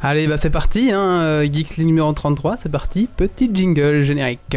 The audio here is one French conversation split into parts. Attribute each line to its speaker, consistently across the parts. Speaker 1: Allez, bah c'est parti, hein, euh, Geeks League numéro 33, c'est parti, petit jingle générique.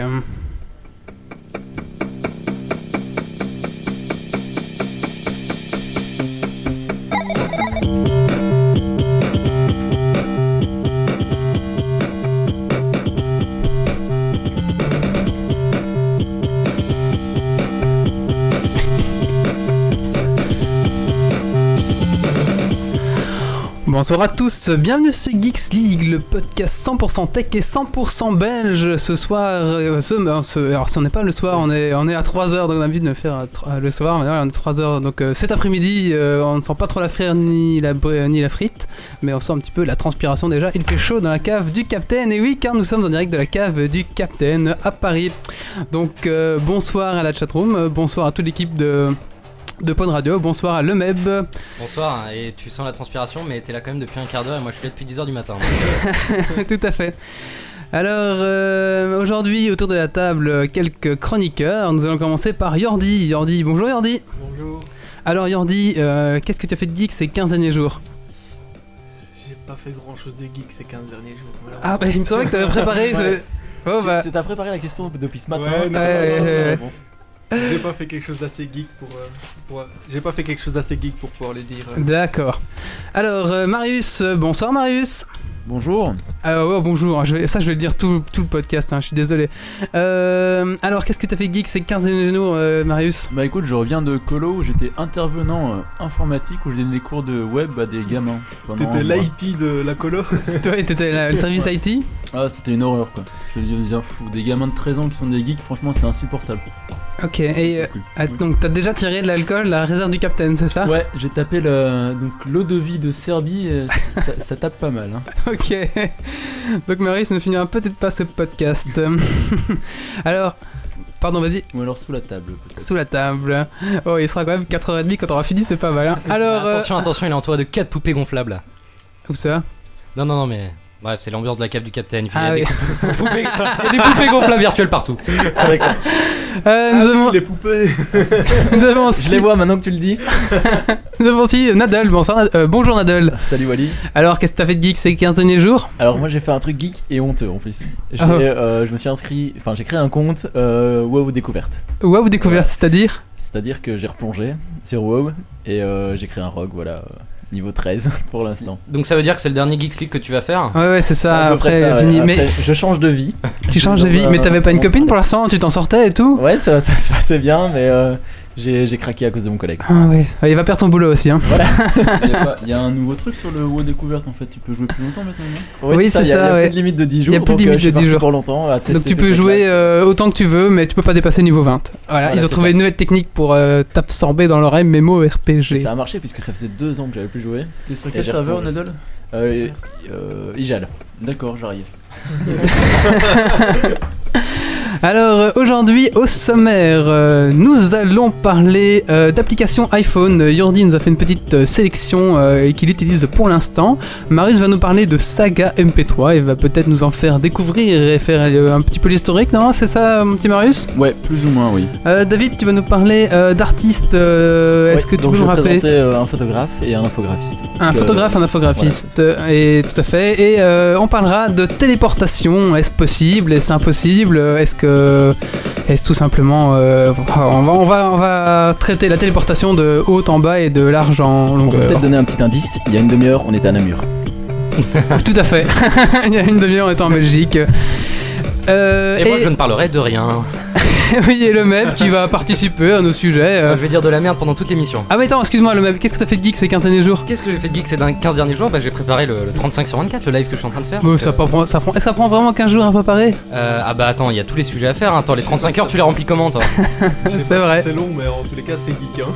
Speaker 1: Bonsoir à tous, bienvenue sur Geeks League, le podcast 100% tech et 100% belge. Ce soir, euh, ce, euh, ce- alors si on n'est pas le soir, on est, on est à 3h, donc on a envie de le faire à tro- à le soir, mais voilà, on est 3h, donc euh, cet après-midi, euh, on ne sent pas trop la frire ni la, br- euh, ni la frite, mais on sent un petit peu la transpiration déjà. Il fait chaud dans la cave du Capitaine, et oui, car nous sommes en direct de la cave du Capitaine à Paris. Donc euh, bonsoir à la chatroom, euh, bonsoir à toute l'équipe de, de Pone Radio, bonsoir à Lemeb.
Speaker 2: Bonsoir, hein, et tu sens la transpiration, mais t'es là quand même depuis un quart d'heure, et moi je suis là depuis 10h du matin.
Speaker 1: Tout à fait. Alors, euh, aujourd'hui, autour de la table, euh, quelques chroniqueurs. Nous allons commencer par Yordi. Yordi, bonjour Yordi.
Speaker 3: Bonjour.
Speaker 1: Alors, Yordi, euh, qu'est-ce que tu as fait de geek ces 15 derniers jours
Speaker 3: J'ai pas fait grand chose de geek ces 15 derniers jours. malheureusement.
Speaker 1: Ah, bah, il me semblait que tu avais préparé. ce-
Speaker 4: Ouais.
Speaker 1: Oh,
Speaker 4: Tu-
Speaker 1: bah.
Speaker 4: tu- T'as préparé la question depuis ce matin.
Speaker 3: Ouais,
Speaker 4: t'as
Speaker 3: non,
Speaker 4: préparé
Speaker 1: ouais,
Speaker 4: ça,
Speaker 1: ouais,
Speaker 4: la
Speaker 1: ouais.
Speaker 4: réponse. Ah
Speaker 3: J'ai pas fait quelque chose d'assez geek pour. euh, pour- J'ai pas fait quelque chose d'assez geek pour pouvoir le dire. euh.
Speaker 1: D'accord. Alors, euh, Marius, euh, bonsoir Marius.
Speaker 4: Bonjour.
Speaker 1: Alors, ouais, bonjour, je vais- ça je vais le dire tout, tout le podcast, hein, je suis désolé. Euh, alors, qu'est-ce que tu as fait de geek ces 15 derniers jours, euh, Marius
Speaker 4: Bah écoute, je reviens de Colo où j'étais intervenant euh, informatique où je donnais des cours de web à des gamins. pendant un
Speaker 3: T'étais
Speaker 4: mois.
Speaker 3: l'IT de la colo.
Speaker 1: Toi, t'étais là, le service IT
Speaker 4: Ah, c'était une horreur quoi. Je veux dire, fou. Des gamins de 13 ans qui sont des geeks, franchement, c'est insupportable.
Speaker 1: Ok, et euh,
Speaker 4: Cool.
Speaker 1: ah, donc t'as déjà tiré de l'alcool, la réserve du Capitaine, c'est ça
Speaker 4: Ouais, j'ai tapé le, donc l'eau de vie de Serbie, euh, ça, ça- ça tape pas mal. hein.
Speaker 1: Ok. Donc Marius ne finira peut-être pas ce podcast. Alors, pardon, vas-y,
Speaker 4: Ou alors sous la table peut-être.
Speaker 1: sous la table. Oh, il sera quand même 4h30 quand on aura fini, c'est pas mal. hein. Alors,
Speaker 5: bah,
Speaker 1: euh,
Speaker 2: attention, attention, il est entouré de 4 poupées gonflables.
Speaker 1: où ça
Speaker 2: Non, non, non, mais. Bref, c'est l'ambiance de la cave du capitaine. Il y a
Speaker 1: Ah
Speaker 2: des
Speaker 1: oui.
Speaker 2: cou- poupées- il y a des poupées gonflables virtuelles partout.
Speaker 5: Ah
Speaker 1: Euh, nous, avons,
Speaker 3: les poupées.
Speaker 1: nous avons aussi,
Speaker 4: vois maintenant que tu le dis.
Speaker 1: nous avons aussi Nadal. Bonsoir, Nad- euh, bonjour Nadal.
Speaker 5: Salut Wally.
Speaker 1: Alors, qu'est-ce que t'as fait de geek ces 15 derniers jours
Speaker 5: Alors moi j'ai fait un truc geek et honteux en plus. J'ai,
Speaker 1: Ah.
Speaker 5: euh, je me suis inscrit, enfin j'ai créé un compte euh, WoW découverte.
Speaker 1: Waouh, découverte, c'est-à-dire
Speaker 5: C'est-à-dire que j'ai replongé sur WoW et euh, j'ai créé un rogue, voilà, euh, niveau 13 pour l'instant.
Speaker 2: Donc ça veut dire que c'est le dernier Geeks League que tu vas faire
Speaker 1: Ouais, ouais, c'est ça,
Speaker 5: C'est à peu
Speaker 1: après,
Speaker 5: près ça, ouais.
Speaker 1: fini.
Speaker 5: Après,
Speaker 1: Mais
Speaker 5: je change de vie.
Speaker 1: tu changes de vie, mais t'avais pas une
Speaker 5: Euh,
Speaker 1: copine pour l'instant, tu t'en sortais et tout
Speaker 5: Ouais, ça, ça se passait bien, mais euh, j'ai, j'ai craqué à cause de mon collègue.
Speaker 1: Ah ouais, Ouais, il va perdre son boulot aussi. Hein.
Speaker 4: Il y, a pas- il y a un nouveau truc sur le WoW découverte en fait, tu peux jouer plus longtemps maintenant. non
Speaker 5: Ouais,
Speaker 1: Oui, c'est
Speaker 5: il y a,
Speaker 1: ça,
Speaker 5: il y a
Speaker 1: ouais.
Speaker 5: plus de limite de 10
Speaker 1: Il
Speaker 5: jours,
Speaker 1: y a plus de
Speaker 5: donc euh,
Speaker 1: limite
Speaker 5: je suis
Speaker 1: de 10
Speaker 5: parti
Speaker 1: jours.
Speaker 5: pour longtemps. à
Speaker 1: Donc
Speaker 5: tester
Speaker 1: tu
Speaker 5: toutes
Speaker 1: peux
Speaker 5: les
Speaker 1: jouer
Speaker 5: classes.
Speaker 1: euh, autant que tu veux, mais tu peux pas dépasser niveau 20. Voilà,
Speaker 5: Voilà,
Speaker 1: ils ont
Speaker 5: c'est
Speaker 1: trouvé
Speaker 5: ça.
Speaker 1: une nouvelle technique pour euh, t'absorber dans leur MMORPG.
Speaker 5: Ça a marché puisque ça faisait deux ans que j'avais plus joué.
Speaker 4: T'es sur
Speaker 5: Et
Speaker 4: quel
Speaker 5: j'ai
Speaker 4: serveur,
Speaker 5: replongé.
Speaker 4: Nadal
Speaker 5: Euh, euh, Ijal.
Speaker 4: D'accord, j'arrive.
Speaker 1: Alors euh, aujourd'hui au sommaire, euh, nous allons parler euh, d'applications iPhone. Euh, Yordi nous a fait une petite euh, sélection euh, et qu'il utilise pour l'instant. Marius va nous parler de Saga MP3 et va peut-être nous en faire découvrir et faire euh, un petit peu l'historique. Non, c'est ça, mon petit Marius
Speaker 4: Ouais, plus ou moins, oui.
Speaker 1: Euh, David, tu vas nous parler euh, d'artistes. euh, Est-ce
Speaker 5: Ouais,
Speaker 1: que tu
Speaker 5: donc
Speaker 1: peux
Speaker 5: je
Speaker 1: nous rappeler
Speaker 5: présentais euh, un photographe et un infographiste.
Speaker 1: Un
Speaker 5: Donc, euh,
Speaker 1: photographe, hein. un infographiste, et tout à fait. Et euh, on parlera de téléportation. Est-ce possible Est-ce impossible Est-ce que, est-ce tout simplement, euh, on va, on va, on va traiter la téléportation de haut en bas et de large en
Speaker 5: On peut
Speaker 1: longueur.
Speaker 4: euh,
Speaker 5: peut-être donner un petit indice, il y a une demi-heure, on était à Namur.
Speaker 1: Tout à fait. Il y a une demi-heure, on était en Belgique. Euh,
Speaker 2: et, moi je ne parlerai de rien.
Speaker 1: oui, et le MEP qui va participer à nos sujets. euh.
Speaker 2: Moi, je vais dire de la merde pendant toute l'émission.
Speaker 1: Ah mais attends, excuse-moi le MEP, qu'est-ce que t'as fait de geek ces 15 derniers jours
Speaker 2: Qu'est-ce que j'ai fait de Geeks ces dingue- 15 derniers jours Bah j'ai préparé le, le 35 sur 24, le live que je suis en train de faire.
Speaker 1: Bon,
Speaker 2: donc,
Speaker 1: ça,
Speaker 2: euh,
Speaker 1: prend, ça, prend, ça prend vraiment 15 jours à préparer
Speaker 2: euh, ah bah attends, il y a tous les sujets à faire. hein. Attends, les 35 heures, tu les remplis comment toi
Speaker 3: Je sais
Speaker 1: C'est
Speaker 3: pas si
Speaker 1: vrai.
Speaker 3: C'est long, mais en tous les cas, c'est geek. Hein.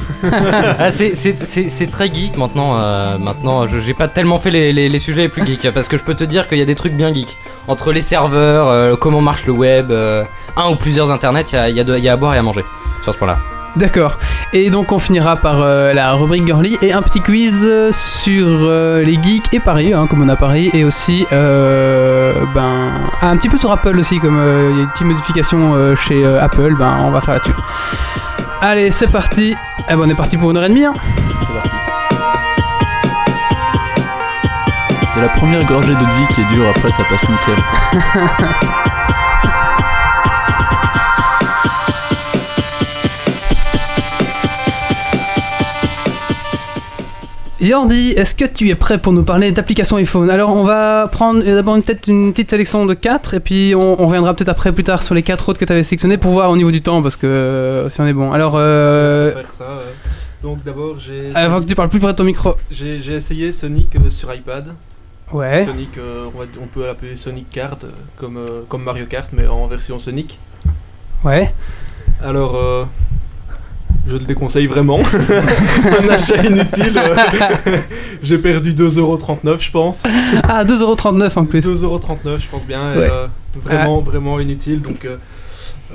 Speaker 2: Ah, c'est- c'est c'est- c'est très geek maintenant. euh, maintenant, je- j'ai pas tellement fait les, les- les sujets les plus geeks parce que je peux te dire qu'il y a des trucs bien geeks. Entre les serveurs, euh, comment marche le web, euh, un ou plusieurs internets, il y a, il y a de- il y a à boire et à manger sur ce point-là.
Speaker 1: D'accord. Et donc on finira par euh, la rubrique girly et un petit quiz euh, sur euh, les geeks et Paris, hein, comme on a Paris, et aussi euh, ben ah, un petit peu sur Apple aussi, comme euh, il y a une petite modification euh, chez euh, Apple, ben on va faire là-dessus. Allez, c'est parti. Eh ben, on est parti pour une heure et demie. hein.
Speaker 5: C'est parti.
Speaker 4: C'est C'est la première gorgée d'eau de vie qui est dure, après ça passe nickel.
Speaker 1: Yordi, est-ce que tu es prêt pour nous parler d'applications iPhone Alors on va prendre euh, d'abord une- peut-être une petite sélection de 4 et puis on, on reviendra peut-être après plus tard sur les 4 autres que tu avais sélectionnées pour voir au niveau du temps parce que euh, si on est bon. Alors euh,
Speaker 3: Faire ça. ouais. Donc d'abord, j'ai
Speaker 4: Ah,
Speaker 1: Ah, avant que tu parles plus près de ton micro.
Speaker 3: j'ai j'ai essayé Sonic euh, sur iPad.
Speaker 1: Ouais.
Speaker 3: Sonic, euh, on, va- on peut l'appeler Sonic Kart, euh, comme, euh, comme Mario Kart, mais en version Sonic.
Speaker 1: Ouais.
Speaker 3: Alors, euh, je le déconseille vraiment. Un achat inutile. euh, J'ai perdu 2,39€, je pense.
Speaker 1: Ah 2,39€ en plus.
Speaker 3: 2,39€, je pense bien. et,
Speaker 1: Ouais. Ah.
Speaker 3: euh, vraiment, vraiment inutile. Donc, euh,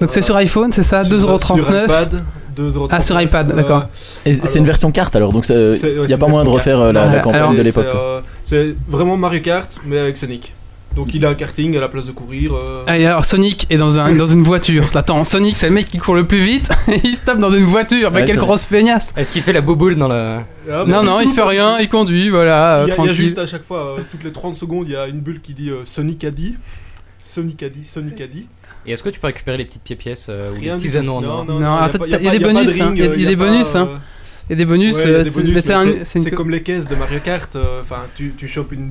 Speaker 1: Donc c'est
Speaker 3: euh,
Speaker 1: sur iPhone, c'est ça
Speaker 3: sur- Sur
Speaker 1: 2,39€.
Speaker 3: iPad. 2,39€.
Speaker 1: Ah, sur iPad,
Speaker 3: Euh,
Speaker 1: d'accord.
Speaker 5: Et c'est une version carte alors, donc il
Speaker 3: C'est- ouais,
Speaker 5: n'y
Speaker 3: c'est
Speaker 5: a pas
Speaker 3: une
Speaker 5: moyen de
Speaker 3: version
Speaker 5: refaire euh, la,
Speaker 1: carte.
Speaker 5: la
Speaker 1: Ah,
Speaker 5: campagne
Speaker 1: alors-
Speaker 5: de
Speaker 3: C'est
Speaker 5: l'époque. quoi.
Speaker 3: euh, c'est vraiment Mario Kart, mais avec Sonic. Donc il a un karting à la place de courir. euh,
Speaker 1: Ah, et alors Sonic est dans, un, dans une voiture. Attends, Sonic c'est le mec qui court le plus vite et il se tape dans une voiture. Mais
Speaker 5: Ouais,
Speaker 1: quelle
Speaker 5: c'est
Speaker 1: grosse feignasse
Speaker 2: Est-ce qu'il fait la bouboule dans la.
Speaker 3: ah, bah,
Speaker 1: Non, non, il fait rien, il conduit, voilà, euh,
Speaker 3: Il y, a- il y a
Speaker 1: tranquille.
Speaker 3: juste à chaque fois, euh, toutes les 30 secondes, il y a une bulle qui dit euh, Sonic a dit. Sonic a dit, Sonic a dit.
Speaker 2: Et est-ce que tu peux récupérer les petites pièces euh, ou les
Speaker 3: Rien du
Speaker 2: petits
Speaker 3: tout.
Speaker 2: anneaux en
Speaker 3: Non,
Speaker 2: or
Speaker 3: non,
Speaker 1: Non,
Speaker 3: non,
Speaker 1: attends,
Speaker 3: pas-
Speaker 1: il y a
Speaker 3: pas-
Speaker 1: des bonus,
Speaker 3: pas de
Speaker 1: hein, il
Speaker 3: ring,
Speaker 1: y a-
Speaker 3: euh,
Speaker 1: il y a des
Speaker 3: pas,
Speaker 1: bonus, hein.
Speaker 3: euh,
Speaker 1: Il y a des bonus,
Speaker 3: ouais, il y a
Speaker 1: euh,
Speaker 3: des
Speaker 1: tu-
Speaker 3: bonus,
Speaker 1: mais
Speaker 3: mais
Speaker 1: c'est un-
Speaker 3: c'est
Speaker 1: c'est une
Speaker 3: c'est
Speaker 1: co-
Speaker 3: comme les caisses de Mario Kart. euh, Enfin, tu, tu chopes une,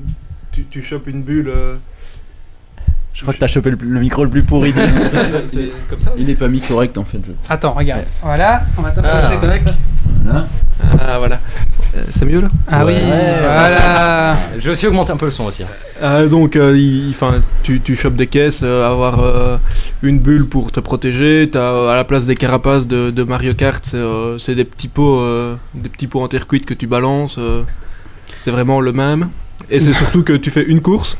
Speaker 3: tu, tu chopes une bulle. euh,
Speaker 5: Je crois que t'as chopé le, le micro le plus pourri. de-
Speaker 3: c'est c'est comme ça.
Speaker 4: Il n'est pas mis correct en fait. je crois.
Speaker 1: Attends, regarde. Voilà, on va t'approcher
Speaker 2: Ah.
Speaker 1: comme ça.
Speaker 5: Hein
Speaker 4: Voilà.
Speaker 3: Ah voilà. c'est mieux là.
Speaker 1: Ah oui,
Speaker 5: Ouais.
Speaker 1: voilà.
Speaker 2: Je vais aussi augmenter un peu le son aussi. hein.
Speaker 3: Ah, donc, euh, il- enfin, tu, tu chopes des caisses, euh, avoir euh, une bulle pour te protéger. T'as euh, à la place des carapaces de, de Mario Kart, c'est euh, c'est des petits pots, euh, des petits pots en terre cuite que tu balances. euh, c'est vraiment le même. Et c'est surtout que tu fais une course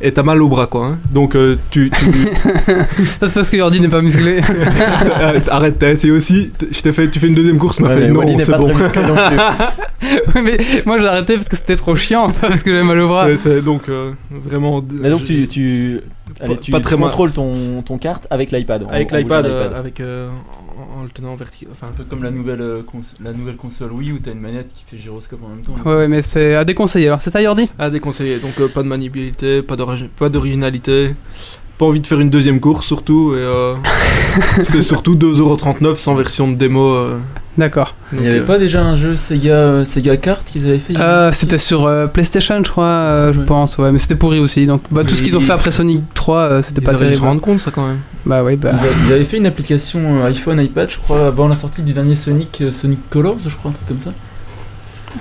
Speaker 3: et t'as mal au bras, quoi. hein. Donc, euh, tu, tu-
Speaker 1: Ça c'est parce que Jordi n'est pas musclé.
Speaker 3: euh, arrête, t'as essayé aussi. T- Je t'ai fait, tu fais une deuxième course, tu m'as
Speaker 5: Ouais,
Speaker 3: fait
Speaker 5: mais
Speaker 3: non,
Speaker 5: Wally n'est
Speaker 3: c'est
Speaker 5: pas
Speaker 3: bon.
Speaker 5: très musclé non plus.
Speaker 1: Oui, mais moi j'ai arrêté parce que c'était trop chiant, pas parce que j'avais mal au bras.
Speaker 3: C'est- c'est donc euh, vraiment.
Speaker 5: Mais donc tu,
Speaker 3: je-
Speaker 5: tu,
Speaker 3: pas-
Speaker 5: allez, tu,
Speaker 3: pas
Speaker 5: tu
Speaker 3: très mal.
Speaker 5: contrôles ton, ton carte avec l'iPad. en-
Speaker 3: Avec
Speaker 5: en bougeant
Speaker 3: l'iPad, euh, avec euh, en, en le tenant vertical. Enfin,
Speaker 4: Un peu comme la nouvelle, euh, cons- la nouvelle console Wii où t'as une manette qui fait gyroscope en même temps.
Speaker 1: Ouais, ouais, mais c'est à déconseiller alors, c'est ça Jordi
Speaker 3: Ah, déconseillé. Donc, euh, pas de maniabilité, pas d'origi- pas d'originalité. Pas envie de faire une deuxième course, surtout. Et, euh, c'est surtout 2,39€ sans version de démo. euh,
Speaker 1: D'accord.
Speaker 3: donc,
Speaker 4: Il n'y avait
Speaker 3: euh,
Speaker 4: pas déjà un jeu Sega, euh, Sega Kart qu'ils avaient fait il y a
Speaker 1: Euh,
Speaker 4: longtemps
Speaker 1: c'était sur euh, PlayStation, je crois, euh, je
Speaker 4: Ouais.
Speaker 1: pense, ouais, mais c'était pourri aussi. Donc bah, tout ce qu'ils ont fait après Sonic 3, euh, c'était
Speaker 3: ils
Speaker 1: pas
Speaker 3: auraient dû se
Speaker 1: terrible.
Speaker 3: rendre compte, ça, quand même.
Speaker 1: Bah oui,
Speaker 4: Ils
Speaker 1: bah.
Speaker 4: avaient- Ils avaient fait une application euh, iPhone, iPad, je crois, avant la sortie du dernier Sonic, euh, Sonic Colors, je crois, un truc comme ça,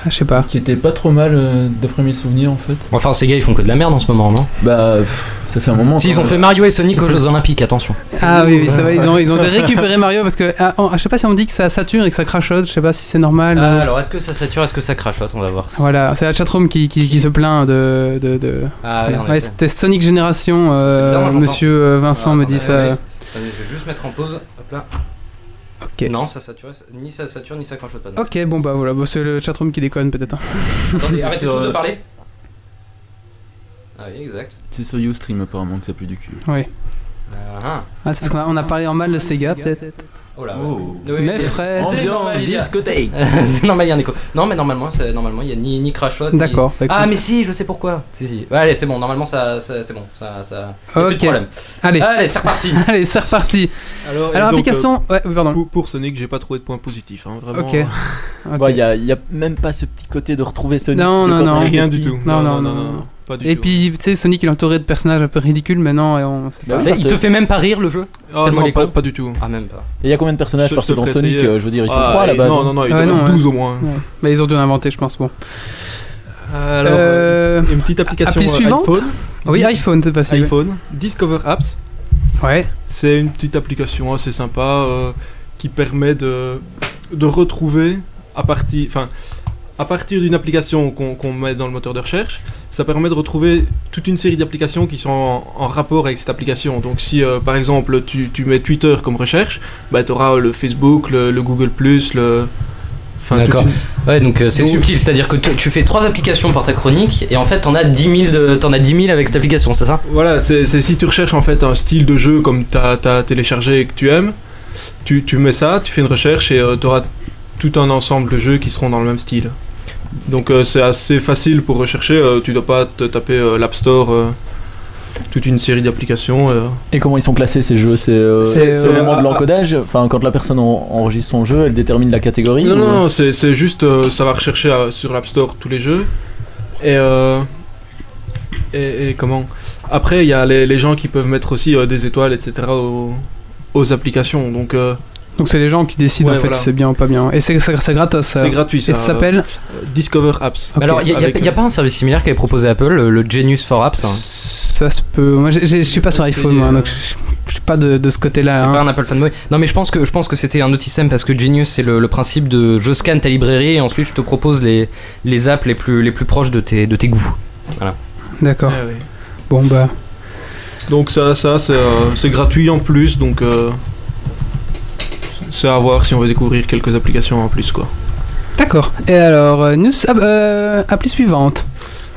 Speaker 1: ah, Je sais pas.
Speaker 4: qui était pas trop mal euh, d'après mes souvenirs en fait.
Speaker 2: Enfin, ces gars, ils font que de la merde en ce moment, non Euh,
Speaker 4: Bah, pff, ça fait un moment.
Speaker 2: Si, ils
Speaker 4: quand
Speaker 2: ont
Speaker 4: même.
Speaker 2: fait Mario et Sonic aux Jeux Olympiques, attention.
Speaker 1: Ah oui, oui, ça va, ils ont, ils ont récupéré Mario parce que. ah, on- je sais pas si on me dit que ça sature et que ça crachote, je sais pas si c'est normal. euh,
Speaker 2: Ah, alors, est-ce que ça sature, est-ce que ça crachote On va voir.
Speaker 1: Voilà, c'est la chatroom qui, qui, qui se plaint de. de, de-
Speaker 2: Ah,
Speaker 1: Voilà. Ouais, c'était Sonic Génération,
Speaker 2: C'est bizarre, moi, j'entends.
Speaker 1: monsieur euh, Vincent
Speaker 2: Ah,
Speaker 1: me
Speaker 2: attendez,
Speaker 1: dit ça.
Speaker 2: Je vais juste mettre en pause. Hop là.
Speaker 1: Ok.
Speaker 2: Non, ça sature, ni ça sature, ni ça crachote pas.
Speaker 1: Ok, bon bah voilà, bah, c'est le chatroom qui déconne peut-être. hein.
Speaker 2: Attendez,
Speaker 4: arrêtez
Speaker 2: arrêtez
Speaker 4: Sur, tous
Speaker 2: tous
Speaker 4: de
Speaker 2: de
Speaker 4: euh,
Speaker 2: parler. Ah oui, exact.
Speaker 4: C'est sur Ustream apparemment que ça pue du cul.
Speaker 1: Ah, c'est parce qu'on a, on a parlé en mal de Sega peut-être.
Speaker 2: Oh là.
Speaker 4: Oh.
Speaker 2: ouais. Oui,
Speaker 1: Mais
Speaker 2: oui.
Speaker 3: Ah,
Speaker 1: frère.
Speaker 2: C'est normal,
Speaker 4: Ambiance
Speaker 2: il y a-
Speaker 4: discothèque
Speaker 2: c'est normal, il y a un écho. Non, mais normalement, c'est- normalement, il y a ni, ni crachote. ni-
Speaker 1: D'accord. bah,
Speaker 2: Ah,
Speaker 1: écoute.
Speaker 2: mais si, je sais pourquoi. Si, si. Ouais, allez, c'est bon, normalement, ça, ça- c'est bon. Ça, ça... y a plus de
Speaker 1: Ok.
Speaker 2: problème.
Speaker 1: Allez,
Speaker 2: Allez, c'est reparti.
Speaker 1: allez, c'est reparti.
Speaker 3: Alors,
Speaker 1: Alors, application. Ouais, pardon.
Speaker 3: euh, pour, pour Sonic, j'ai pas trouvé de points positifs. hein, vraiment,
Speaker 1: Ok.
Speaker 3: euh,
Speaker 1: ok.
Speaker 5: Bon, il y a, il y a même pas ce petit côté de retrouver Sonic.
Speaker 1: Non,
Speaker 5: de
Speaker 1: non,
Speaker 5: quand on
Speaker 1: non.
Speaker 5: était
Speaker 3: Rien
Speaker 5: petit.
Speaker 3: du tout.
Speaker 1: Non, non, non, non.
Speaker 3: Pas du
Speaker 1: Et
Speaker 3: tout.
Speaker 1: puis, tu sais, Sonic il est entouré de personnages un peu ridicules maintenant et on sait
Speaker 5: Bah
Speaker 1: pas.
Speaker 5: oui, parce-
Speaker 2: fait même pas rire le jeu
Speaker 3: Ah,
Speaker 2: tellement
Speaker 3: non,
Speaker 2: les
Speaker 3: pas,
Speaker 2: cons.
Speaker 3: pas du tout.
Speaker 2: Ah, même pas.
Speaker 5: Et il y a combien de personnages
Speaker 3: Je-
Speaker 5: parce
Speaker 3: je
Speaker 5: que dans
Speaker 3: ferai
Speaker 5: Sonic,
Speaker 3: essayer.
Speaker 5: euh, je veux dire, ils sont
Speaker 3: Ah,
Speaker 5: trois à la
Speaker 3: et-
Speaker 5: base.
Speaker 3: Non,
Speaker 5: hein.
Speaker 3: non, non, il
Speaker 1: Ah,
Speaker 3: doit y en
Speaker 1: non,
Speaker 3: avoir 12 au moins.
Speaker 1: Ouais. Bah, ils ont dû en inventer, je pense. Bon.
Speaker 3: Alors, euh,
Speaker 1: Euh,
Speaker 3: une petite application
Speaker 1: appli
Speaker 3: euh,
Speaker 1: suivante Ah
Speaker 3: iPhone.
Speaker 1: Oui,
Speaker 3: Dis-
Speaker 1: iPhone, c'est facile.
Speaker 3: iPhone. Discover Apps.
Speaker 1: Ouais.
Speaker 3: C'est une petite application assez sympa euh, qui permet de, de retrouver à partir, enfin, à partir d'une application qu'on qu'on met dans le moteur de recherche, ça permet de retrouver toute une série d'applications qui sont en, en rapport avec cette application. Donc si euh, par exemple tu, tu mets Twitter comme recherche, bah, tu auras le Facebook, le, le Google ⁇ le... Enfin,
Speaker 2: D'accord.
Speaker 3: toute une-
Speaker 2: Ouais, donc euh, c'est
Speaker 3: Donc-
Speaker 2: subtil, c'est-à-dire que tu tu fais trois applications pour ta chronique et en fait t'en as 10 000, de- t'en as 10 000 avec cette application, c'est ça
Speaker 3: Voilà, c'est c'est si tu recherches en fait un style de jeu comme tu as, téléchargé et que tu aimes, euh, tu, tu mets ça, tu fais une recherche et tu auras tout un ensemble de jeux qui seront dans le même style. Donc euh, c'est assez facile pour rechercher, euh, tu dois pas te taper euh, l'App Store, euh, toute une série d'applications. euh.
Speaker 5: Et comment ils sont classés ces jeux C'est euh,
Speaker 1: C'est,
Speaker 5: c'est au
Speaker 1: euh,
Speaker 5: moment
Speaker 3: à-
Speaker 5: de l'encodage Enfin, quand la personne en- enregistre son jeu, elle détermine la catégorie
Speaker 3: Non,
Speaker 5: ou-
Speaker 3: non, non, c'est c'est juste, euh, ça va rechercher euh, sur l'App Store tous les jeux. Et, euh, et, et comment Après, il y a les, les gens qui peuvent mettre aussi euh, des étoiles, etc. aux, aux applications. Donc euh,
Speaker 1: Donc c'est les gens qui décident
Speaker 3: Ouais,
Speaker 1: en fait
Speaker 3: voilà.
Speaker 1: si c'est bien ou pas bien. Et c'est c'est- c'est gratos. ça.
Speaker 3: c'est gratuit.
Speaker 1: Et ça s'appelle.
Speaker 3: euh, Discover Apps.
Speaker 1: Ok.
Speaker 2: Alors, il n'y a,
Speaker 3: Avec,
Speaker 2: y a pas un service similaire qu'avait proposé Apple, le, le Genius for Apps hein.
Speaker 1: Ça se peut. Moi, j'ai- j'ai- je suis pas sur
Speaker 3: Essayez,
Speaker 1: iPhone, moi,
Speaker 3: euh,
Speaker 1: donc je je suis pas de, de ce
Speaker 2: T'es
Speaker 1: côté-là. hein.
Speaker 2: pas un Apple fanboy. Non, mais je pense que je pense que c'était un autre système parce que Genius c'est le, le principe de je scanne ta librairie et ensuite je te propose les, les apps les plus les plus proches de tes de tes goûts.
Speaker 1: D'accord.
Speaker 3: Ouais, ouais.
Speaker 1: Bon bah.
Speaker 3: Ah Donc ça, ça c'est euh, c'est gratuit en plus, donc euh, c'est à voir si on veut découvrir quelques applications en plus quoi.
Speaker 1: D'accord. Et alors, euh, news. Ah, euh, appli suivante.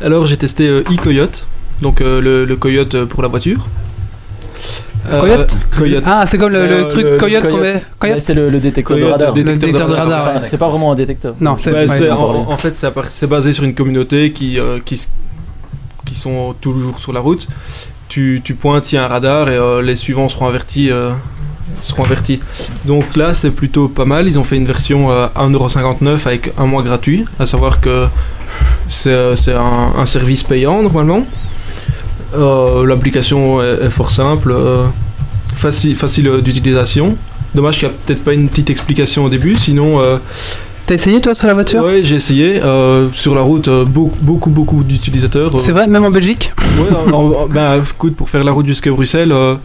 Speaker 3: Alors j'ai testé euh, e-Coyote, donc euh, le, le coyote euh, pour la voiture. Euh,
Speaker 1: Coyote
Speaker 3: Coyote.
Speaker 1: Ah, c'est comme le, le
Speaker 3: Euh,
Speaker 1: truc
Speaker 3: le- le
Speaker 1: coyote qu'on
Speaker 5: coyote.
Speaker 1: met.
Speaker 5: Mais
Speaker 1: Coyote
Speaker 5: C'est le, le détecteur
Speaker 3: Coyote,
Speaker 5: de radar.
Speaker 1: le détecteur de radar,
Speaker 5: Enfin, c'est pas vraiment un détecteur.
Speaker 1: Non, c'est.
Speaker 3: Bah,
Speaker 1: ouais.
Speaker 3: c'est-
Speaker 5: on
Speaker 3: en,
Speaker 5: en parlait.
Speaker 3: en fait, c'est à part- c'est basé sur une communauté qui, euh, qui, s- qui sont toujours sur la route. Tu, tu pointes, il y a un radar et euh, les suivants seront avertis. euh, seront avertis. Donc là, c'est plutôt pas mal. Ils ont fait une version euh, à 1,59€ avec un mois gratuit, à savoir que c'est euh, c'est un, un service payant normalement. Euh, L'application est, est fort simple, euh, facile, facile euh, d'utilisation. Dommage qu'il n'y a peut-être pas une petite explication au début, sinon euh,
Speaker 1: T'as essayé toi sur la voiture
Speaker 3: Ouais, j'ai essayé. euh, sur la route, euh, beaucoup, beaucoup, beaucoup d'utilisateurs. euh,
Speaker 1: C'est vrai, même en Belgique
Speaker 3: ouais, en- en- ben, écoute, pour faire la route jusqu'à Bruxelles, euh,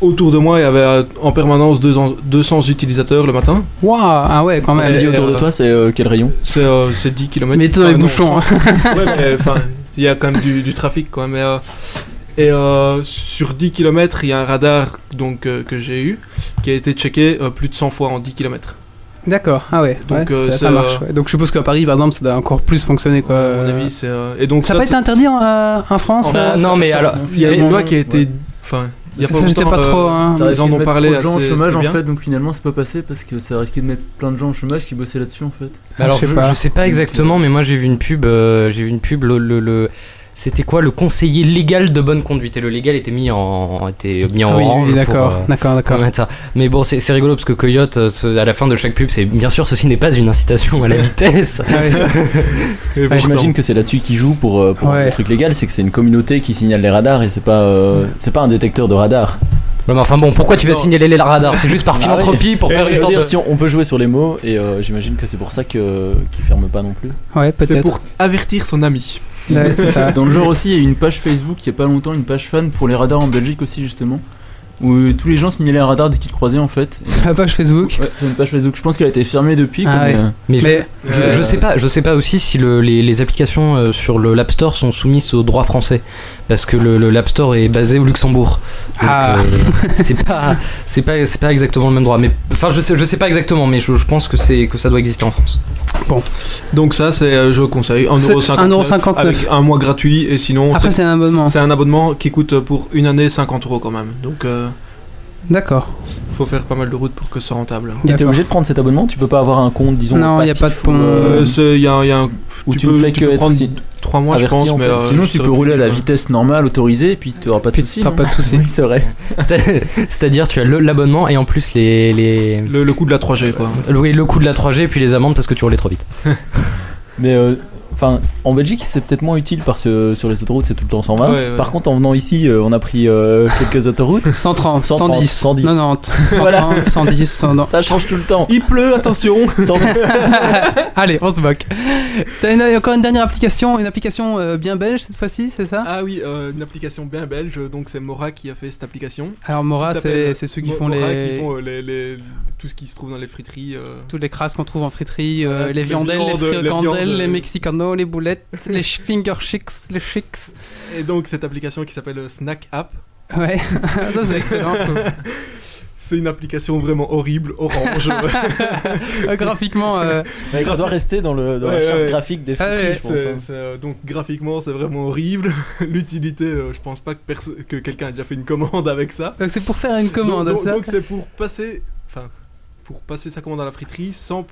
Speaker 3: autour de moi, il y avait euh, en permanence 200, 200 utilisateurs le matin.
Speaker 1: Waouh, ah ouais, quand
Speaker 5: Quand tu
Speaker 1: même.
Speaker 5: dis autour
Speaker 3: euh,
Speaker 5: de toi, c'est euh, quel rayon
Speaker 3: C'est euh, c'est 10 km.
Speaker 1: Mais dans les bouchons. hein.
Speaker 3: il y a quand même du, du trafic, quoi. Mais, euh, et euh, sur 10 km, il y a un radar donc, euh, que j'ai eu qui a été checké euh, plus de 100 fois en 10 km.
Speaker 1: D'accord, ah ouais.
Speaker 3: Donc,
Speaker 1: ouais,
Speaker 3: euh,
Speaker 1: ça,
Speaker 3: c'est,
Speaker 1: ça marche.
Speaker 3: euh,
Speaker 1: ouais. Donc je suppose qu'à Paris, par exemple, ça doit encore plus fonctionner quoi.
Speaker 3: À mon avis, c'est. euh, et donc,
Speaker 1: Ça n'a pas
Speaker 3: c'est-
Speaker 1: été interdit en, euh, en France
Speaker 2: En
Speaker 1: euh,
Speaker 2: France, non, mais alors-
Speaker 3: Il y a une loi qui a été.
Speaker 4: Ouais.
Speaker 3: Enfin, il y a
Speaker 1: ça,
Speaker 3: pas
Speaker 1: ça, je sais
Speaker 3: longtemps,
Speaker 1: pas trop.
Speaker 3: euh,
Speaker 1: hein.
Speaker 3: ça- ils en ont parlé
Speaker 4: Trop de gens au
Speaker 3: assez-
Speaker 4: chômage
Speaker 3: assez
Speaker 4: en
Speaker 3: bien.
Speaker 4: fait, donc finalement c'est pas passé parce que ça risquait de mettre plein de gens au chômage qui bossaient là-dessus en fait.
Speaker 1: Ah,
Speaker 2: Alors
Speaker 1: je sais
Speaker 2: je,
Speaker 1: pas.
Speaker 2: je sais pas exactement, mais moi j'ai vu une pub, euh, j'ai vu une pub le, le- le- c'était quoi le conseiller légal de bonne conduite et le légal était mis en était mis en
Speaker 1: Ah oui,
Speaker 2: orange
Speaker 1: oui,
Speaker 2: pour,
Speaker 1: d'accord,
Speaker 2: euh,
Speaker 1: d'accord,
Speaker 2: pour
Speaker 1: d'accord.
Speaker 2: mettre ça. Mais bon c'est c'est rigolo parce que Coyote euh, ce- à la fin de chaque pub c'est bien sûr ceci n'est pas une incitation à la vitesse.
Speaker 1: Ah ouais.
Speaker 3: Et
Speaker 5: Ah,
Speaker 3: pourtant-
Speaker 5: J'imagine que c'est là-dessus qu'ils jouent pour, euh, pour
Speaker 1: Ouais.
Speaker 5: le truc légal, c'est que c'est une communauté qui signale les radars et c'est pas, euh, c'est pas un détecteur de radar.
Speaker 2: Ouais, mais enfin bon pourquoi tu vas
Speaker 3: Non.
Speaker 2: signaler les radars C'est juste par
Speaker 5: Ah oui.
Speaker 2: philanthropie pour faire
Speaker 5: Je
Speaker 2: une
Speaker 5: veux
Speaker 2: sorte
Speaker 5: dire,
Speaker 2: de...
Speaker 5: si on, on peut jouer sur les mots et euh, j'imagine que c'est pour ça que- qu'ils ferment pas non plus.
Speaker 1: Ouais,
Speaker 3: C'est
Speaker 1: peut-être.
Speaker 3: pour avertir son ami.
Speaker 1: Ouais, c'est ça.
Speaker 4: Dans le genre aussi, il y a eu une page Facebook il y a pas longtemps, une page fan pour les radars en Belgique aussi justement, où euh, tous les gens signalaient un radar dès qu'ils le croisaient en fait.
Speaker 1: Sur la page Facebook.
Speaker 4: Ouais, c'est une page Facebook. Je pense qu'elle a été fermée depuis.
Speaker 1: Ah
Speaker 4: comme,
Speaker 1: ouais.
Speaker 4: euh,
Speaker 2: Mais je-
Speaker 1: Mais
Speaker 2: Je, je sais pas, je sais pas aussi si le- les, les applications euh, sur le l'App Store sont soumises au droit français, parce que le, le l'App Store est basé au Luxembourg. Donc,
Speaker 1: Ah.
Speaker 2: euh, c'est pas, c'est pas, c'est pas exactement le même droit. Mais enfin, je sais, je sais pas exactement, mais je, je pense que c'est que ça doit exister en France.
Speaker 3: Donc ça, c'est euh, je conseille 1,59€
Speaker 1: 1,59.
Speaker 3: avec un mois gratuit et sinon
Speaker 1: après,
Speaker 3: c'est-
Speaker 1: c'est un abonnement.
Speaker 3: c'est un abonnement qui coûte euh, pour une année 50 euros quand même. Donc euh,
Speaker 1: D'accord.
Speaker 3: faut faire pas mal de routes pour que ce soit rentable.
Speaker 5: Et t'es
Speaker 1: d'accord.
Speaker 5: obligé de prendre cet abonnement Tu peux pas avoir un compte, disons,
Speaker 1: Non, y a
Speaker 5: passif
Speaker 1: pas de
Speaker 5: ou,
Speaker 1: pont.
Speaker 5: euh,
Speaker 3: Euh, c'est- y a- y a un-
Speaker 5: où
Speaker 3: tu
Speaker 5: tu,
Speaker 3: peux-
Speaker 5: ne fais
Speaker 3: tu
Speaker 5: que
Speaker 3: peux
Speaker 5: être
Speaker 3: prendre-
Speaker 5: si-
Speaker 3: trois mois,
Speaker 5: Averti,
Speaker 3: je
Speaker 5: en
Speaker 3: pense. Mais,
Speaker 5: fait.
Speaker 3: euh,
Speaker 4: Sinon,
Speaker 3: je
Speaker 4: tu
Speaker 3: serais
Speaker 4: peux rouler à la
Speaker 3: plus-
Speaker 4: vitesse normale autorisée et puis tu auras pas de soucis.
Speaker 1: T'as
Speaker 4: non
Speaker 1: pas de soucis.
Speaker 5: Oui, c'est vrai.
Speaker 2: C'est- C'est-à-dire, tu as le- l'abonnement et en plus les, les
Speaker 3: Le, le coût de la 3G quoi.
Speaker 2: le, oui, le coût de la 3G et puis les amendes parce que tu roulais trop vite.
Speaker 5: Mais euh, enfin, en Belgique, c'est peut-être moins utile parce que sur les autoroutes, c'est tout le temps 120.
Speaker 3: Ouais, ouais.
Speaker 5: Par contre, en venant ici, euh, on a pris euh, quelques autoroutes.
Speaker 1: 130,
Speaker 5: 130,
Speaker 1: 110,
Speaker 5: 110.
Speaker 1: 90, 130,
Speaker 5: Voilà.
Speaker 1: 110, 100.
Speaker 5: Ça change tout le temps.
Speaker 3: Il pleut, attention.
Speaker 5: 110.
Speaker 1: Allez, on se moque. T'as une- encore une dernière application, une application euh, bien belge cette fois-ci, c'est ça
Speaker 3: Ah oui, euh, une application bien belge. Donc c'est Mora qui a fait cette application.
Speaker 1: Alors Mora,
Speaker 3: Ça
Speaker 1: c'est
Speaker 3: s'appelle
Speaker 1: c'est ceux qui
Speaker 3: Mo-
Speaker 1: font
Speaker 3: Mora
Speaker 1: les...
Speaker 3: qui font, euh, les- les- tout ce qui se trouve dans les friteries. euh,
Speaker 1: Toutes les crasses qu'on trouve en friterie, euh,
Speaker 3: Voilà, toutes
Speaker 1: les
Speaker 3: les
Speaker 1: viandelles, les
Speaker 3: viandes, les
Speaker 1: fricandelles,
Speaker 3: viandes,
Speaker 1: les
Speaker 3: euh.
Speaker 1: mexicanos, les boulettes, les ch- finger chicks, les chicks.
Speaker 3: Et donc cette application qui s'appelle euh, Snack App,
Speaker 1: Ouais, ça c'est excellent.
Speaker 3: c'est une application vraiment horrible, orange.
Speaker 1: Euh, Graphiquement, euh,
Speaker 5: Mais ça doit rester dans, le, dans la
Speaker 3: Ouais,
Speaker 5: charte
Speaker 3: ouais.
Speaker 5: graphique des
Speaker 1: Ah
Speaker 5: friteries,
Speaker 1: ouais,
Speaker 5: je pense.
Speaker 3: C'est-
Speaker 5: hein.
Speaker 3: c'est, euh, donc graphiquement c'est vraiment horrible. L'utilité, euh, je pense pas que, perso- que quelqu'un a déjà fait une commande avec ça.
Speaker 1: donc c'est pour faire une commande,
Speaker 3: donc, donc-
Speaker 1: ça
Speaker 3: donc c'est pour passer, enfin, pour passer sa commande à la friterie sans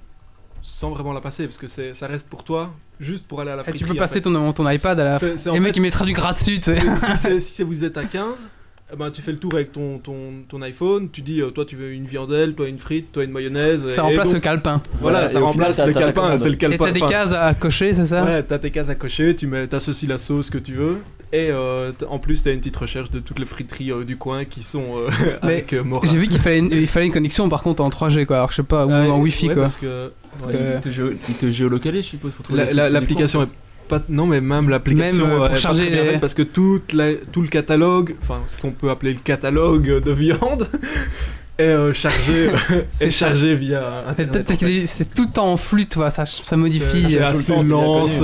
Speaker 3: sans vraiment la passer parce que c'est- ça reste pour toi juste pour aller à la
Speaker 1: Et
Speaker 3: friterie.
Speaker 1: Eh, tu peux
Speaker 3: en
Speaker 1: passer
Speaker 3: fait.
Speaker 1: ton, ton iPad à la.
Speaker 3: C'est- c'est en
Speaker 1: Et le mec,
Speaker 3: fait-
Speaker 1: il mettra du gras dessus, tu sais.
Speaker 3: C'est- si, c'est- si vous êtes à 15, eh ben, tu fais le tour avec ton, ton, ton iPhone, tu dis euh, toi tu veux une viandelle, toi une frite, toi une mayonnaise. et-
Speaker 1: Ça
Speaker 3: et
Speaker 1: remplace
Speaker 3: donc,
Speaker 1: le calepin.
Speaker 3: Voilà,
Speaker 5: Voilà,
Speaker 3: ça
Speaker 5: et au
Speaker 3: remplace
Speaker 5: final,
Speaker 3: le
Speaker 5: t'as- t'as ta
Speaker 3: calepin,
Speaker 5: commande.
Speaker 3: c'est le
Speaker 1: Et
Speaker 3: calepin.
Speaker 1: t'as des
Speaker 3: fin.
Speaker 1: cases hein. à cocher, c'est ça
Speaker 3: Ouais, t'as tes cases à cocher, tu mets, t'associes la sauce que tu veux, et euh, t- en plus t'as une petite recherche de toutes les friteries euh, du coin qui sont euh,
Speaker 1: Mais
Speaker 3: avec euh, Mora.
Speaker 1: J'ai vu qu'il fallait, une, il fallait une connexion par contre en 3G quoi, alors je sais pas, ou
Speaker 3: Ouais,
Speaker 1: en Wi-Fi
Speaker 3: ouais,
Speaker 1: quoi.
Speaker 3: Parce que
Speaker 1: Parce que-
Speaker 4: Il te géo- il te géolocalise, je suppose, pour trouver
Speaker 3: la-
Speaker 4: les
Speaker 3: la-
Speaker 4: trucs,
Speaker 3: l'application est pas. Non, mais même l'application
Speaker 1: Même, euh, pour
Speaker 3: euh, est pas
Speaker 1: charger
Speaker 3: très bien
Speaker 1: les-
Speaker 3: faite parce que toute la- tout le catalogue, enfin ce qu'on peut appeler le catalogue de viande, est euh, chargé, est chargé via.
Speaker 1: Mais
Speaker 3: Internet,
Speaker 1: peut-être parce
Speaker 3: en
Speaker 1: que
Speaker 3: fait.
Speaker 1: des- c'est tout le temps en flûte, quoi, ça, ça modifie.
Speaker 3: C'est
Speaker 1: euh.
Speaker 5: tout le
Speaker 3: assez
Speaker 5: temps, c'est bien
Speaker 3: lent,
Speaker 5: connu,
Speaker 3: c'est,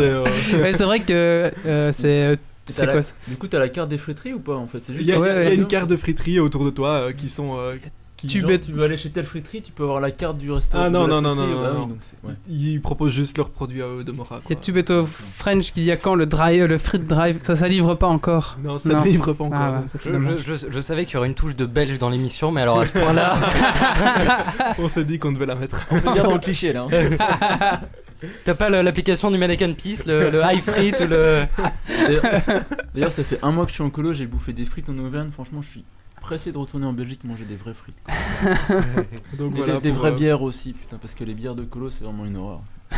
Speaker 3: euh,
Speaker 1: Ouais, c'est vrai que euh, c'est.
Speaker 4: T'as
Speaker 1: C'est
Speaker 4: la-
Speaker 1: quoi ça
Speaker 4: Du coup, t'as la carte des friteries ou pas en fait C'est
Speaker 3: Il
Speaker 4: juste
Speaker 3: y a,
Speaker 1: Ouais,
Speaker 3: il y a
Speaker 1: ouais.
Speaker 3: une carte de friterie autour de toi euh, qui sont. euh, qui-
Speaker 1: Tu
Speaker 4: Genre,
Speaker 1: bêtes.
Speaker 4: tu veux aller chez telle friterie, tu peux avoir la carte du restaurant.
Speaker 3: Ah, non,
Speaker 4: de
Speaker 3: non,
Speaker 4: la
Speaker 3: non,
Speaker 4: friterie,
Speaker 3: non,
Speaker 4: bah
Speaker 3: non,
Speaker 4: oui,
Speaker 3: non.
Speaker 4: donc c'est- ouais.
Speaker 3: Ils proposent juste leurs produits à eux de Mora.
Speaker 1: Il y
Speaker 3: quoi.
Speaker 1: a Tubeto French qui y a quand le dry, euh, le frites drive, ça ça livre pas encore.
Speaker 3: Non, ça
Speaker 1: Non.
Speaker 3: ne livre pas encore.
Speaker 1: Ah ouais, ça
Speaker 2: Je,
Speaker 1: c'est dommage.
Speaker 2: je- je- je savais qu'il y aurait une touche de belge dans l'émission, mais alors à ce point-là.
Speaker 3: On s'est dit qu'on devait la mettre.
Speaker 5: On fait bien dans le cliché là. hein.
Speaker 2: T'as pas le- l'application du Mannequin Peace, le, le high frite ou le.
Speaker 4: D'ailleurs- D'ailleurs, ça fait un mois que je suis en colo, j'ai bouffé des frites en Auvergne. Franchement, je suis pressé de retourner en Belgique manger des vraies frites. quoi.
Speaker 3: Donc
Speaker 4: Et
Speaker 3: voilà.
Speaker 4: des, des
Speaker 3: pour,
Speaker 4: vraies
Speaker 3: euh,
Speaker 4: bières aussi, putain, parce que les bières de colo, c'est vraiment une horreur. J'ai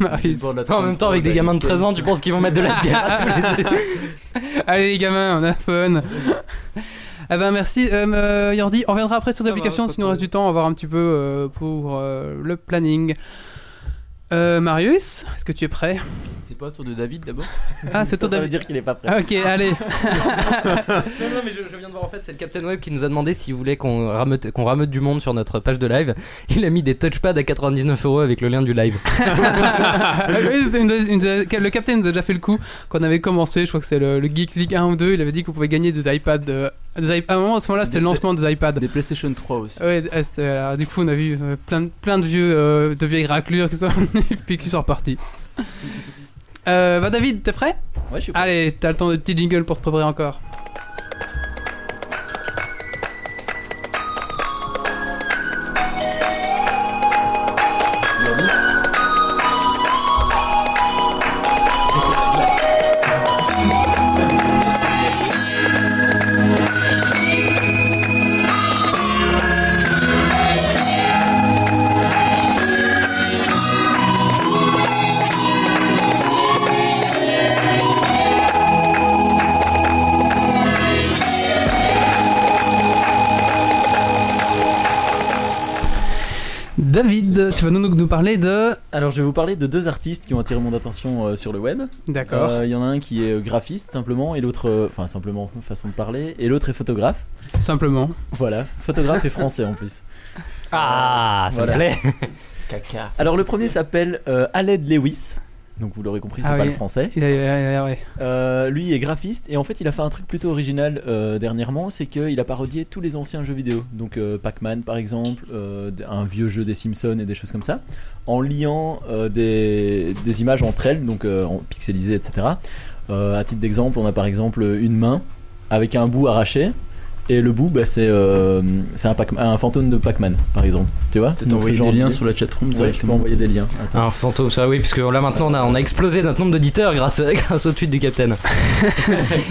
Speaker 4: le
Speaker 1: Marius.
Speaker 4: bord de
Speaker 2: Non,
Speaker 4: la
Speaker 2: en
Speaker 4: Trente
Speaker 2: même temps,
Speaker 4: pour
Speaker 2: avec des
Speaker 4: aller
Speaker 2: gamins de 13 ans, tu
Speaker 4: quelques-
Speaker 2: penses qu'ils vont mettre de la bière à tous les.
Speaker 1: Allez les gamins, on a fun. ah ben merci euh, euh, Yordi, on reviendra après sur
Speaker 3: Ça va,
Speaker 1: l'application
Speaker 3: pas
Speaker 1: s'il nous
Speaker 3: de
Speaker 1: reste du temps, on va voir un petit peu euh, pour euh, le planning. Euh, Marius, est-ce que tu es prêt
Speaker 4: C'est pas autour de David d'abord
Speaker 1: Ah c'est
Speaker 5: Ça,
Speaker 1: toi
Speaker 5: ça veut
Speaker 1: David.
Speaker 5: dire qu'il est pas prêt.
Speaker 1: Ah, ok, allez.
Speaker 2: Non, non, mais je, je viens de voir en fait, c'est le Captain Web qui nous a demandé s'il voulait qu'on rameute, qu'on rameute du monde sur notre page de live. Il a mis des touchpads à 99 euros avec le lien du live.
Speaker 1: Ah Oui, il nous a- il nous a- le capitaine nous a déjà fait le coup quand on avait commencé, je crois que c'est le, le Geeks League 1 ou 2, il avait dit qu'on pouvait gagner des iPads. euh, des iP- à un moment, à ce moment-là, c'était le lancement des iPads.
Speaker 4: Des PlayStation 3 aussi.
Speaker 1: Ouais, ah, c'était- alors, du coup, on a vu euh, plein, de- plein de vieux, euh, de vieilles raclures qui sont, puis qui sont repartis. Euh, bah David, t'es prêt
Speaker 5: Ouais, je
Speaker 4: Ah,
Speaker 5: suis prêt.
Speaker 1: Allez, t'as le temps de petit jingle pour te préparer encore. David, tu vas nous, nous parler de...
Speaker 5: Alors je vais vous parler de deux artistes qui ont attiré mon attention euh, sur le web.
Speaker 1: D'accord.
Speaker 5: Euh, Il y en a un qui est euh, graphiste simplement et l'autre, euh, enfin simplement façon de parler, et l'autre est photographe.
Speaker 1: Euh. Simplement.
Speaker 5: Voilà, photographe et français en plus.
Speaker 2: Ah, ça
Speaker 5: Voilà.
Speaker 2: me plaît.
Speaker 4: Caca.
Speaker 5: Alors le premier s'appelle euh, Aled Lewis. Donc vous l'aurez compris, c'est
Speaker 1: Ah
Speaker 5: pas
Speaker 1: oui.
Speaker 5: le français.
Speaker 1: Il a- il a- il a- ouais.
Speaker 5: Euh, lui est graphiste et en fait il a fait un truc plutôt original euh, dernièrement, c'est qu'il a parodié tous les anciens jeux vidéo, donc euh, Pac-Man par exemple, euh, d- un vieux jeu des Simpsons et des choses comme ça, en liant euh, des, des images entre elles, donc euh, en pixelisées etc. Euh, à titre d'exemple, on a par exemple une main avec un bout arraché. Et le bout, bah, c'est euh, c'est un, Pac- un fantôme de Pac-Man, par exemple. Tu vois
Speaker 4: Peut-être envoyer des liens sur la chatroom
Speaker 5: Ouais, je peux
Speaker 4: directement.
Speaker 5: envoyer des liens.
Speaker 2: Un fantôme, ça oui, puisque là maintenant on a, on a explosé notre nombre d'auditeurs grâce, grâce au tweet du Captain.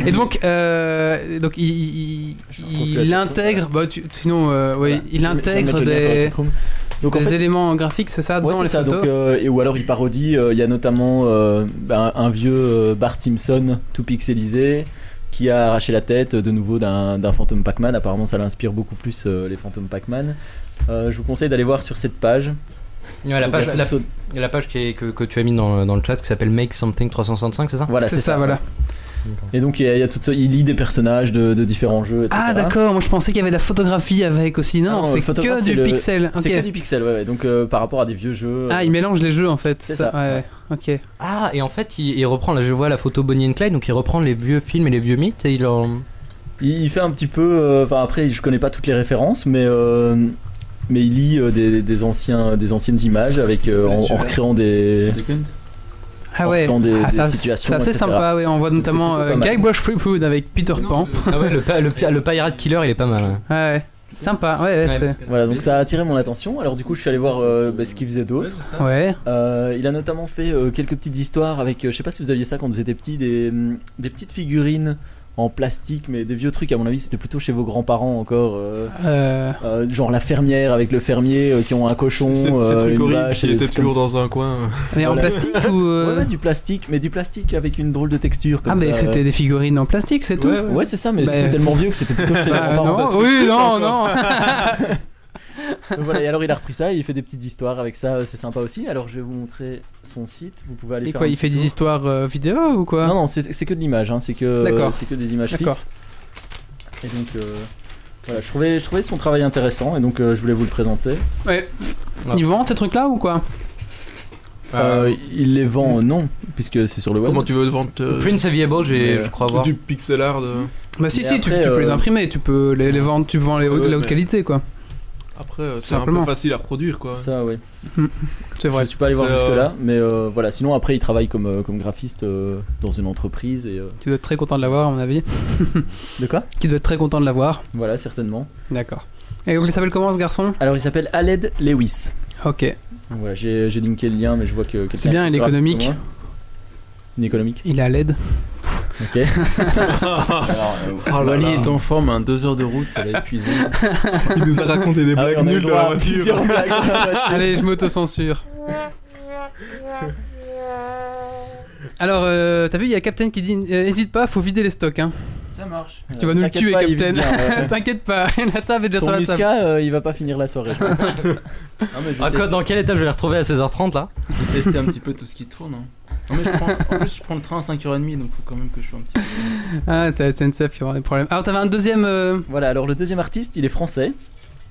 Speaker 1: Et donc, euh, donc il, il- il-
Speaker 5: retrouve
Speaker 1: il
Speaker 5: plus la chatroom,
Speaker 1: intègre, bah, tu- sinon, euh, oui,
Speaker 5: Voilà. Je
Speaker 1: il
Speaker 5: vais mettre le
Speaker 1: intègre
Speaker 5: lien sur la
Speaker 1: des,
Speaker 5: chatroom. Donc en
Speaker 1: des
Speaker 5: fait,
Speaker 1: éléments graphiques, c'est ça,
Speaker 5: Ouais,
Speaker 1: dans
Speaker 5: c'est
Speaker 1: les
Speaker 5: ça.
Speaker 1: photos.
Speaker 5: Donc, euh, et, ou alors il parodie. euh, Il y a notamment euh, ben, un vieux euh, Bart Simpson tout pixelisé qui a arraché la tête euh, de nouveau d'un d'un fantôme Pac-Man. Apparemment, ça l'inspire beaucoup plus euh, les fantômes Pac-Man. Euh, je vous conseille d'aller voir sur cette page.
Speaker 2: Ouais, la,
Speaker 5: Donc,
Speaker 2: page,
Speaker 5: la
Speaker 2: la,
Speaker 5: photo-
Speaker 2: la page qui est- que, que tu as mis dans, le- dans le chat qui s'appelle Make Something 365, c'est ça
Speaker 5: Voilà,
Speaker 1: c'est ça, voilà.
Speaker 5: Et donc, il y a, il y a tout ça. Il lit des personnages de, de différents jeux. Etc.
Speaker 1: Ah d'accord, moi je pensais qu'il y avait de la photographie avec aussi. Non,
Speaker 5: Ah non,
Speaker 1: c'est
Speaker 5: le photographe,
Speaker 1: que
Speaker 5: c'est
Speaker 1: du
Speaker 5: le-
Speaker 1: pixel.
Speaker 5: C'est
Speaker 1: ok.
Speaker 5: que du pixel, ouais. ouais. Donc, euh, par rapport à des vieux jeux. euh,
Speaker 1: Ah, il mélange les jeux en fait.
Speaker 5: C'est ça,
Speaker 1: Ouais, ok.
Speaker 2: Ah, et en fait, il, il reprend, là je vois la photo Bonnie and Clyde, donc il reprend les vieux films et les vieux mythes et il en.
Speaker 5: Il il fait un petit peu. euh, Enfin, après, je connais pas toutes les références, mais. euh, mais il lit euh, des, des anciens, des anciennes images avec, euh, en, en recréant des.
Speaker 4: Second.
Speaker 1: Ah ouais.
Speaker 5: Dans des-
Speaker 1: Ah,
Speaker 5: des
Speaker 1: ça,
Speaker 5: situations,
Speaker 1: c'est assez
Speaker 5: etc..
Speaker 1: sympa, ouais. On voit notamment
Speaker 5: plutôt pas
Speaker 1: euh,
Speaker 5: mal.
Speaker 1: Guybrush Threepwood avec Peter
Speaker 3: non,
Speaker 1: Pan.
Speaker 3: euh,
Speaker 2: Ah ouais, le, pa- le, pi- le Pirate Killer il est pas mal. hein.
Speaker 1: Ouais. Sympa, ouais, ouais,
Speaker 2: Ouais.
Speaker 1: c'est-
Speaker 5: Voilà, donc ça a attiré mon attention. Alors du coup, je suis allé voir euh, bah, ce qu'il faisait d'autre.
Speaker 1: Ouais.
Speaker 5: Euh, il a notamment fait euh, quelques petites histoires avec, euh, je sais pas si vous aviez ça quand vous étiez petit, des, hum, des petites figurines en plastique, mais des vieux trucs. À mon avis, c'était plutôt chez vos grands-parents encore. euh,
Speaker 1: Euh,
Speaker 5: euh, genre la fermière avec le fermier euh, qui ont un cochon,
Speaker 3: C'est- c'est- Ces
Speaker 5: euh,
Speaker 3: trucs
Speaker 5: une
Speaker 3: horribles
Speaker 5: vache,
Speaker 3: qui
Speaker 5: et des
Speaker 3: étaient
Speaker 5: trucs comme
Speaker 3: toujours dans un coin.
Speaker 1: mais en
Speaker 5: Voilà.
Speaker 1: plastique ou.
Speaker 5: ça.
Speaker 1: euh,
Speaker 5: Ouais, ouais, du plastique, mais du plastique avec une drôle de texture. Comme
Speaker 1: ah, mais
Speaker 5: ça,
Speaker 1: c'était
Speaker 5: euh.
Speaker 1: des figurines en plastique, c'est tout
Speaker 3: Ouais, ouais.
Speaker 5: Ouais, c'est ça, mais
Speaker 1: Bah,
Speaker 5: c'est
Speaker 1: euh.
Speaker 5: tellement vieux que c'était plutôt chez les
Speaker 1: Bah,
Speaker 5: grands-parents.
Speaker 1: non,
Speaker 5: ça.
Speaker 1: oui, non,
Speaker 3: encore.
Speaker 1: non.
Speaker 5: Donc voilà, et alors il a repris ça, il fait des petites histoires avec ça, euh, c'est sympa aussi. Alors je vais vous montrer son site, vous pouvez aller
Speaker 1: Et
Speaker 5: faire
Speaker 1: quoi,
Speaker 5: un
Speaker 1: il
Speaker 5: petit
Speaker 1: fait des
Speaker 5: tour.
Speaker 1: histoires euh, vidéo ou quoi
Speaker 5: Non, non, c'est c'est que de l'image, hein, c'est que,
Speaker 1: D'accord.
Speaker 5: c'est que des images
Speaker 1: D'accord.
Speaker 5: fixes. Et donc, euh, voilà, je trouvais, je trouvais son travail intéressant et donc euh, je voulais vous le présenter.
Speaker 1: Ouais.
Speaker 2: Non.
Speaker 1: Ils vendent ces trucs-là ou quoi
Speaker 5: Euh, il les vend, euh, non, puisque c'est sur le web.
Speaker 3: Ah. Comment tu veux vendre euh,
Speaker 2: Print Aviable, j'ai,
Speaker 5: mais,
Speaker 2: je crois voir.
Speaker 3: du pixel art euh,
Speaker 1: Bah, si,
Speaker 5: Mais
Speaker 1: si, tu,
Speaker 5: après,
Speaker 1: tu peux les
Speaker 5: euh,
Speaker 1: imprimer, tu peux les, les vendre, tu vends les hautes-
Speaker 3: Ouais,
Speaker 1: la haute
Speaker 3: mais-
Speaker 1: qualité, quoi.
Speaker 3: Après, euh, c'est un
Speaker 1: Simplement.
Speaker 3: peu facile à reproduire quoi.
Speaker 5: Ça, ouais.
Speaker 1: C'est vrai.
Speaker 5: Je suis pas allé voir
Speaker 3: C'est,
Speaker 5: jusque-là, mais euh, voilà. Sinon, après, il travaille comme, euh, comme graphiste euh, dans une entreprise et. euh,
Speaker 1: Tu dois être très content de l'avoir, à mon avis.
Speaker 5: De quoi
Speaker 1: Qui doit être très content de l'avoir.
Speaker 5: Voilà, certainement.
Speaker 1: D'accord. Et donc, il s'appelle comment ce garçon
Speaker 5: Alors, il s'appelle Aled Lewis.
Speaker 1: Ok.
Speaker 5: Donc, Voilà, j'ai j'ai linké le lien, mais je vois que. quelqu'un
Speaker 1: C'est bien,
Speaker 5: a fait
Speaker 1: il est
Speaker 5: grave comme
Speaker 1: économique.
Speaker 5: moi. Il est économique.
Speaker 1: Il est à l'aide.
Speaker 5: Ok. Alors, euh,
Speaker 1: Oh
Speaker 4: Wally est en forme, hein, deux heures de route, ça l'a épuisé.
Speaker 3: Il nous a raconté des
Speaker 5: ah oui,
Speaker 3: blagues
Speaker 5: on a eu
Speaker 3: nulles
Speaker 5: le
Speaker 3: dans la
Speaker 5: droit à
Speaker 3: voiture.
Speaker 5: plusieurs blagues dans la voiture.
Speaker 1: Allez, je m'auto-censure. Alors, euh, t'as vu, il y a Captain qui dit euh, Hésite pas, faut vider les stocks. Hein.
Speaker 4: Ça marche.
Speaker 1: Tu vas nous le
Speaker 5: T'inquiète
Speaker 1: tuer,
Speaker 5: pas, il
Speaker 1: Captain.
Speaker 5: vit bien, ouais.
Speaker 1: T'inquiète pas, la table est déjà sur
Speaker 5: Ton
Speaker 1: la table.
Speaker 5: Musca, euh, il va pas finir la soirée, je pense.
Speaker 4: Non, mais je
Speaker 2: Ah,
Speaker 4: vais
Speaker 2: quoi, dans quel état je vais les retrouver à 16h30 là
Speaker 4: tester- tester un petit peu tout ce qui tourne. hein. Non, mais je prends, en plus, je prends le train à 5h30, donc faut quand même que je sois un petit peu.
Speaker 1: Ah, c'est la SNCF qui aura des problèmes. Alors, t'avais un deuxième. euh,
Speaker 5: Voilà, alors le deuxième artiste, il est français,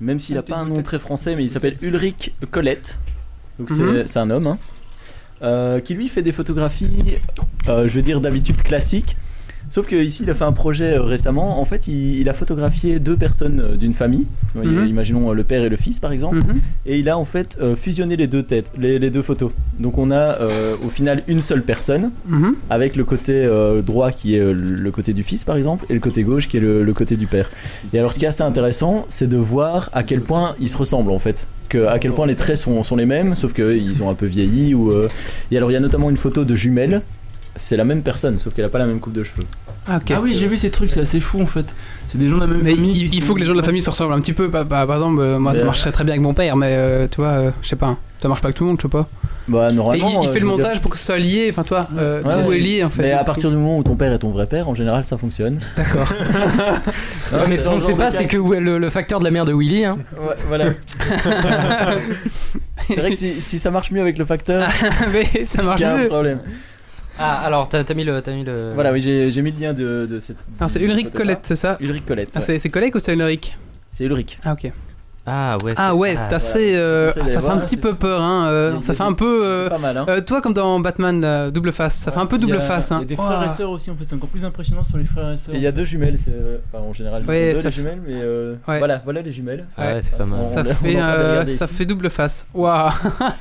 Speaker 5: même
Speaker 1: Ah,
Speaker 5: s'il a pas un nom très français, mais il s'appelle Ulrich Colette. Donc c'est
Speaker 1: Mhm.
Speaker 5: c'est un homme, hein, euh, qui lui fait des photographies, euh, je veux dire d'habitude classiques. Sauf que ici, il a fait un projet euh, récemment. En fait, il, il a photographié deux personnes euh, d'une famille. Donc, il y a,
Speaker 1: Mhm.
Speaker 5: Imaginons euh, le père et le fils, par exemple.
Speaker 1: mhm.
Speaker 5: Et il a en fait euh, fusionné les deux têtes, les, les deux photos. Donc on a euh, au final une seule personne.
Speaker 1: Mhm.
Speaker 5: avec le côté euh, droit qui est euh, le côté du fils par exemple et le côté gauche qui est le, le côté du père. Et alors ce qui est assez intéressant c'est de voir à quel point ils se ressemblent en fait, que, à quel point les traits sont, sont les mêmes sauf qu'ils ont un peu vieilli ou... euh, Et alors il y a notamment une photo de jumelles, c'est la même personne sauf qu'elle a pas la même coupe de cheveux.
Speaker 1: Ah, ok.
Speaker 4: Ah oui, j'ai vu ces trucs, c'est assez fou en fait. C'est des gens de la même
Speaker 1: Mais
Speaker 4: famille.
Speaker 1: il,
Speaker 4: qui
Speaker 1: il
Speaker 4: sont-
Speaker 1: faut que les gens de la famille se ressemblent un petit peu. Par, par- par exemple, euh, moi ça
Speaker 5: Mais-
Speaker 1: marcherait très bien avec mon père, mais euh, tu vois, euh, je sais pas, ça marche pas avec tout le monde, je sais pas.
Speaker 5: Bah
Speaker 1: Et il,
Speaker 5: normalement...
Speaker 1: il
Speaker 5: euh,
Speaker 1: fait
Speaker 5: je
Speaker 1: le
Speaker 5: veux dire-
Speaker 1: montage pour que ce soit lié, enfin toi, euh,
Speaker 5: Ouais,
Speaker 1: tout
Speaker 5: ouais.
Speaker 1: est lié en fait.
Speaker 5: Mais à partir du moment où ton père est ton vrai père, en général ça fonctionne.
Speaker 1: D'accord.
Speaker 5: Ouais,
Speaker 2: Mais
Speaker 5: c'est
Speaker 2: ce qu'on
Speaker 5: dans
Speaker 2: ne
Speaker 5: le
Speaker 2: sait
Speaker 5: genre
Speaker 2: pas,
Speaker 5: de
Speaker 2: c'est
Speaker 5: cas-
Speaker 2: que ouais, le, le facteur de la mère de Willy, hein,
Speaker 5: Ouais, voilà. c'est vrai que si, si ça marche mieux avec le facteur,
Speaker 1: mais ça marche
Speaker 5: il y a un
Speaker 1: mieux.
Speaker 5: problème.
Speaker 2: Ah, alors t'as, t'as mis le. T'as mis
Speaker 3: Euh,
Speaker 2: le...
Speaker 5: Voilà, oui, j'ai j'ai mis le lien de, de cette.
Speaker 1: Alors c'est
Speaker 5: du-
Speaker 1: Ulrich
Speaker 5: photo-là.
Speaker 1: Colette, c'est ça
Speaker 5: Ulrich Colette.
Speaker 1: Ah,
Speaker 5: ouais.
Speaker 1: c'est, c'est collègue ou c'est Ulrich
Speaker 5: C'est Ulrich.
Speaker 1: Ah ok.
Speaker 2: Ah ouais.
Speaker 1: Ah ouais, c'est assez... euh,
Speaker 5: Vous allez
Speaker 1: ça fait un
Speaker 5: voir,
Speaker 1: petit
Speaker 5: c'est-
Speaker 1: peu peur, hein. euh,
Speaker 4: Il y a
Speaker 1: ça
Speaker 4: des-
Speaker 1: fait un peu... euh,
Speaker 5: C'est pas mal, hein.
Speaker 1: euh, toi comme dans Batman, là, double face, ça fait un peu double
Speaker 4: Il y a-
Speaker 1: face. Hein.
Speaker 4: Il y a des
Speaker 1: Ouah.
Speaker 4: frères et sœurs aussi en fait, c'est encore plus impressionnant sur les frères et sœurs.
Speaker 5: Et il y a deux jumelles, c'est. euh, Enfin, en général, ils
Speaker 1: Ouais,
Speaker 5: sont deux
Speaker 1: ça
Speaker 5: les jumelles, mais. euh,
Speaker 1: Ouais.
Speaker 5: Voilà, voilà les jumelles.
Speaker 2: Ah, Ouais, c'est pas mal.
Speaker 5: On-
Speaker 1: Ça,
Speaker 5: on est
Speaker 1: fait,
Speaker 5: en train de
Speaker 1: euh,
Speaker 5: regarder
Speaker 1: ça
Speaker 5: ici.
Speaker 1: fait double face. Waouh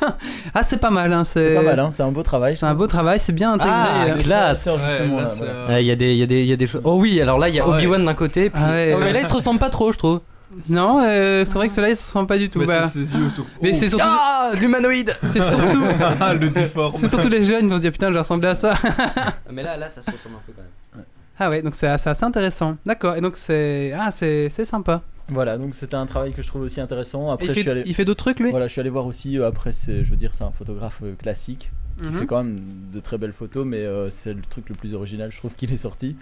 Speaker 1: Ah, c'est pas mal, hein.
Speaker 5: C'est pas mal, hein. C'est un beau travail.
Speaker 1: C'est un beau travail, c'est bien intégré.
Speaker 2: Ah,
Speaker 1: euh.
Speaker 4: Les frères et
Speaker 2: classe.
Speaker 4: sœurs, justement.
Speaker 3: Ouais,
Speaker 4: là,
Speaker 3: là, c'est,
Speaker 4: voilà.
Speaker 3: euh,
Speaker 2: Il y a des, il y a des, il y a des choses. Oh oui, alors là il y a
Speaker 3: Ah ouais.
Speaker 2: Obi Wan d'un côté. Puis...
Speaker 1: Ah ouais.
Speaker 2: Oh, mais là ils se ressemblent pas trop, je trouve.
Speaker 1: Non, euh, c'est vrai que cela, ils se sentent pas du tout.
Speaker 3: Mais
Speaker 1: bah.
Speaker 3: c'est ses yeux sur-
Speaker 1: Mais
Speaker 3: Oh.
Speaker 1: c'est surtout,
Speaker 2: Ah, l'humanoïde.
Speaker 1: c'est surtout,
Speaker 3: Ah, le difforme.
Speaker 1: c'est surtout les jeunes qui vont se dire putain, je vais ressembler à ça.
Speaker 2: Ah, Mais là, là ça se ressemble un peu quand même.
Speaker 1: Ah ouais, donc c'est c'est assez intéressant. D'accord. Et donc c'est ah c'est c'est sympa.
Speaker 5: Voilà, donc c'était un travail que je trouve aussi intéressant.
Speaker 1: Et
Speaker 5: Après, je
Speaker 1: il,
Speaker 5: suis
Speaker 1: fait,
Speaker 5: allé.
Speaker 1: il fait d'autres trucs lui.
Speaker 5: Voilà, je suis allé voir aussi. euh, Après, c'est, je veux dire, c'est un photographe euh, classique. Il
Speaker 1: Mhm.
Speaker 5: fait quand même de très belles photos, mais euh, c'est le truc le plus original, je trouve, qu'il est sorti.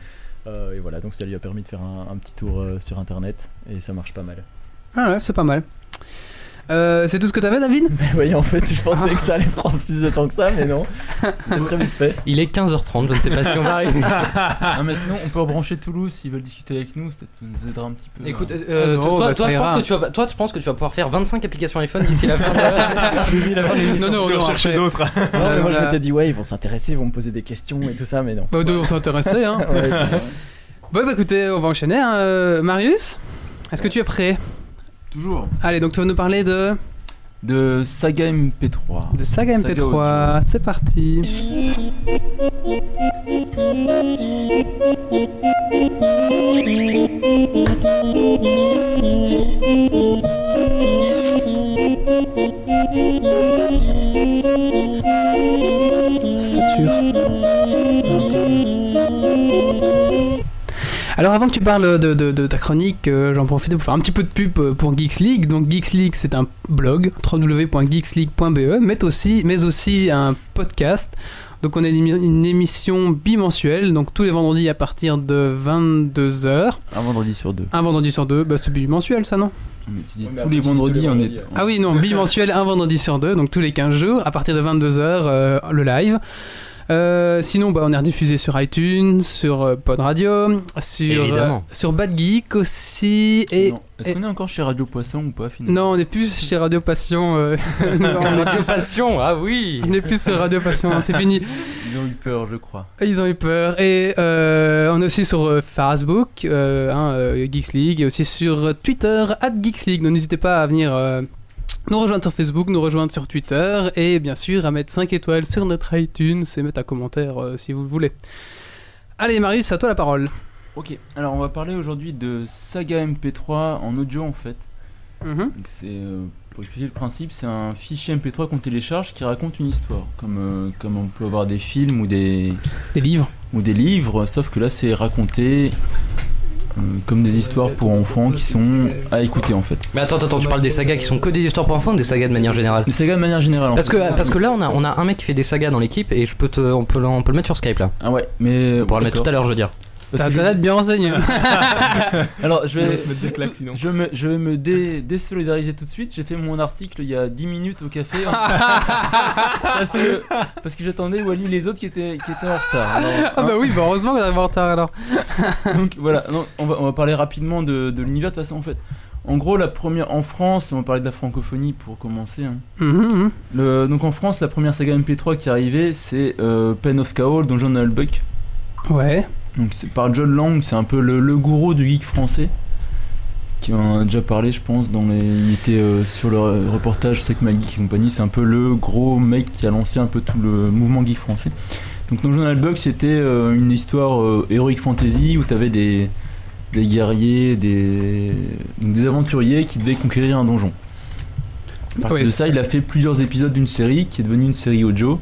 Speaker 5: Euh, et voilà, donc ça lui a permis de faire un, un petit tour euh, sur internet, et ça marche pas mal.
Speaker 1: Ah ouais, c'est pas mal. Euh, c'est tout ce que t'avais, David
Speaker 5: Mais voyez, en fait, je pensais que ça allait prendre plus de temps que ça, mais non, c'est très vite fait.
Speaker 2: Il est 15h30, je ne sais pas si on va arriver.
Speaker 4: Non, Ah, mais sinon, on peut rebrancher Toulouse s'ils veulent discuter avec nous, peut-être ça nous aidera un petit peu.
Speaker 2: Écoute,
Speaker 4: hein.
Speaker 1: Ah
Speaker 2: euh,
Speaker 1: non,
Speaker 2: toi, toi,
Speaker 1: bah,
Speaker 2: toi,
Speaker 1: ça
Speaker 2: je pense
Speaker 1: ira.
Speaker 2: que tu vas, toi, tu penses que tu vas pouvoir faire 25 applications iPhone d'ici la fin de, d'ici la fin de l'émission.
Speaker 1: non,
Speaker 3: Je vais en chercher
Speaker 1: après.
Speaker 3: d'autres.
Speaker 5: Non, mais moi je
Speaker 1: Voilà.
Speaker 5: m'étais dit, ouais, ils vont s'intéresser, ils vont me poser des questions et tout ça, mais non.
Speaker 1: Bah, on s'intéressait, hein.
Speaker 5: Ouais, c'est-
Speaker 1: Bon, bah écoutez, on va enchaîner. hein. Euh, Marius, est-ce que tu es prêt euh,
Speaker 4: Toujours.
Speaker 1: Allez, donc tu vas nous parler de,
Speaker 4: De Saga MP3.
Speaker 1: de Saga
Speaker 4: Saga
Speaker 1: MP3. C'est parti.
Speaker 6: Thank
Speaker 1: Ça sature. Alors avant que tu parles de, de- de ta chronique, euh, j'en profite pour faire un petit peu de pub euh, pour Geeks League. Donc Geeks League, c'est un blog www.geeksleague.be, mais aussi, mais aussi un podcast. Donc on a une, émi- une émission bimensuelle, donc tous les vendredis à partir de 22h.
Speaker 4: Un vendredi sur deux.
Speaker 1: Un vendredi sur deux, bah c'est bimensuel ça non
Speaker 4: Mais tu dis
Speaker 5: Ouais, mais
Speaker 4: tous
Speaker 5: après, tu dis
Speaker 4: les
Speaker 5: tous
Speaker 4: vendredis,
Speaker 5: les
Speaker 4: on
Speaker 5: vendredis,
Speaker 4: est.
Speaker 5: hein.
Speaker 1: Ah oui, non, bimensuel, un vendredi sur deux, donc tous les 15 jours, à partir de 22h, le live. Euh, sinon, bah, on est rediffusé sur iTunes, sur euh, Pod Radio, sur,
Speaker 2: Évidemment.
Speaker 1: euh, sur Bad Geek aussi. Et non,
Speaker 4: Non. Est-ce qu'on est encore chez Radio Poisson ou pas finalement
Speaker 1: on est plus chez Radio Passion. euh, non, on est-
Speaker 2: Radio Passion, ah oui
Speaker 1: on est plus sur Radio Passion, hein, c'est fini.
Speaker 4: Ils ont eu peur, je crois.
Speaker 1: Ils ont eu peur. Et euh, on est aussi sur euh, Facebook, euh, hein, euh, Geeks League, et aussi sur Twitter, at Geeks League. Donc n'hésitez pas à venir euh, nous rejoindre sur Facebook, nous rejoindre sur Twitter, et bien sûr à mettre 5 étoiles sur notre iTunes et mettre un commentaire euh, si vous le voulez. Allez Marius, à toi la parole.
Speaker 4: Ok, alors on va parler aujourd'hui de Saga MP3 en audio en fait.
Speaker 1: Mhm.
Speaker 4: Donc, C'est euh, pour expliquer le principe, c'est un fichier MP3 qu'on télécharge qui raconte une histoire, comme euh, comme on peut avoir des films ou des
Speaker 1: Des livres.
Speaker 4: ou des livres, sauf que là c'est raconté euh, comme des histoires pour enfants qui sont à écouter en fait.
Speaker 2: Mais attends, attends, tu parles des sagas qui sont que des histoires pour enfants ou des sagas de manière générale
Speaker 4: Des sagas de manière générale. En
Speaker 2: parce
Speaker 4: fait.
Speaker 2: que, parce que là on a, on a un mec qui fait des sagas dans l'équipe et je peux te, on, peut, le- on peut le mettre sur Skype là.
Speaker 4: ah ouais, mais
Speaker 2: On pourra le mettre tout à l'heure je veux dire.
Speaker 1: T'as
Speaker 4: Parce que
Speaker 1: t'as l'air de bien renseigné.
Speaker 4: je- alors je vais
Speaker 3: Mettre des claques, sinon.
Speaker 4: je me, je vais me dé- désolidariser tout de suite. J'ai fait mon article il y a 10 minutes au café. hein. parce que, parce que j'attendais Wally et les autres qui étaient, qui étaient en retard. Alors, hein,
Speaker 1: ah bah oui, bah heureusement qu'on arrive en retard alors.
Speaker 4: donc voilà, non, on, va, on va parler rapidement de, de l'univers de toute façon en fait. En gros, la première en France, on va parler de la francophonie pour commencer. hein.
Speaker 1: Mhm, mhm.
Speaker 4: Le- donc en France, la première saga MP3 qui est arrivée, c'est euh, Pen of Cowl, dont John Albuck.
Speaker 1: Ouais.
Speaker 4: Donc c'est par John Lang, c'est un peu le, le gourou du geek français. Qui en a déjà parlé, je pense, dans les. Il était euh, sur le euh, reportage Sec Maggie et compagnie. C'est un peu le gros mec qui a lancé un peu tout le mouvement geek français. Donc, dans Journal Bug, c'était euh, une histoire euh, heroic fantasy où t'avais des, des guerriers, des, donc des aventuriers qui devaient conquérir un donjon. À partir
Speaker 1: Ouais,
Speaker 4: de ça, il a fait plusieurs épisodes d'une série qui est devenue une série audio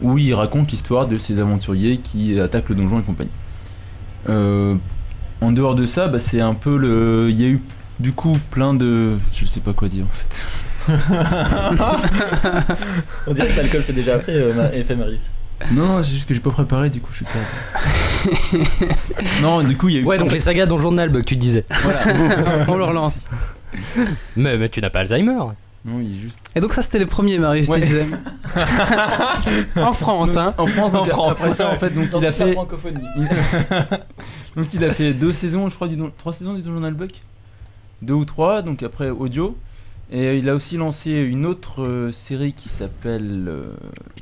Speaker 4: où il raconte l'histoire de ces aventuriers qui attaquent le donjon et compagnie. Euh, en dehors de ça, bah, c'est un peu le. Il y a eu du coup plein de. Je sais pas quoi dire.
Speaker 5: On dirait que l'alcool fait déjà après, euh, ma- effet Marius.
Speaker 4: Non, non, c'est juste que j'ai pas préparé, du coup je suis perdu. non, du coup il y a eu.
Speaker 2: Ouais donc les sagas dont Journal Bug tu disais.
Speaker 1: On le relance.
Speaker 2: Mais, mais tu n'as pas Alzheimer
Speaker 4: Non, il est juste.
Speaker 1: Et donc ça c'était le premier Marius,
Speaker 4: Ouais.
Speaker 1: tu disais. en France, hein.
Speaker 4: En France,
Speaker 5: En
Speaker 4: donc,
Speaker 5: France,
Speaker 4: après ça en fait, donc
Speaker 5: Dans
Speaker 4: il a
Speaker 5: toute la
Speaker 4: fait.
Speaker 5: francophonie.
Speaker 4: Donc il a fait deux saisons, je crois, du don- trois saisons du Journal Buck. Deux ou trois, donc après audio. Et euh, il a aussi lancé une autre euh, série qui s'appelle. euh,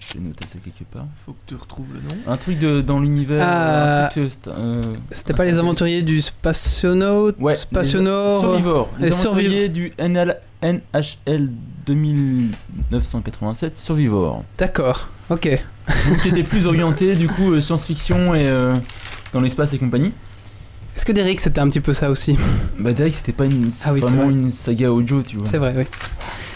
Speaker 4: J'ai noté ça quelque part.
Speaker 3: Faut que tu retrouves le nom.
Speaker 4: Un truc de, dans l'univers.
Speaker 1: Ah.
Speaker 4: un truc, euh, st- euh,
Speaker 1: C'était pas les aventuriers du spationaute
Speaker 4: Ouais,
Speaker 1: spationaure-
Speaker 4: Survivor. Les
Speaker 1: les survi-
Speaker 4: aventuriers du NL NHL 2987 Survivor.
Speaker 1: D'accord, ok.
Speaker 4: Donc qui était plus orienté du coup euh, science-fiction et euh, dans l'espace et compagnie.
Speaker 1: Est-ce que Derek c'était un petit peu ça aussi
Speaker 4: Bah Derek c'était pas une,
Speaker 1: Ah oui, c'est
Speaker 4: vraiment
Speaker 1: vrai.
Speaker 4: une saga audio tu vois.
Speaker 1: C'est vrai, oui.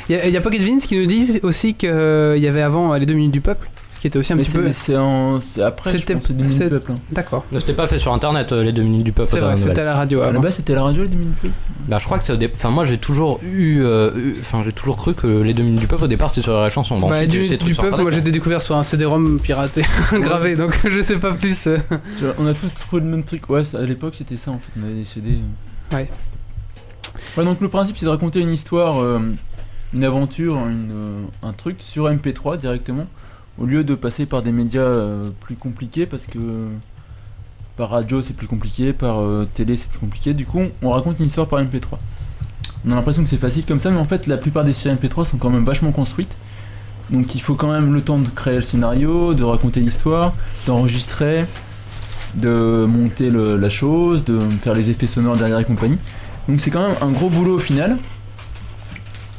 Speaker 1: Il y, a- il y a Pocket Vince qui nous dit aussi qu'il y avait avant euh, les deux minutes du peuple, qui était aussi un
Speaker 4: Mais
Speaker 1: petit
Speaker 4: c'est-
Speaker 1: peu.
Speaker 4: mais c'est en- c'est après
Speaker 1: C'était-
Speaker 4: je pense, les 2000
Speaker 1: c'est-
Speaker 4: peuples. hein.
Speaker 1: D'accord,
Speaker 2: Non, C'était pas fait sur internet euh, les deux minutes du peuple.
Speaker 1: c'est
Speaker 2: dans la
Speaker 1: vrai,
Speaker 2: nouvelle.
Speaker 1: c'était à la Ah, radio
Speaker 4: À la
Speaker 1: avant.
Speaker 4: base c'était à la radio les 2000 peuples.
Speaker 2: Bah je crois que c'est au dé- Enfin moi j'ai toujours eu... euh, eu- Enfin j'ai toujours cru que les deux minutes du peuple au départ c'était sur la chanson. Bon,
Speaker 1: Bah,
Speaker 2: ensuite,
Speaker 1: les deux
Speaker 2: il y a eu ces
Speaker 1: minutes
Speaker 2: trucs
Speaker 1: du
Speaker 2: sur
Speaker 1: peuple, moi
Speaker 2: internet.
Speaker 1: j'ai été découvert sur un CD-ROM piraté, gravé, donc je sais pas plus. euh.
Speaker 4: Sur- On a tous trouvé le même truc. Ouais ça- à l'époque c'était ça en fait on avait des CD. euh.
Speaker 1: Ouais.
Speaker 4: Ouais, donc le principe c'est de raconter une histoire, euh, une aventure, une, euh, un truc sur MP3 directement au lieu de passer par des médias euh, plus compliqués parce que par radio c'est plus compliqué, par euh, télé c'est plus compliqué. Du coup, on raconte une histoire par MP3. On a l'impression que c'est facile comme ça, mais en fait, la plupart des séries MP3 sont quand même vachement construites. Donc, il faut quand même le temps de créer le scénario, de raconter l'histoire, d'enregistrer, de monter le- la chose, de faire les effets sonores derrière et compagnie. Donc, c'est quand même un gros boulot au final.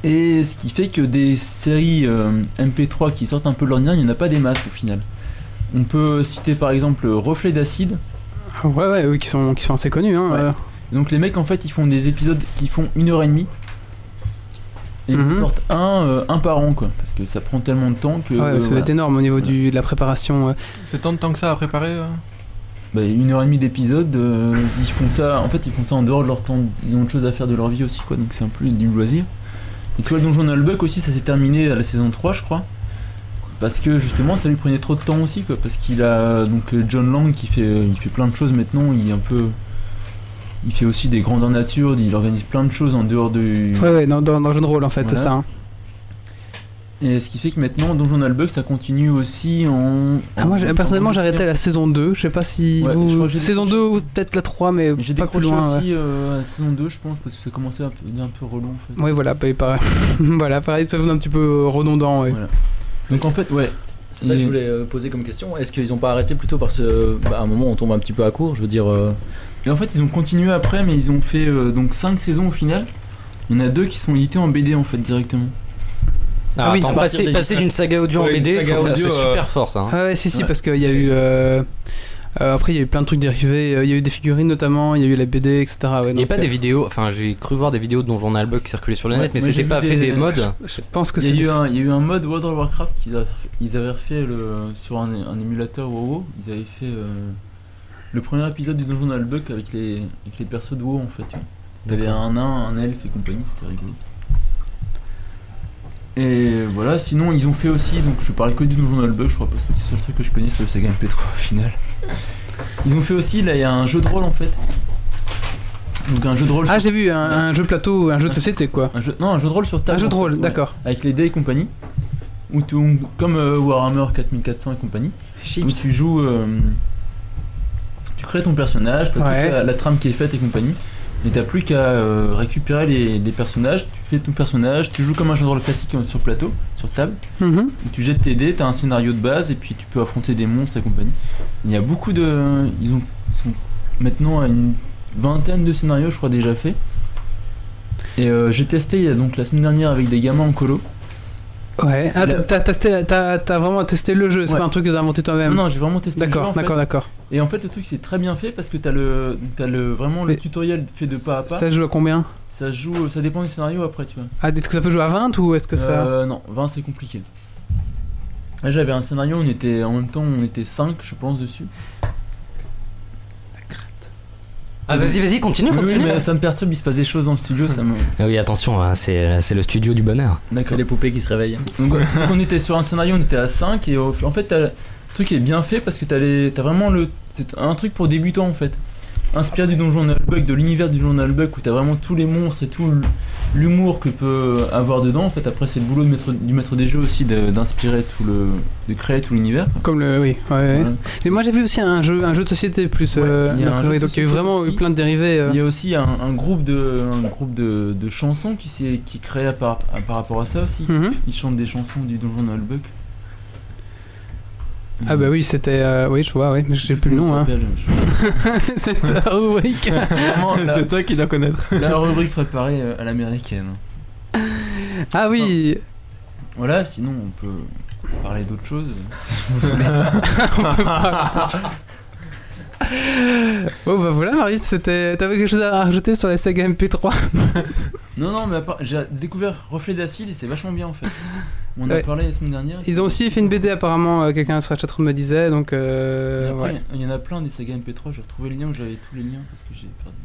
Speaker 4: Et ce qui fait que des séries euh, MP3 qui sortent un peu de l'ordinaire, il n'y en a pas des masses au final. On peut citer par exemple Reflet d'acide,
Speaker 1: Ah, Ouais, ouais, oui, qui sont, qui sont assez connus, hein.
Speaker 4: Ouais.
Speaker 1: euh.
Speaker 4: Et donc les mecs en fait ils font des épisodes qui font une heure et demie. Et ils
Speaker 1: Mhm.
Speaker 4: en sortent un, euh, un par an quoi. Parce que ça prend tellement de temps que.
Speaker 1: Ouais,
Speaker 4: euh,
Speaker 1: ça doit
Speaker 4: voilà.
Speaker 1: être énorme au niveau du, de la préparation. euh.
Speaker 3: C'est tant de temps que ça à préparer euh
Speaker 4: Bah, une heure et demie d'épisode, euh, ils font ça. En fait ils font ça en dehors de leur temps. Ils ont autre chose à faire de leur vie aussi quoi. Donc c'est un peu du loisir. Et tu vois le Donjon Nullbuck aussi ça s'est terminé à la saison 3 je crois. Parce que justement ça lui prenait trop de temps aussi quoi. Parce qu'il a donc euh, John Lang qui fait il fait plein de choses maintenant. Il est un peu il fait aussi des grandeurs nature. Il organise plein de choses en dehors du
Speaker 1: Ouais, ouais, dans, dans, dans le jeu de rôle en fait,
Speaker 4: Voilà.
Speaker 1: ça. hein.
Speaker 4: Et ce qui fait que maintenant, Donjon Nullbug, ça continue aussi en.
Speaker 1: Ah, moi, j'ai-
Speaker 4: en-
Speaker 1: personnellement,
Speaker 4: en-
Speaker 1: j'ai arrêté à la saison 2. Je sais pas si
Speaker 4: Ouais,
Speaker 1: vous-
Speaker 4: je crois que j'ai
Speaker 1: Saison 2 ou peut-être la 3, mais
Speaker 4: J'ai
Speaker 1: pas plus
Speaker 4: décroché
Speaker 1: loin. ouais.
Speaker 4: aussi euh, à la saison 2, je pense, parce que ça commençait à devenir un peu relou en fait.
Speaker 1: Ouais, voilà, pareil. pareil. voilà, pareil, ça faisait un petit peu euh, redondant. ouais.
Speaker 4: Ouais. Donc en fait, ouais.
Speaker 1: Mm.
Speaker 5: C'est ça que je voulais euh, poser comme question. Est-ce qu'ils n'ont pas arrêté plutôt parce que bah, à un moment on tombe un petit peu à court Je veux dire, euh,
Speaker 4: Et en fait, ils ont continué après, mais ils ont fait euh, donc 5 saisons au final. Il y en a deux qui sont édités en BD en fait directement.
Speaker 2: Ah,
Speaker 1: Ah oui,
Speaker 2: attends,
Speaker 5: à partir
Speaker 2: passer,
Speaker 5: des
Speaker 2: passer d'une saga audio en
Speaker 3: Ouais, une
Speaker 2: BD,
Speaker 3: saga
Speaker 2: faut faire- c'est
Speaker 3: audio, euh,
Speaker 2: super fort ça. hein.
Speaker 1: Ah ouais, si, si,
Speaker 4: Ouais.
Speaker 1: parce qu'il y a eu. euh, euh, après, il y a eu plein de trucs dérivés. euh, Il y a eu des figurines notamment, il y a eu la BD, etc. Ouais,
Speaker 2: Il n'y a
Speaker 1: donc,
Speaker 2: pas
Speaker 1: euh,
Speaker 2: des vidéos, enfin j'ai cru voir des vidéos de Donjon Nullbuck circuler sur le
Speaker 4: Ouais,
Speaker 2: net, mais
Speaker 4: moi,
Speaker 2: c'était
Speaker 4: j'ai
Speaker 2: pas
Speaker 4: vu
Speaker 2: fait
Speaker 4: des-
Speaker 2: des modes.
Speaker 1: Je pense que
Speaker 4: Il y,
Speaker 1: c'est.
Speaker 4: a eu
Speaker 1: des-
Speaker 4: un, il y a eu un mode World of Warcraft qu'ils avaient, refait- ils avaient refait le, sur un, un émulateur WoW. Ils avaient fait euh, le premier épisode du Donjon Nullbug avec les, avec les persos de WoW en fait. tu vois. T'avais
Speaker 2: D'accord.
Speaker 4: un nain, un elfe et compagnie, c'était rigolo. Et voilà, sinon ils ont fait aussi, donc je parlais que du Donjon Nullbug, je crois, parce que c'est le seul truc que je connais sur le Sega MP3 au final. Ils ont fait aussi, là il y a un jeu de rôle en fait. Donc un jeu de rôle
Speaker 1: Ah,
Speaker 4: sur...
Speaker 1: j'ai vu un, un jeu plateau, un jeu de société quoi.
Speaker 4: un jeu... Non, un jeu de rôle sur table.
Speaker 1: Un jeu de
Speaker 4: en fait,
Speaker 1: rôle,
Speaker 4: ouais
Speaker 1: d'accord.
Speaker 4: avec les dés et compagnie, où tu, comme euh, Warhammer 4400 et compagnie, où tu joues, euh, tu crées ton personnage, t'as
Speaker 1: Ouais.
Speaker 4: toute la, la trame qui est faite et compagnie, et t'as plus qu'à euh, récupérer les, les personnages, tu fais ton personnage, tu joues comme un jeu de rôle classique euh, sur plateau, sur table,
Speaker 1: Mhm.
Speaker 4: où tu jettes tes dés, t'as un scénario de base, et puis tu peux affronter des monstres et compagnie. Il y a beaucoup de, ils ont, ils sont maintenant à une vingtaine de scénarios, je crois déjà faits. Et euh, j'ai testé il y a donc la semaine dernière avec des gamins en colo.
Speaker 1: Ouais. Ah, t'as-
Speaker 4: La-
Speaker 1: t'as testé- t'as t'as vraiment testé le jeu, c'est
Speaker 4: Ouais.
Speaker 1: pas un truc que t'as inventé toi-même.
Speaker 4: Non, non, j'ai vraiment testé. le jeu,
Speaker 1: D'accord,
Speaker 4: en fait.
Speaker 1: d'accord, d'accord.
Speaker 4: Et en fait, le truc c'est très bien fait parce que t'as le, t'as le vraiment
Speaker 1: Mais-
Speaker 4: le tutoriel fait de pas à pas.
Speaker 1: Ça se joue à combien
Speaker 4: Ça se joue, ça dépend du scénario après, tu vois.
Speaker 1: ah, Est-ce que ça peut jouer à 20 ou est-ce que ça.
Speaker 4: Euh, non, 20 c'est compliqué. Là, J'avais un scénario, on était en même temps, on était 5 je pense dessus.
Speaker 2: Ah vas-y, vas-y, continue,
Speaker 4: Oui, oui,
Speaker 2: continue.
Speaker 4: mais ça me perturbe, il se passe des choses dans le studio, ça me.
Speaker 2: Ah oui, attention, hein, c'est c'est le studio du bonheur.
Speaker 5: c'est
Speaker 4: D'accord.
Speaker 5: les poupées qui se réveillent.
Speaker 4: Donc, donc, on était sur un scénario, on était à 5 et au- en fait t'as- le truc est bien fait parce que t'as les- t'as vraiment le c'est un truc pour débutants en fait. Inspiré du Donjon Nullbug, de l'univers du Donjon Nullbug où t'as vraiment tous les monstres et tout l'humour que peut avoir dedans. En fait après c'est le boulot de maître- du maître des jeux aussi de- d'inspirer tout le de créer tout l'univers. Euh,
Speaker 1: Comme le. Oui, ouais. ouais.
Speaker 4: Voilà.
Speaker 1: Mais moi j'ai vu aussi un jeu, un jeu de société plus.
Speaker 4: Ouais,
Speaker 1: euh,
Speaker 4: il y a
Speaker 1: donc,
Speaker 4: un jeu de
Speaker 1: donc il y a eu
Speaker 4: société
Speaker 1: vraiment eu
Speaker 4: aussi.
Speaker 1: plein de dérivés. euh.
Speaker 4: Il y a aussi un, un groupe de un groupe de, de chansons qui s'est qui est créé à par, à- par rapport à ça aussi.
Speaker 1: Mhm.
Speaker 4: Ils chantent des chansons du Donjon Nullbug.
Speaker 1: Ah, bah oui, c'était. euh, oui, je vois, oui. mais J'ai plus le nom.
Speaker 4: Ça
Speaker 1: Hein.
Speaker 4: s'appelle, je-
Speaker 1: C'est ta rubrique.
Speaker 4: Vraiment, la-
Speaker 3: C'est toi qui dois connaître.
Speaker 4: La rubrique préparée euh, à l'américaine.
Speaker 1: Ah oui
Speaker 4: Voilà, sinon on peut parler d'autre chose. Ah.
Speaker 1: Bon bah voilà Marie, c'était. T'avais quelque chose à rajouter sur la saga MP3
Speaker 4: Non, non, mais à part- j'ai découvert Reflet d'acide et c'est vachement bien en fait. On en
Speaker 1: Ouais.
Speaker 4: a parlé la semaine dernière.
Speaker 1: Ils ont aussi fait une BD apparemment, euh, quelqu'un sur la chatroom me disait, donc
Speaker 4: Et
Speaker 1: euh,
Speaker 4: après,
Speaker 1: ouais.
Speaker 4: Il y en a plein des sagas MP3, j'ai retrouvé le lien où j'avais tous les liens parce que j'ai perdu.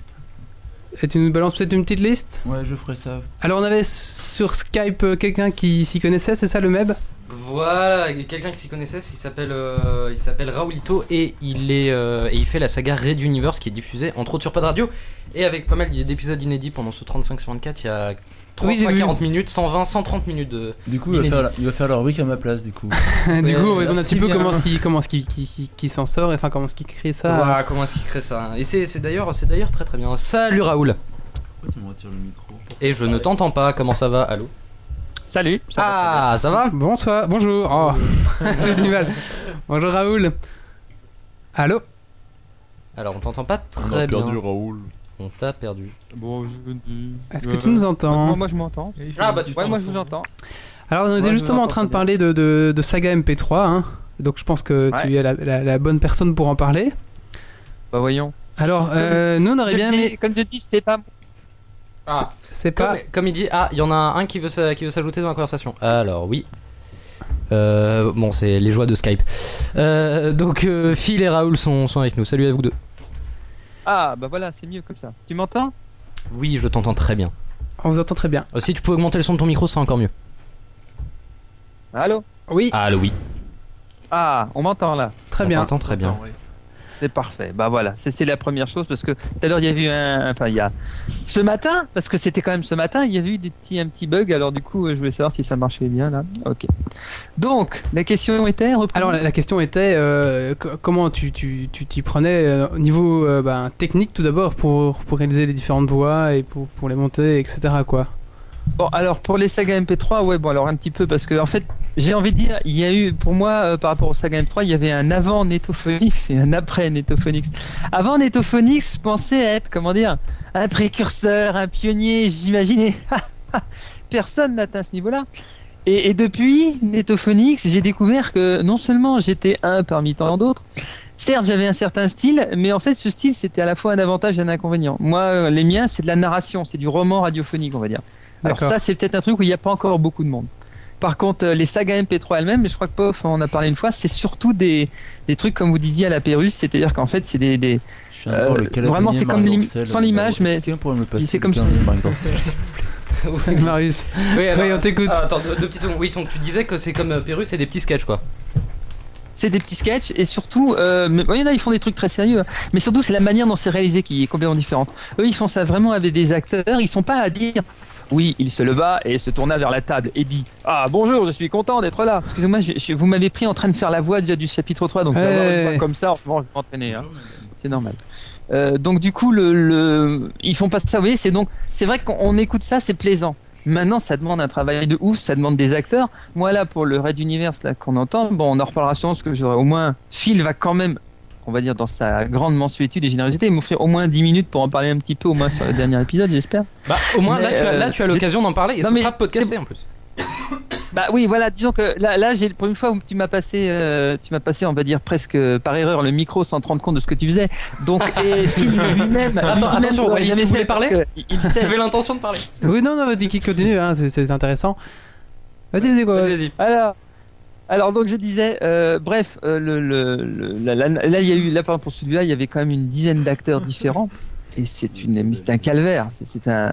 Speaker 1: Et tu nous balances peut-être une petite liste
Speaker 4: Ouais, je ferai ça.
Speaker 1: Alors on avait sur Skype euh, quelqu'un qui s'y connaissait, c'est ça le MEB
Speaker 2: Voilà, il y a quelqu'un qui s'y connaissait, il s'appelle euh, il s'appelle Raoulito et il est euh, et il fait la saga Red Universe qui est diffusée entre autres sur Pas de Radio et avec pas mal d'épisodes inédits pendant ce 35 sur 24, il y a 3
Speaker 1: Oui, j'ai
Speaker 2: fois
Speaker 1: vu.
Speaker 2: 40 minutes, 120, 130 minutes de
Speaker 4: Du coup, il va,
Speaker 2: Inédit.
Speaker 4: faire la, il va faire la rubrique à ma place du coup.
Speaker 1: Du
Speaker 2: Ouais,
Speaker 1: coup on a un
Speaker 4: merci
Speaker 1: petit peu
Speaker 4: bien.
Speaker 1: comment ce qui comment ce qui, qui, qui- qui s'en sort, et enfin comment ce qui crée ça.
Speaker 2: Voilà, comment est-ce qu'il crée ça. hein. Et c'est c'est d'ailleurs c'est d'ailleurs très très bien. Salut Raoul.
Speaker 4: Pourquoi tu me retires le micro
Speaker 2: Et je ne t'entends pas, comment ça va Allô
Speaker 6: Salut. ça va très bien.
Speaker 2: Ah, ça va
Speaker 1: Bonsoir, bonjour. Oh, j'ai du mal. Bonjour Raoul. Allô
Speaker 2: Alors, on t'entend pas très bien.
Speaker 5: Raoul.
Speaker 2: On t'a perdu.
Speaker 6: Bon, je-
Speaker 1: Est-ce que tu nous entends
Speaker 6: Moi, moi, je m'entends.
Speaker 2: Ah, bah, tu
Speaker 6: Ouais, moi je vous entends.
Speaker 1: Alors, on était
Speaker 6: Moi, je
Speaker 1: justement en
Speaker 6: l'entends
Speaker 1: train de
Speaker 6: très
Speaker 1: parler de, de- de saga MP3, hein. donc je pense que tu
Speaker 6: Ouais.
Speaker 1: es la, la- la bonne personne pour en parler.
Speaker 6: Bah voyons.
Speaker 1: Alors, euh, nous on aurait
Speaker 6: Comme
Speaker 1: bien
Speaker 6: je
Speaker 1: aimé.
Speaker 6: dis- Comme je dis, c'est pas.
Speaker 2: Ah,
Speaker 1: C'est
Speaker 2: comme,
Speaker 1: pas.
Speaker 2: comme il dit, ah, il y en a un qui veut, s'a- qui veut s'ajouter dans la conversation. Alors, oui. Euh, bon, c'est les joies de Skype. Euh, donc, euh, Phil et Raoul sont, sont avec nous. Salut à vous deux.
Speaker 6: Ah, bah voilà, c'est mieux comme ça. Tu m'entends
Speaker 2: Oui, je t'entends très bien.
Speaker 1: On vous entend très bien.
Speaker 2: Euh, si tu peux augmenter le son de ton micro, c'est encore mieux.
Speaker 6: Allô
Speaker 1: Oui,
Speaker 2: Ah, oui.
Speaker 6: Ah, on m'entend là.
Speaker 1: très
Speaker 2: On
Speaker 1: bien.
Speaker 2: t'entend très bien.
Speaker 6: C'est parfait. Bah voilà, c'est c'est la première chose parce que tout à l'heure il y a eu un, enfin il y a ce matin parce que c'était quand même ce matin il y a eu des petits un petit bug alors du coup euh, je voulais savoir si ça marchait bien là. Ok. Donc la question était reprenons.
Speaker 1: Alors la, la question était euh, co- comment tu tu- tu t'y prenais euh, au niveau euh, ben, technique tout d'abord pour, pour réaliser les différentes voix et pour, pour les monter etc quoi.
Speaker 6: Bon, alors pour les sagas MP3, ouais, bon, alors un petit peu, parce que en fait, j'ai envie de dire, il y a eu, pour moi, euh, par rapport aux sagas MP3, il y avait un avant Netophonix et un après Netophonix. Avant Netophonix, je pensais être, comment dire, un précurseur, un pionnier, j'imaginais. Personne n'atteint ce niveau-là. Et, et depuis Netophonix, j'ai découvert que non seulement j'étais un parmi tant d'autres, Certes, j'avais un certain style, mais en fait, ce style, c'était à la fois un avantage et un inconvénient. Moi, euh, les miens, c'est de la narration, c'est du roman radiophonique, on va dire. Alors
Speaker 1: D'accord.
Speaker 6: ça, c'est peut-être un truc où il n'y a pas encore beaucoup de monde. Par contre, euh, les sagas MP3 elles-mêmes, mais je crois que Pof en a parlé une fois, c'est surtout des, des trucs comme vous disiez à la Pérusse, c'est-à-dire qu'en fait, c'est des, des...
Speaker 4: Je viens de voir
Speaker 6: Euh,
Speaker 4: le calendrier
Speaker 6: vraiment, c'est
Speaker 4: Marc
Speaker 6: comme l'im-
Speaker 4: Dorcel,
Speaker 6: sans
Speaker 4: euh,
Speaker 6: l'image, mais-
Speaker 4: Quelqu'un pourrait me le passer.
Speaker 6: c'est
Speaker 4: le
Speaker 6: comme ça.
Speaker 4: calendrier Marc Dorcel.
Speaker 1: Avec Marius.
Speaker 2: Oui,
Speaker 1: Oui, on t'écoute.
Speaker 2: Ah, attends, deux, deux petites secondes. Oui, donc tu disais que c'est comme euh, Pérus, c'est des petits sketchs quoi.
Speaker 6: c'est des petits sketchs et surtout, euh, mais- il y en a, ils font des trucs très sérieux, hein. mais surtout, c'est la manière dont c'est réalisé qui est complètement différente. Eux, ils font ça vraiment avec des acteurs, ils sont pas à dire. Oui, il se leva et se tourna vers la table et dit Ah bonjour, je suis content d'être là. Excusez-moi, je- je- vous m'avez pris en train de faire la voix déjà du chapitre 3, donc
Speaker 1: Ouais.
Speaker 6: avoir une voix comme ça, en ce moment, je vais m'entraîner. hein. C'est normal. Euh, donc du coup, le, le- ils font pas ça. Vous voyez, c'est donc c'est vrai qu'on on écoute ça, c'est plaisant. Maintenant, ça demande un travail de ouf, ça demande des acteurs. Moi là, pour le Red Universe là qu'on entend, bon, on en reparlera sûrement parce que j'aurais au moins Phil va quand même, on va dire dans sa grande mansuétude et générosité, m'offrir au moins 10 minutes pour en parler un petit peu, au moins sur le dernier épisode, j'espère.
Speaker 2: Bah, au moins là,
Speaker 6: Mais,
Speaker 2: tu as, là,
Speaker 6: euh,
Speaker 2: tu as l'occasion d'en parler et
Speaker 6: Non,
Speaker 2: ce
Speaker 6: mais
Speaker 2: sera podcasté en plus.
Speaker 6: Bah oui, voilà, disons que là, là j'ai pour une fois où tu m'as passé, euh, tu m'as passé, on va dire presque euh, par erreur le micro sans te rendre compte de ce que tu faisais. Donc et Phil lui-même,
Speaker 2: Attends,
Speaker 6: lui-même
Speaker 2: attention,
Speaker 6: l'aurait
Speaker 2: Walid,
Speaker 6: jamais
Speaker 2: tu voulais
Speaker 6: fait parce
Speaker 2: parler
Speaker 6: que Il sait.
Speaker 2: J'avais l'intention de parler.
Speaker 1: Oui non non vas-y qui continue hein, c'est- c'est intéressant. Vas-y vas-y quoi.
Speaker 2: Vas-y, vas-y.
Speaker 6: Alors, alors donc je disais, euh, bref, euh, le, le- le- la- la- là il y a eu, là par exemple, pour celui-là, il y avait quand même une dizaine d'acteurs différents, et c'est une, mais c'est un calvaire. C'est- C'est un,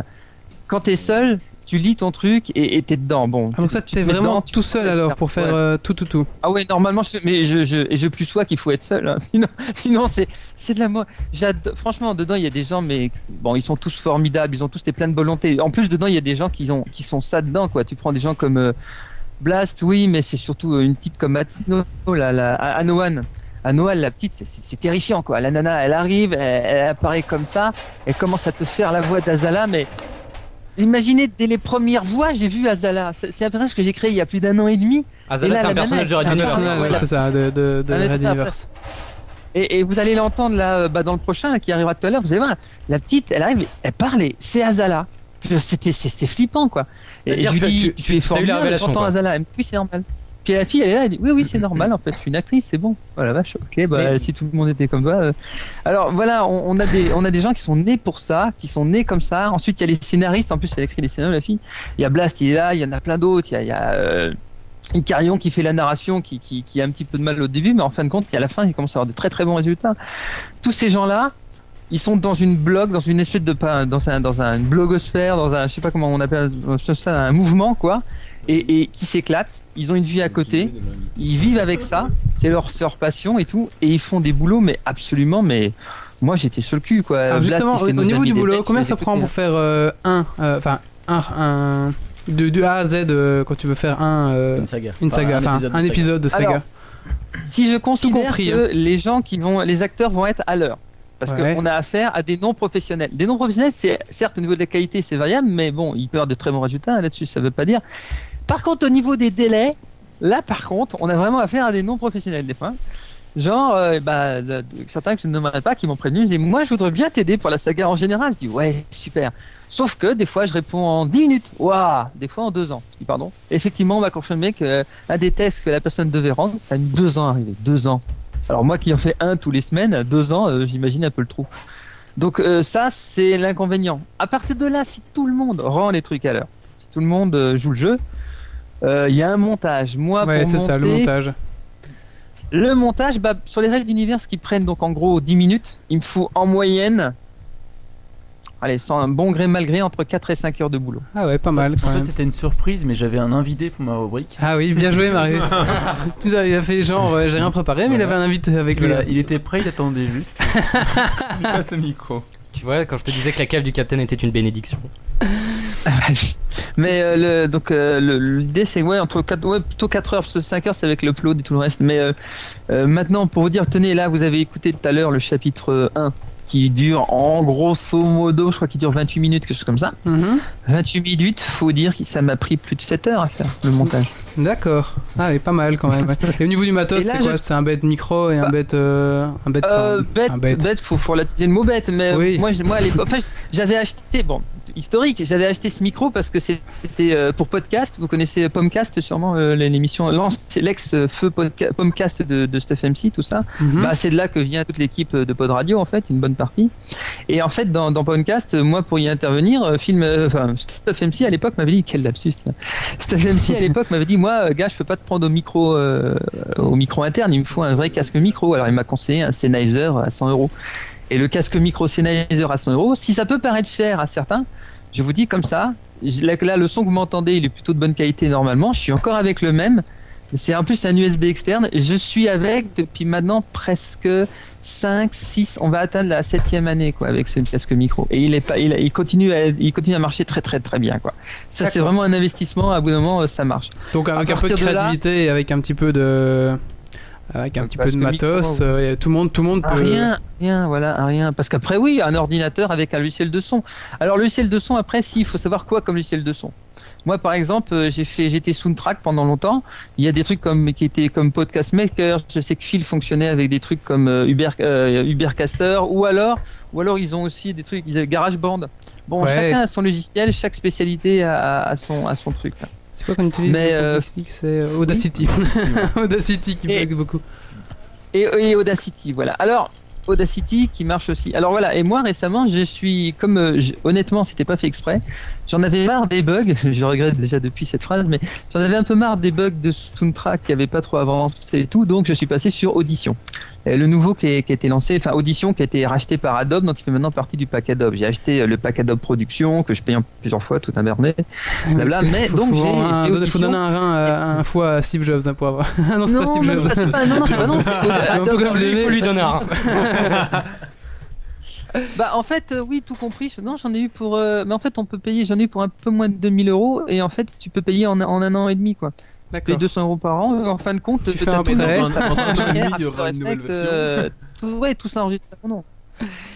Speaker 6: quand t'es seul, tu lis ton truc et et t'es dedans. Bon.
Speaker 1: Ah, donc toi
Speaker 6: tu te
Speaker 1: t'es
Speaker 6: mets
Speaker 1: vraiment
Speaker 6: dedans, tu-
Speaker 1: tout seul alors pour faire
Speaker 6: Ouais.
Speaker 1: euh, tout tout tout.
Speaker 6: Ah ouais, normalement, je, mais je, je, et je plus sois qu'il faut être seul. hein. Sinon, sinon c'est, c'est de la moi. J'adore. Franchement, dedans, il y a des gens, mais bon, ils sont tous formidables. Ils ont tous des pleines de volonté. En plus, dedans, il y a des gens qui ont, qui sont ça dedans, quoi. Tu prends des gens comme euh, Blast, oui, mais c'est surtout euh, une petite comme Matino, la, la, Anoan. Anoan, la petite, c'est, c'est, c'est terrifiant, quoi. La nana, elle arrive, elle, elle apparaît comme ça, elle commence à te faire la voix d'Azala, mais imaginez, dès les premières voix, j'ai vu Azala. C'est, c'est un personnage que j'ai créé il y a plus d'un an et demi.
Speaker 2: Ah,
Speaker 6: Et
Speaker 2: Zala,
Speaker 6: là,
Speaker 2: c'est un
Speaker 6: la
Speaker 2: personnage
Speaker 6: nana,
Speaker 2: de Red
Speaker 6: c'est un
Speaker 2: Universe.
Speaker 5: Ah,
Speaker 1: Personnage,
Speaker 6: ouais,
Speaker 1: c'est ça de de, de
Speaker 6: Ah, mais
Speaker 1: Red
Speaker 6: c'est ça,
Speaker 1: Universe.
Speaker 6: Et, et vous allez l'entendre là, euh, bah, dans le prochain là, qui arrivera tout à l'heure. Vous allez voir, la petite, elle arrive, elle parle, et c'est Azala. Je- C'était, c'est, c'est flippant quoi. Et,
Speaker 2: C'est-à-dire
Speaker 6: je
Speaker 2: que
Speaker 6: lui dis,
Speaker 2: tu-
Speaker 6: tu,
Speaker 2: tu- t'as
Speaker 6: es
Speaker 2: eu la
Speaker 6: formidable,
Speaker 2: révélation,
Speaker 6: t'entends
Speaker 2: quoi.
Speaker 6: Azala. Elle me dit, oui, c'est normal. Puis la fille, elle est là, elle dit, oui, oui, c'est normal. En fait, je suis une actrice, c'est bon. Voilà, vache. Ok, bah,
Speaker 2: Mais-
Speaker 6: si tout le monde était comme ça. euh. Alors voilà, on, on a des, on a des gens qui sont nés pour ça, qui sont nés comme ça. Ensuite, il y a les scénaristes. En plus, elle écrit les scénarios, la fille. Il y a Blast, il est là. Il y en a plein d'autres. Il y a, il y a euh, Icarion qui fait la narration, qui, qui, qui a un petit peu de mal au début, mais en fin de compte, à la fin, il commence à avoir de très très bons résultats. Tous ces gens-là, ils sont dans une blog, dans une espèce de pas- dans un dans un une blogosphère, dans un je sais pas comment on appelle ça, un mouvement quoi, et, et qui s'éclate. Ils ont une vie à côté, ils vivent avec ça, c'est leur, c'est leur passion et tout, et ils font des boulots mais absolument mais moi j'étais sur le cul quoi.
Speaker 1: Alors,
Speaker 6: Blast,
Speaker 1: Ah, justement
Speaker 6: il fait
Speaker 1: au, au
Speaker 6: nos
Speaker 1: niveau
Speaker 6: amis
Speaker 1: du
Speaker 6: des
Speaker 1: boulot
Speaker 6: mecs,
Speaker 1: combien
Speaker 6: il fait
Speaker 1: ça
Speaker 6: des
Speaker 1: prend
Speaker 6: trucs,
Speaker 1: pour faire euh, un euh, enfin un un de, de A à Z euh, quand tu veux faire un euh,
Speaker 5: Une saga.
Speaker 1: une saga enfin
Speaker 5: de
Speaker 1: un
Speaker 5: saga.
Speaker 1: épisode de saga.
Speaker 6: Alors, si je considère
Speaker 1: compris, hein.
Speaker 6: que les gens qui vont, les acteurs vont être à l'heure. Parce
Speaker 1: Ouais.
Speaker 6: qu'on a affaire à des non-professionnels. Des non-professionnels, c'est certes au niveau de la qualité, c'est variable, mais bon, ils peuvent avoir de très bons résultats hein, là-dessus, ça veut pas dire. Par contre, au niveau des délais, là, par contre, on a vraiment affaire à des non-professionnels des fois. Genre, euh, bah, de- de- certains que je ne nommerai pas qui m'ont prévenu, j'ai dit, moi, je voudrais bien t'aider pour la saga en général. Je dis, ouais, super. Sauf que des fois, je réponds en 10 minutes. Waouh, des fois en 2 ans. Je dis, pardon. Effectivement, on m'a confirmé que un des tests que la personne devait rendre, ça a mis deux ans à arriver. Deux ans. Alors moi qui en fais un tous les semaines, deux ans, euh, j'imagine un peu le trou. Donc euh, ça, c'est l'inconvénient. À partir de là, si tout le monde rend les trucs à l'heure, si tout le monde euh, joue le jeu, euh, il y a un montage. Moi,
Speaker 1: ouais,
Speaker 6: pour
Speaker 1: c'est ça, le
Speaker 6: monter,
Speaker 1: montage.
Speaker 6: le montage, bah, sur les règles d'univers, ce qui prennent donc en gros 10 minutes, il me faut en moyenne, allez, sans un bon gré mal gré, entre 4 et 5 heures de boulot.
Speaker 1: Ah ouais, pas mal quand
Speaker 4: En fait,
Speaker 1: même.
Speaker 4: c'était une surprise, mais j'avais un invité pour ma rubrique.
Speaker 1: Ah oui, bien joué, Marius. il a fait genre, ouais, j'ai rien préparé, mais il avait
Speaker 4: Voilà.
Speaker 1: un invité avec lui.
Speaker 4: Voilà, il était prêt, il attendait juste. Il passe le micro.
Speaker 2: Tu vois, quand je te disais que la cave du capitaine était une bénédiction.
Speaker 6: Mais euh, le, donc euh, le- l'idée c'est ouais entre 4 ouais, plutôt 4 heures parce que 5 heures c'est avec l'upload et tout le reste mais euh, euh, maintenant pour vous dire tenez là vous avez écouté tout à l'heure le chapitre 1 qui dure en grosso modo je crois qu'il dure 28 minutes quelque chose comme ça
Speaker 1: Mhm.
Speaker 6: 28 minutes faut dire que ça m'a pris plus de 7 heures à faire le montage
Speaker 1: D'accord. Ah oui, pas mal quand même. ouais. Et au niveau du matos,
Speaker 6: Et là,
Speaker 1: c'est quoi
Speaker 6: je-
Speaker 1: C'est un bête micro et un
Speaker 6: Bah,
Speaker 1: bête. euh, un bête.
Speaker 6: euh,
Speaker 1: enfin,
Speaker 6: bête,
Speaker 1: un
Speaker 6: bête. faut, faut relativiser le mot bête, mais
Speaker 1: Oui.
Speaker 6: moi, je- moi à l'époque, enfin, j'avais acheté, bon, historique, j'avais acheté ce micro parce que c'était euh, pour podcast. Vous connaissez Pomcast sûrement, euh, l'émission, l'anci- l'ex-feu Podca- Pomcast de, de Stuff MC, tout ça.
Speaker 1: Mhm.
Speaker 6: Bah, c'est de là que vient toute l'équipe de Pod Radio, en fait, une bonne partie. Et en fait, dans, dans Podcast, moi, pour y intervenir, euh, film, euh, enfin, Stuff MC à l'époque m'avait dit, quel lapsus, tiens. Stuff MC à l'époque m'avait dit, moi, euh, gars, je peux pas te prendre au micro, euh, au micro interne, il me faut un vrai casque micro. Alors, il m'a conseillé un Sennheiser à 100 euros. Et le casque micro Sennheiser à 100 euros, si ça peut paraître cher à certains, je vous dis comme ça, je- là, là, le son que vous m'entendez, il est plutôt de bonne qualité normalement, je suis encore avec le même. C'est en plus un USB externe. Je suis avec depuis maintenant presque 5, 6, on va atteindre la septième année quoi avec ce casque micro. Et il, est pas, il, il continue à, il continue à marcher très très très bien. quoi. Ça c'est
Speaker 1: D'accord.
Speaker 6: vraiment un investissement, à bout d'un moment euh, ça marche.
Speaker 1: Donc avec un peu de
Speaker 6: partir de là-
Speaker 1: créativité et avec un petit peu de. Avec un
Speaker 6: Donc,
Speaker 1: petit
Speaker 6: parce
Speaker 1: peu de
Speaker 6: que micro,
Speaker 1: matos,
Speaker 6: ouais.
Speaker 1: euh, et tout le monde, tout le monde
Speaker 6: Un
Speaker 1: peut.
Speaker 6: Ah, Rien, rien, voilà, un rien. Parce qu'après, oui, un ordinateur avec un logiciel de son. Alors, le logiciel de son, après, si, il faut savoir quoi comme logiciel de son. Moi, par exemple, euh, j'ai fait, j'étais soundtrack pendant longtemps. Il y a des trucs comme qui étaient comme Podcast Maker. Je sais que Phil fonctionnait avec des trucs comme euh, Uber, euh, Ubercaster, ou alors, ou alors ils ont aussi des trucs, ils avaient GarageBand. Bon,
Speaker 1: Ouais.
Speaker 6: chacun a son logiciel, chaque spécialité a, a- a son, a son truc. là.
Speaker 1: C'est quoi qu'on utilise
Speaker 6: Mais,
Speaker 1: pour
Speaker 6: euh,
Speaker 1: Netflix C'est euh, Audacity. Audacity qui
Speaker 6: Et-
Speaker 1: bug beaucoup.
Speaker 6: Et, et Audacity, voilà. Alors, Audacity qui marche aussi. Alors voilà, et moi récemment, je suis, comme euh, j- honnêtement, c'était pas fait exprès, j'en avais marre des bugs, je regrette déjà depuis cette phrase, mais j'en avais un peu marre des bugs de Soundtrack qui avait pas trop avancé et tout, donc je suis passé sur Audition. Euh, le nouveau qui, est- qui a été lancé, enfin Audition qui a été racheté par Adobe, donc il fait maintenant partie du pack Adobe. J'ai acheté euh, le pack Adobe Production que je paye en plusieurs fois, tout un bernet. Blabla,
Speaker 1: Parce que
Speaker 6: mais
Speaker 1: faut-
Speaker 6: donc
Speaker 1: faut
Speaker 6: j'ai-
Speaker 1: vraiment un-
Speaker 6: j'ai
Speaker 1: donner- faut donner un rein à, un foie à Steve Jobs hein, pour avoir. Ah non, c'est pas Steve
Speaker 6: même
Speaker 1: Jobs.
Speaker 6: pas- c'est pas- non, non, c'est pas- non, c'est
Speaker 1: En tout
Speaker 6: Adobe.
Speaker 1: cas, vous
Speaker 2: Il faut
Speaker 1: l'avez.
Speaker 2: lui donner un rein.
Speaker 6: Bah en fait euh, oui tout compris je- non j'en ai eu pour euh, mais en fait on peut payer j'en ai eu pour un peu moins de 2000 euros et en fait tu peux payer en, en un an et demi quoi tu payes
Speaker 1: D'accord.
Speaker 6: 200 euros par an euh, en fin de compte
Speaker 1: Tu fais un
Speaker 6: t'as tout
Speaker 1: prêt.
Speaker 6: dans
Speaker 3: Dans un- dans un an et demi,
Speaker 6: After
Speaker 3: il y aura une nouvelle
Speaker 6: Effects,
Speaker 3: version.
Speaker 6: euh, tout, ouais tout ça enregistré à non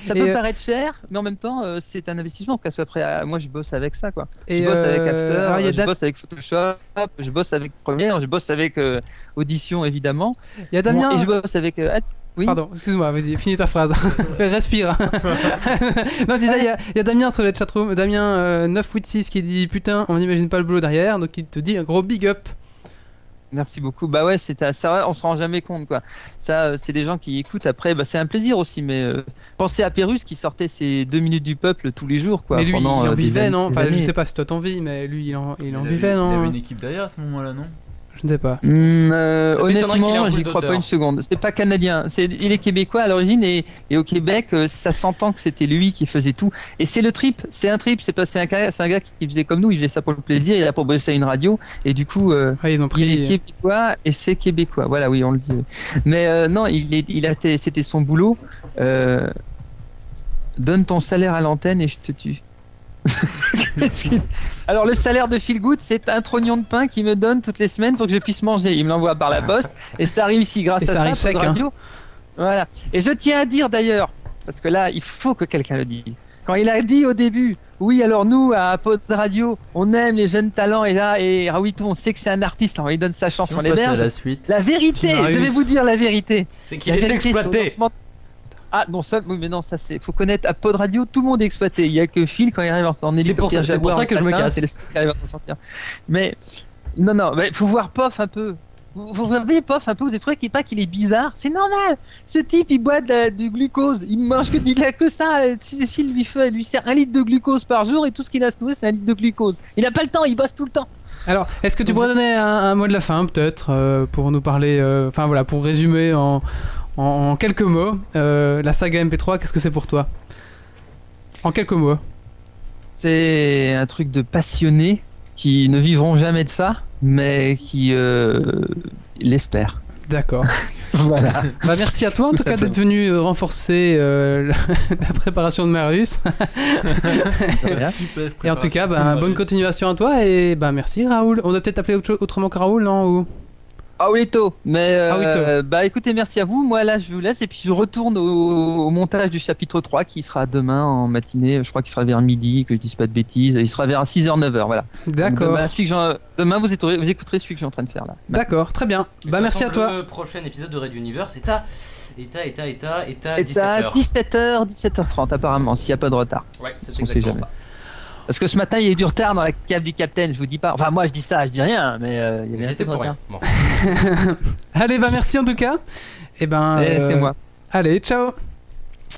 Speaker 6: ça
Speaker 1: Et,
Speaker 6: peut
Speaker 1: euh,
Speaker 6: paraître cher mais en même temps euh, c'est un investissement parce qu'après euh, moi je bosse avec ça quoi
Speaker 1: Et,
Speaker 6: je bosse avec
Speaker 1: euh,
Speaker 6: After
Speaker 1: alors, il y a
Speaker 6: je
Speaker 1: Dan-
Speaker 6: bosse avec Photoshop je bosse avec Premiere je bosse avec euh, Audition évidemment
Speaker 1: il y a
Speaker 6: Bon,
Speaker 1: Damien.
Speaker 6: et je bosse avec euh, Ad- oui.
Speaker 1: Pardon, excuse-moi, vas-y, finis ta phrase. Respire. non, je disais, il y a- il y, a Damien sur le chatroom, euh, Damien986 qui dit Putain, on n'imagine pas le boulot derrière, donc il te dit un gros big up.
Speaker 6: Merci beaucoup. Bah ouais, c'est à- ça, on se rend jamais compte quoi. Ça, euh, c'est des gens qui écoutent. Après, bah, c'est un plaisir aussi. Mais euh, pensez à Pérus qui sortait ses deux minutes du peuple tous les jours quoi.
Speaker 1: mais lui,
Speaker 6: pendant,
Speaker 1: il en
Speaker 6: euh, des
Speaker 1: vivait,
Speaker 6: années-
Speaker 1: non
Speaker 6: des
Speaker 1: Enfin, je
Speaker 6: années.
Speaker 1: sais pas si toi t'en vis, mais lui, il en, il en
Speaker 4: avait-
Speaker 1: vivait,
Speaker 4: Il avait
Speaker 1: non
Speaker 4: une équipe derrière à ce moment-là, non
Speaker 1: Je ne sais pas.
Speaker 6: Mmh, euh,
Speaker 2: Ça m'étonnerait qu'il ait un
Speaker 6: honnêtement,
Speaker 2: peu
Speaker 6: j'y crois
Speaker 2: d'auteur.
Speaker 6: pas une seconde. C'est pas canadien. C'est, il est québécois à l'origine et, et au Québec, euh, ça s'entend que c'était lui qui faisait tout. Et c'est le trip. C'est un trip. C'est pas, c'est un, gars- c'est un gars qui faisait comme nous. Il faisait ça pour le plaisir. Il a pour bosser à une radio. Et du coup, euh,
Speaker 1: Ouais, ils ont
Speaker 6: Il est
Speaker 1: pris.
Speaker 6: québécois et c'est québécois. Voilà, oui, on le dit. oui. Mais euh, non, il, est, il a été- c'était son boulot. Euh, donne ton salaire à l'antenne et je te tue. Qu'est-ce que- Alors le salaire de Phil Good, c'est un trognon de pain qu'il me donne toutes les semaines pour que je puisse manger. Il me l'envoie par la poste et ça arrive ici grâce
Speaker 1: Et ça
Speaker 6: à
Speaker 1: arrive
Speaker 6: ça. Pod
Speaker 1: sec, hein.
Speaker 6: Radio. Voilà. Et je tiens à dire d'ailleurs, parce que là, il faut que quelqu'un le dise. Quand il a dit au début, oui, alors nous, à Pod Radio, on aime les jeunes talents et là, et Raouito, on sait que c'est un artiste, on lui donne sa chance,
Speaker 4: Si
Speaker 6: on
Speaker 4: on passe à
Speaker 6: l'héberge.
Speaker 4: la suite.
Speaker 6: La vérité,
Speaker 1: Marius.
Speaker 6: je vais vous dire la vérité.
Speaker 2: C'est qu'il
Speaker 6: La
Speaker 2: est
Speaker 6: vérité, c'est
Speaker 2: exploité.
Speaker 6: au lancement- Ah non, ça, oui, mais non, ça c'est. Faut connaître à Pod Radio, tout le monde est exploité. Il y a que Phil quand il arrive en, en
Speaker 2: C'est pour ça-
Speaker 6: hélicoptère
Speaker 2: c'est pour
Speaker 6: Jaguar
Speaker 2: ça
Speaker 6: en
Speaker 2: que je me
Speaker 6: patin,
Speaker 2: casse.
Speaker 6: C'est le seul qui arrive à s'en sortir. Mais non, non, il faut voir POF un peu. Vous, vous réveillez pof un peu, vous ne trouvez qu'il pas qu'il est bizarre. C'est normal. Ce type, il boit de la- du glucose. Il mange que, du- il a que ça. Euh, Cécile lui fait, lui sert un litre de glucose par jour et tout ce qu'il a à se nourrir, c'est un litre de glucose. Il n'a pas le temps. Il bosse tout le temps.
Speaker 1: Alors, est-ce que tu pourrais donner un, un mot de la fin, peut-être, euh, pour nous parler, euh, enfin voilà, pour résumer en, en- en quelques mots, euh, la saga MP3, qu'est-ce que c'est pour toi En quelques mots.
Speaker 6: C'est un truc de passionnés qui ne vivront jamais de ça, mais qui euh, l'espèrent.
Speaker 1: D'accord.
Speaker 6: Voilà.
Speaker 1: Bah, merci à toi en tout cas d'être venu euh, renforcer euh, la préparation de Marius.
Speaker 3: Super
Speaker 1: Et en tout cas, bah, bonne continuation à toi et bah, merci Raoul. On doit peut-être t'appeler autre- autrement que Raoul, non Ou-
Speaker 6: Aulito, Ah mais euh,
Speaker 1: Aulito.
Speaker 6: bah écoutez, merci à vous. Moi là, je vous laisse et puis je retourne au, au montage du chapitre 3 qui sera demain en matinée. Je crois qu'il sera vers midi, que je dise pas de bêtises. Il sera vers 6h, 9h. Voilà.
Speaker 1: D'accord.
Speaker 6: Demain, celui que j'en- demain, vous, écouterez, vous écouterez celui que je suis en train de faire là.
Speaker 1: D'accord, très bien. Bah, merci à
Speaker 6: euh,
Speaker 1: toi.
Speaker 2: Le prochain épisode de Red Universe est à. Est à, est à, est à, est à
Speaker 6: Et à
Speaker 2: 17h.
Speaker 6: 17h, 17h30 apparemment, s'il n'y a pas de retard.
Speaker 2: Ouais, c'est
Speaker 6: sait
Speaker 2: exactement
Speaker 6: jamais.
Speaker 2: ça.
Speaker 6: Parce que ce matin, il y a eu du retard dans la cave du capitaine, je vous dis pas. Enfin, moi, je dis ça, je dis rien, mais euh, il y avait un peu
Speaker 2: J'étais
Speaker 6: de
Speaker 2: pour
Speaker 6: retard.
Speaker 2: rien. Bon.
Speaker 1: Allez, bah merci en tout cas. Et ben.
Speaker 6: Eh, c'est
Speaker 1: euh,
Speaker 6: moi.
Speaker 1: Allez, ciao.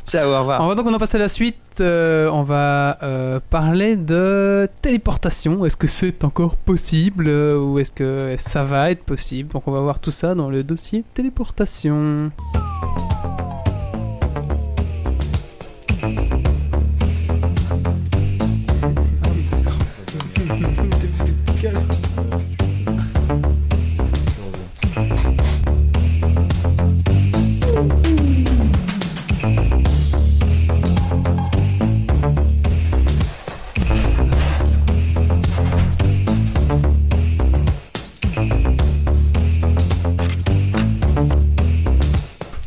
Speaker 6: Ciao, au revoir.
Speaker 1: On va donc on en passer à la suite. Euh, on va euh, parler de téléportation. Est-ce que c'est encore possible euh, ou est-ce que ça va être possible Donc on va voir tout ça dans le dossier téléportation.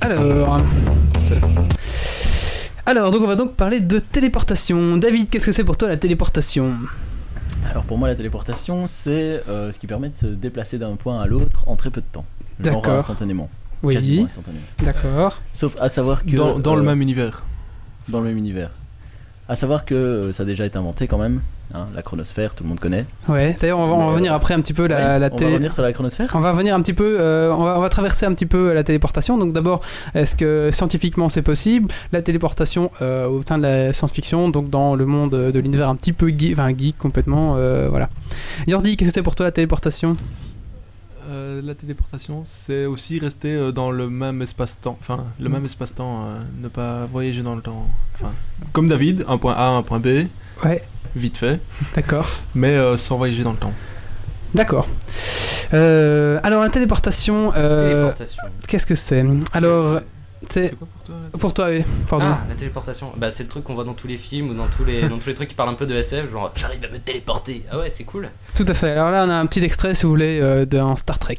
Speaker 1: Alors. Alors, donc on va donc parler de téléportation. David, qu'est-ce que c'est pour toi la téléportation
Speaker 5: Alors pour moi, la téléportation, c'est euh, ce qui permet de se déplacer d'un point à l'autre en très peu de temps. Genre
Speaker 1: D'accord.
Speaker 5: instantanément. Quasiment
Speaker 1: Oui,
Speaker 5: instantanément.
Speaker 1: d'accord.
Speaker 5: Sauf à savoir que.
Speaker 3: Dans, dans le
Speaker 5: euh,
Speaker 3: même univers.
Speaker 5: dans le même univers. À savoir que euh, ça a déjà été inventé quand même. hein, la chronosphère, tout le monde connaît.
Speaker 1: Ouais. D'ailleurs, on va en revenir après un petit peu la,
Speaker 5: Euh, Ouais,
Speaker 1: la
Speaker 5: on
Speaker 1: télé.
Speaker 5: va revenir sur la chronosphère.
Speaker 1: On va revenir un petit peu, euh, on, va, on va traverser un petit peu la téléportation. Donc d'abord, est-ce que scientifiquement c'est possible La téléportation euh, au sein de la science-fiction, donc dans le monde de l'univers un petit peu geek, enfin geek complètement, euh, voilà. Jordi, qu'est-ce que c'est pour toi la téléportation
Speaker 3: Euh, la téléportation, c'est aussi rester euh, dans le même espace-temps. Enfin, le
Speaker 1: Mm.
Speaker 3: même espace-temps, euh, ne pas voyager dans le temps. Enfin, comme David, un point A, un point B,
Speaker 1: Ouais,
Speaker 3: vite fait,
Speaker 1: d'accord.
Speaker 3: mais euh, sans voyager dans le temps.
Speaker 1: D'accord. Euh, alors la téléportation, euh,
Speaker 2: Téléportation.
Speaker 1: qu'est-ce que c'est Alors,
Speaker 3: C'est
Speaker 1: c'est
Speaker 3: c'est quoi pour toi
Speaker 1: pour toi, oui, pardon.
Speaker 2: Ah, la téléportation. Bah, c'est le truc qu'on voit dans tous les films ou dans tous les, dans tous les trucs qui parlent un peu de SF. Genre, j'arrive à me téléporter. Ah ouais, c'est cool.
Speaker 1: Tout à fait. Alors là, on a un petit extrait, si vous voulez, euh, d'un Star Trek.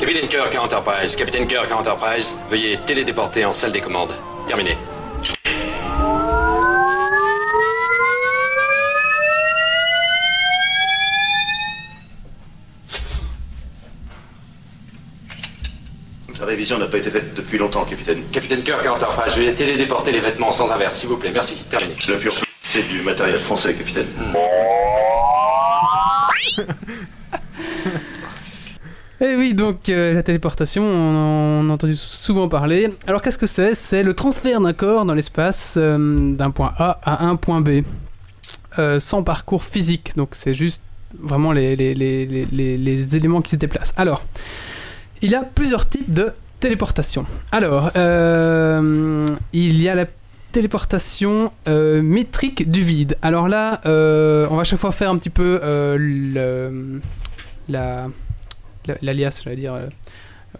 Speaker 7: Capitaine Kirk à Enterprise. Capitaine Kirk à Enterprise. Veuillez télédéporter en salle des commandes. Terminé.
Speaker 8: La révision n'a pas été faite depuis longtemps, capitaine.
Speaker 7: Capitaine Kirk à Enterprise. Veuillez télédéporter les vêtements sans inverse, s'il vous plaît. Merci. Terminé.
Speaker 8: La pure c'est du matériel français, capitaine.
Speaker 1: Et oui, donc euh, la téléportation, on en on en a entendu sou- souvent parler. Alors qu'est-ce que c'est C'est le transfert d'un corps dans l'espace euh, d'un point A à un point B, euh, sans parcours physique. Donc c'est juste vraiment les, les, les- les- les- les éléments qui se déplacent. Alors, il y a plusieurs types de téléportation. Alors, euh, il y a la téléportation euh, métrique du vide. Alors là, euh, on va à chaque fois faire un petit peu euh, le- la la- l'alias, j'allais dire, euh,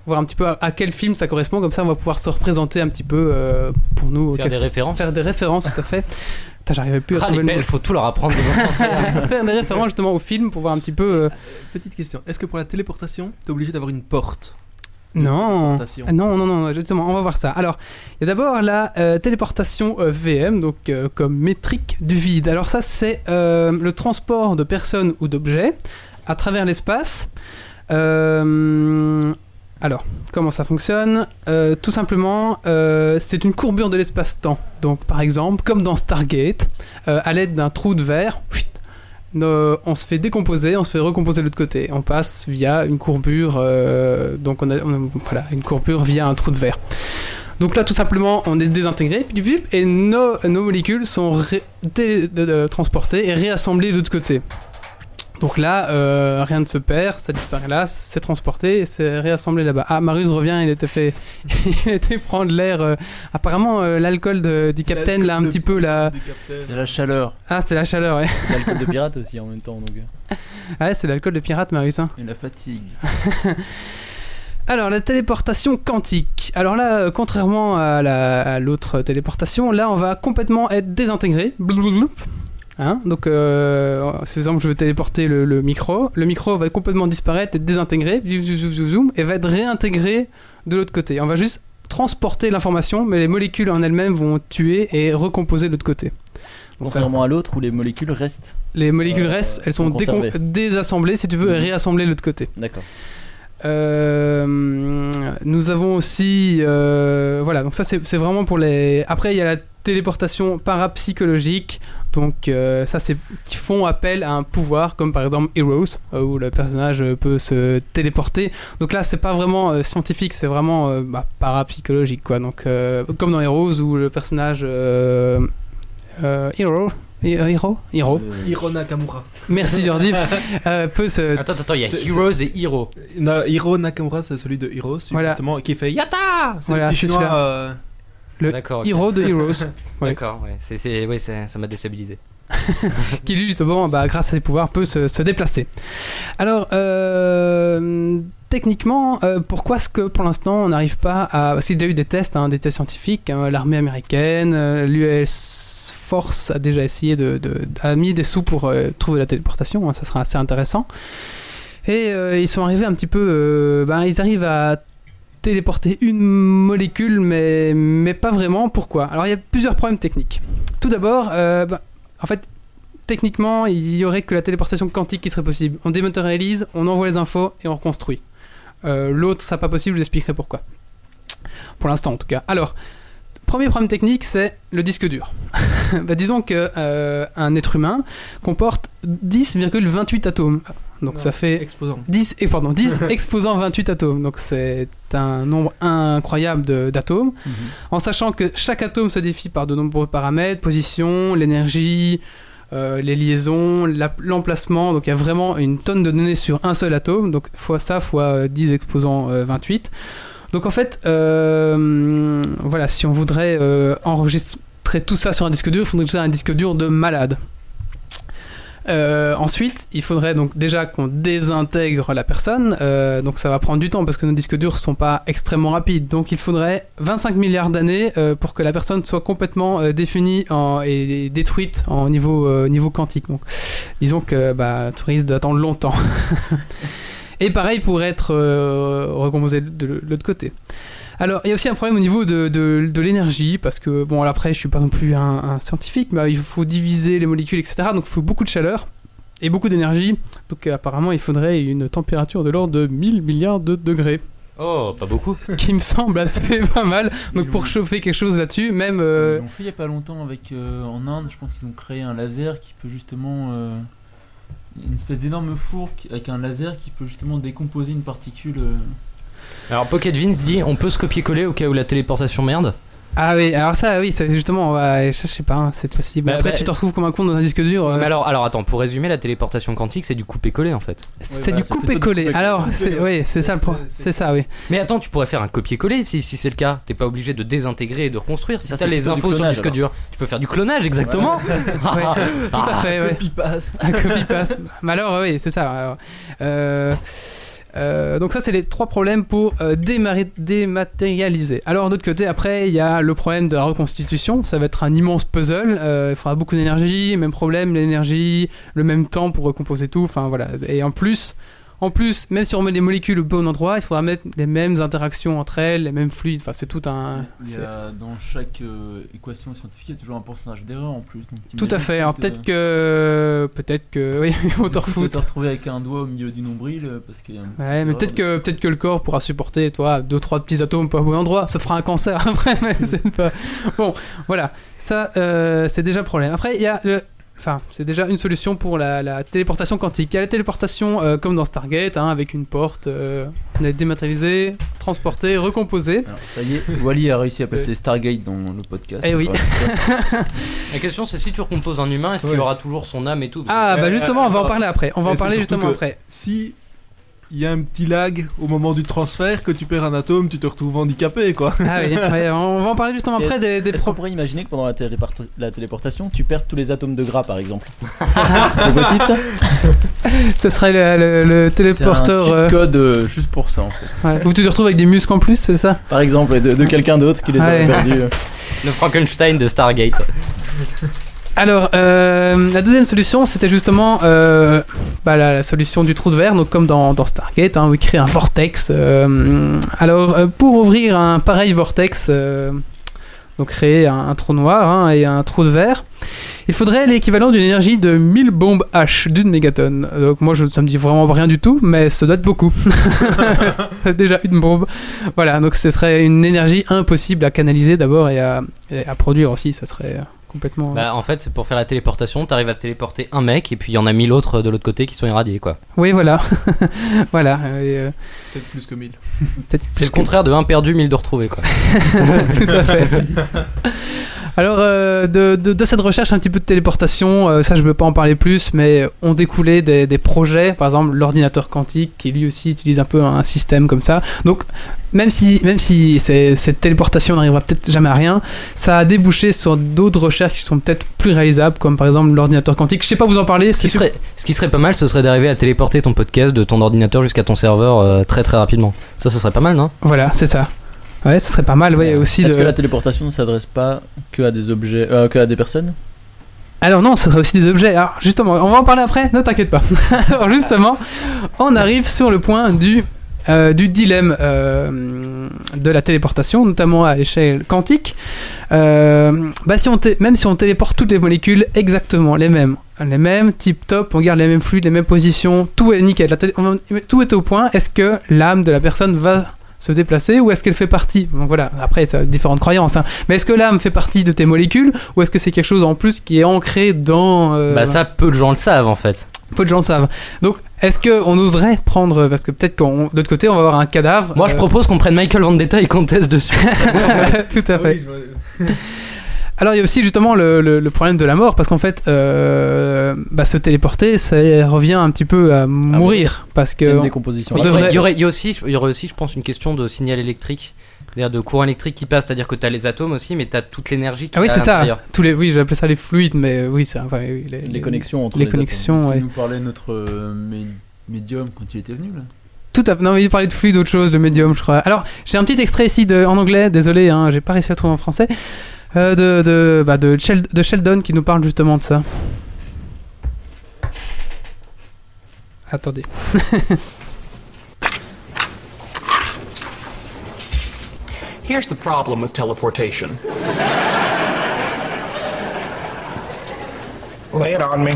Speaker 1: voir un petit peu à, à quel film ça correspond, comme ça on va pouvoir se représenter un petit peu euh, pour nous.
Speaker 2: Faire des
Speaker 1: qu'est-ce-
Speaker 2: références.
Speaker 1: faire des références, tout à fait. Putain, J'arrivais plus à
Speaker 2: Ah,
Speaker 1: trouver
Speaker 2: les
Speaker 1: le mot.
Speaker 2: belles, faut tout leur apprendre. les enfants.
Speaker 1: faire des références justement au film pour voir un petit peu. euh,
Speaker 3: Petite question. Est-ce que pour la téléportation, t'es obligé d'avoir une porte
Speaker 1: Non.
Speaker 3: Téléportation.
Speaker 1: Ah Non, non, non, justement, on va voir ça. Alors, il y a d'abord la euh, téléportation euh, VM, donc euh, comme métrique du vide. Alors ça, c'est euh, le transport de personnes ou d'objets à travers l'espace. euh, Alors, comment ça fonctionne Euh, Tout simplement, euh, c'est une courbure de l'espace-temps. Donc, par exemple, comme dans Stargate, euh, à l'aide d'un trou de verre, whitt, euh, on se fait décomposer, on se fait recomposer de l'autre côté. On passe via une courbure, euh, donc on a, on a- voilà, une courbure via un trou de verre. Donc là, tout simplement, on est désintégré, pip, pip, pip, et nos, nos molécules sont ré- dé- de- de- transportées et réassemblées de l'autre côté. Donc là, euh, rien ne se perd, ça disparaît là, c'est transporté et c'est réassemblé là-bas. Ah, Marius revient, il était fait, il était prendre l'air. euh, apparemment, euh, l'alcool de- du capitaine, là, un
Speaker 3: L'alcool de-
Speaker 1: petit peu, là.
Speaker 3: du capitaine.
Speaker 4: C'est la chaleur
Speaker 1: Ah, c'est la chaleur, ouais. Ah,
Speaker 5: C'est l'alcool de pirate aussi en même temps. Donc...
Speaker 1: Ouais, c'est l'alcool de pirate, Marius. hein.
Speaker 4: et la fatigue.
Speaker 1: Alors, la téléportation quantique. Alors là, euh, contrairement à la- à l'autre téléportation, là, on va complètement être désintégré. Blablabla. Hein Donc, euh, si par exemple je veux téléporter le, le micro, le micro va complètement disparaître, être désintégré, zoom, zoom, zoom, zoom, et va être réintégré de l'autre côté. On va juste transporter l'information, mais les molécules en elles-mêmes vont tuer et recomposer de l'autre côté. Donc, ça-
Speaker 5: Contrairement à l'autre où les molécules restent.
Speaker 1: les molécules
Speaker 5: euh,
Speaker 1: restent, elles sont
Speaker 5: sont
Speaker 1: décom-
Speaker 5: conservées.
Speaker 1: désassemblées, si tu veux, et
Speaker 5: Mhm.
Speaker 1: réassemblées de l'autre côté.
Speaker 5: D'accord.
Speaker 1: Euh, nous avons aussi, euh, voilà, donc ça c'est c'est vraiment pour les. Après il y a la téléportation parapsychologique, donc euh, ça c'est qui font appel à un pouvoir comme par exemple Heroes euh, où le personnage euh, peut se téléporter. Donc là c'est pas vraiment euh, scientifique, c'est vraiment euh, bah, parapsychologique quoi. Donc euh, comme dans Heroes où le personnage euh, euh, Hero, Hero, Hero,
Speaker 3: Hiro Nakamura.
Speaker 1: merci Jordi, euh, peut se
Speaker 2: Attends, attends, il y a
Speaker 3: C'est-
Speaker 2: Heroes et Hero.
Speaker 3: Na- Hiro Nakamura, c'est celui de Hiro, c'est
Speaker 1: Voilà.
Speaker 3: justement, qui fait Yata C'est
Speaker 1: Ah, Voilà,
Speaker 3: le petit
Speaker 1: c'est
Speaker 3: chinois.
Speaker 1: celui-là.
Speaker 3: euh,
Speaker 1: Le
Speaker 2: D'accord. ok.
Speaker 1: Hero de Heroes. ouais.
Speaker 2: D'accord, ouais. C'est, c'est- ouais, c'est- ça m'a déstabilisé.
Speaker 1: qui lui justement bah, grâce à ses pouvoirs peut se, se déplacer alors euh, techniquement euh, pourquoi est-ce que pour l'instant on n'arrive pas à parce qu'il y a déjà eu des tests hein, des tests scientifiques hein, l'armée américaine l'US Force a déjà essayé de, de- a mis des sous pour euh, trouver la téléportation hein, ça sera assez intéressant et euh, ils sont arrivés un petit peu euh, ben, ils arrivent à téléporter une molécule mais, mais pas vraiment pourquoi alors il y a plusieurs problèmes techniques tout d'abord euh, ben, en fait techniquement, il y aurait que la téléportation quantique qui serait possible. On dématérialise, on envoie les infos et on reconstruit. Euh, L'autre, ça pas possible, je vous expliquerai pourquoi. Pour l'instant, en tout cas. Alors, premier problème technique, c'est le disque dur. Bah, disons que euh, un être humain comporte 10,28 atomes. Donc
Speaker 3: Non,
Speaker 1: ça fait
Speaker 3: Exposant.
Speaker 1: 10, et pardon, 10 exposant 28 atomes. Donc c'est un nombre incroyable de- d'atomes. En sachant que chaque atome se défie par de nombreux paramètres, position, l'énergie, euh, les liaisons, la- l'emplacement. Donc il y a vraiment une tonne de données sur un seul atome. Donc fois ça, fois euh, 10 exposant euh, 28. Donc en fait, euh, voilà, si on voudrait euh, enregistrer tout ça sur un disque dur, il faudrait déjà un disque dur de malade. Euh, ensuite, il faudrait donc déjà qu'on désintègre la personne, euh, donc ça va prendre du temps parce que nos disques durs sont pas extrêmement rapides. Donc il faudrait 25 milliards d'années euh, pour que la personne soit complètement euh, définie en- et, et détruite en niveau euh, niveau quantique. Donc disons que bah, tu risques d'attendre longtemps. et pareil pour être euh, recomposé de l'autre côté. Alors, il y a aussi un problème au niveau de, de- de l'énergie, parce que, bon, alors après, je suis pas non plus un, un scientifique, mais il faut diviser les molécules, etc. Donc, il faut beaucoup de chaleur et beaucoup d'énergie. Donc, euh, apparemment, il faudrait une température de l'ordre de 1000 milliards de degrés,
Speaker 2: Oh, pas beaucoup.
Speaker 1: ce qui me semble assez pas mal. Donc, pour chauffer quelque chose là-dessus, même. euh,
Speaker 4: Ils l'ont fait il y a pas longtemps avec euh, en Inde, je pense qu'ils ont créé un laser qui peut justement euh, une espèce d'énorme four qui- avec un laser qui peut justement décomposer une particule. euh.
Speaker 2: Alors, Pocket Vince dit on peut se copier-coller au cas où la téléportation merde.
Speaker 1: Ah oui, alors ça, oui, c'est justement, ouais, je je sais pas, hein, c'est possible.
Speaker 2: Bah,
Speaker 1: après,
Speaker 2: bah,
Speaker 1: tu te retrouves comme un con dans un disque dur. euh,
Speaker 2: Mais alors, alors, attends, pour résumer, la téléportation quantique, c'est du couper-coller en fait.
Speaker 1: c'est
Speaker 5: voilà,
Speaker 1: du
Speaker 5: c'est plutôt du
Speaker 1: couper-coller.
Speaker 5: couper-coller.
Speaker 1: Alors, c'est oui, c'est ça le point. C'est ça, oui.
Speaker 2: Mais attends, tu pourrais faire un copier-coller si, si c'est le cas. T'es pas obligé de désintégrer et de reconstruire. Si
Speaker 5: Ça,
Speaker 2: t'as
Speaker 5: c'est
Speaker 2: les
Speaker 5: plutôt du
Speaker 2: infos sur le
Speaker 5: clonage,
Speaker 2: disque dur, tu peux faire du clonage exactement.
Speaker 1: Ouais, tout à fait, ouais.
Speaker 5: Copy-paste.
Speaker 1: Un copy-paste. Mais alors, oui, c'est ça. alors. Euh, euh, donc ça c'est les trois problèmes pour euh, démarrer- dématérialiser. Alors d'autre côté après il y a le problème de la reconstitution, ça va être un immense puzzle, Euh, il faudra beaucoup d'énergie, même problème, l'énergie, le même temps pour recomposer tout, enfin voilà. Et en plus En plus, même si on met les molécules au bon endroit, il faudra mettre les mêmes interactions entre elles, les mêmes fluides. Enfin, c'est tout un.
Speaker 4: Il y
Speaker 1: c'est-
Speaker 4: a- dans chaque euh, équation scientifique, il y a toujours un pourcentage d'erreur en plus. donc
Speaker 1: Tout à
Speaker 4: t'imagines
Speaker 1: fait.
Speaker 4: que
Speaker 1: Alors
Speaker 4: t'es-
Speaker 1: peut-être que, peut-être que, oui, on t'en
Speaker 4: du coup, toi,
Speaker 1: refout.
Speaker 4: t'es retrouvé avec un doigt au milieu du nombril euh, parce qu'il y a un petit
Speaker 1: Ouais, mais
Speaker 4: erreur
Speaker 1: peut-être
Speaker 4: de-
Speaker 1: que, peut-être que le corps pourra supporter, toi, deux trois petits atomes pas au bon endroit. Ça te fera un cancer après. Mais c'est pas. Bon, voilà. Ça, euh, c'est déjà le problème. Après, il y a le. Enfin, c'est déjà une solution pour la, la téléportation quantique. Il y a la téléportation euh, comme dans Stargate, hein, avec une porte. euh, on est dématérialisé, transporté, recomposé.
Speaker 4: Alors, ça y est, Wally a réussi à passer Stargate dans le podcast.
Speaker 1: Euh, Eh oui.
Speaker 2: La question c'est si tu recomposes un humain, est-ce qu'il aura toujours son âme et tout
Speaker 1: Ah, bah
Speaker 3: Euh,
Speaker 1: justement, on va en
Speaker 3: euh,
Speaker 1: parler après. On va en
Speaker 3: et c'est
Speaker 1: parler
Speaker 3: surtout
Speaker 1: justement
Speaker 3: que-
Speaker 1: après.
Speaker 3: Si il y a un petit lag au moment du transfert, que tu perds un atome, tu te retrouves handicapé, quoi.
Speaker 1: Ah oui, ouais, on va en parler justement
Speaker 5: Et
Speaker 1: après des, des
Speaker 5: Est-ce qu'on
Speaker 1: pro-
Speaker 5: pourrait imaginer que pendant la, téléporta- la téléportation, tu perds tous les atomes de gras par exemple C'est possible ça
Speaker 1: Ce serait le, le- le
Speaker 4: C'est un
Speaker 1: téléporteur. euh,
Speaker 4: cheat code euh, juste pour ça en fait.
Speaker 1: ouais, où tu te retrouves avec des muscles en plus, c'est ça
Speaker 5: Par exemple, et de, de quelqu'un d'autre qui les
Speaker 1: Ouais.
Speaker 5: aurait perdus. euh.
Speaker 2: Le Frankenstein de Stargate.
Speaker 1: Alors, euh, la deuxième solution, c'était justement euh, bah, la, la solution du trou de verre, donc comme dans, dans Stargate, hein, où il crée un vortex. euh, alors, euh, pour ouvrir un pareil vortex, euh, donc créer un, un trou noir hein, et un trou de verre, il faudrait l'équivalent d'une énergie de 1000 bombes H d'une mégatonne. Donc moi, je, ça me dit vraiment rien du tout, mais ça doit être beaucoup. Déjà une bombe. Voilà, donc ce serait une énergie impossible à canaliser d'abord et à, et à produire aussi, ça serait complètement... euh,
Speaker 2: Bah en fait c'est pour faire la téléportation, t'arrives à téléporter un mec et puis il y en a mille autres de l'autre côté qui sont irradiés quoi.
Speaker 1: Oui, voilà. voilà. et, euh,
Speaker 3: Peut-être plus que 1000.
Speaker 1: peut-être
Speaker 2: C'est
Speaker 1: plus
Speaker 2: le
Speaker 1: que-
Speaker 2: contraire de un perdu, mille de retrouvés quoi.
Speaker 1: Tout à fait. Alors, euh, de, de- de cette recherche un petit peu de téléportation, euh, ça je ne peux pas en parler plus, mais on découlait des, des projets, par exemple l'ordinateur quantique, qui lui aussi utilise un peu un système comme ça. Donc, même si, même si c'est- cette téléportation n'arrivera peut-être jamais à rien, ça a débouché sur d'autres recherches qui sont peut-être plus réalisables, comme par exemple l'ordinateur quantique. Je sais pas vous en parler,
Speaker 2: Ce qui,
Speaker 1: c'est
Speaker 2: serait, ce qui serait pas mal, ce serait d'arriver à téléporter ton podcast de ton ordinateur jusqu'à ton serveur euh, très très rapidement. Ça, ce serait pas mal, non
Speaker 1: Voilà, c'est ça. Ouais, ce serait pas mal, ouais, aussi.
Speaker 5: Est-ce
Speaker 1: de-
Speaker 5: que la téléportation ne s'adresse pas que à des objets, euh, que à des personnes
Speaker 1: Alors non, ce sera aussi des objets. Alors justement, on va en parler après, ne t'inquiète pas. Alors justement, on arrive sur le point du, euh, du dilemme euh, de la téléportation, notamment à l'échelle quantique. Euh, bah si on té- même si on téléporte toutes les molécules exactement les mêmes, les mêmes, tip top, on garde les mêmes fluides, les mêmes positions, tout est nickel, la télé- on- tout est au point, est-ce que l'âme de la personne va se déplacer ou est-ce qu'elle fait partie Donc voilà, après, ça a différentes croyances. hein. Mais est-ce que l'âme fait partie de tes molécules ou est-ce que c'est quelque chose en plus qui est ancré dans... euh,
Speaker 2: Bah, ça, peu de gens le savent en fait.
Speaker 1: Peu de gens le savent. Donc, est-ce qu'on oserait prendre... Parce que peut-être qu'on... D'autre côté, on va avoir un cadavre.
Speaker 2: Moi, je
Speaker 1: euh,
Speaker 2: propose qu'on prenne Michael Vendetta et qu'on teste dessus.
Speaker 1: Tout
Speaker 3: Ah
Speaker 1: à fait. Alors il y a aussi justement le, le- le problème de la mort parce qu'en fait euh, bah, se téléporter ça revient un petit peu à mourir parce
Speaker 5: C'est
Speaker 1: que
Speaker 5: une décomposition.
Speaker 1: on
Speaker 2: Il y,
Speaker 1: devrait-
Speaker 2: aurait, il y aurait- il y aurait aussi, il y aurait aussi, je pense, une question de signal électrique, c'est-à-dire de courant électrique qui passe, c'est-à-dire que t'as les atomes aussi, mais t'as toute l'énergie qui
Speaker 1: ah oui
Speaker 2: est à
Speaker 1: c'est ça
Speaker 2: l'intérieur.
Speaker 1: tous les oui j'appelais ça les fluides mais euh, oui ça enfin, oui, les,
Speaker 5: Les connexions entre
Speaker 1: les
Speaker 5: les
Speaker 1: connexions
Speaker 4: Parce que
Speaker 1: ouais.
Speaker 4: nous parlait notre euh, mé- médium quand il était venu là.
Speaker 1: tout à non mais il parlait de fluide d'autre chose de médium je crois alors j'ai un petit extrait ici de, en anglais désolé hein, j'ai pas réussi à le trouver en français euh, de de, bah, de, Shel- de Sheldon qui nous parle justement de ça attendez
Speaker 9: Here's the problem with teleportation.
Speaker 10: Lay it on me.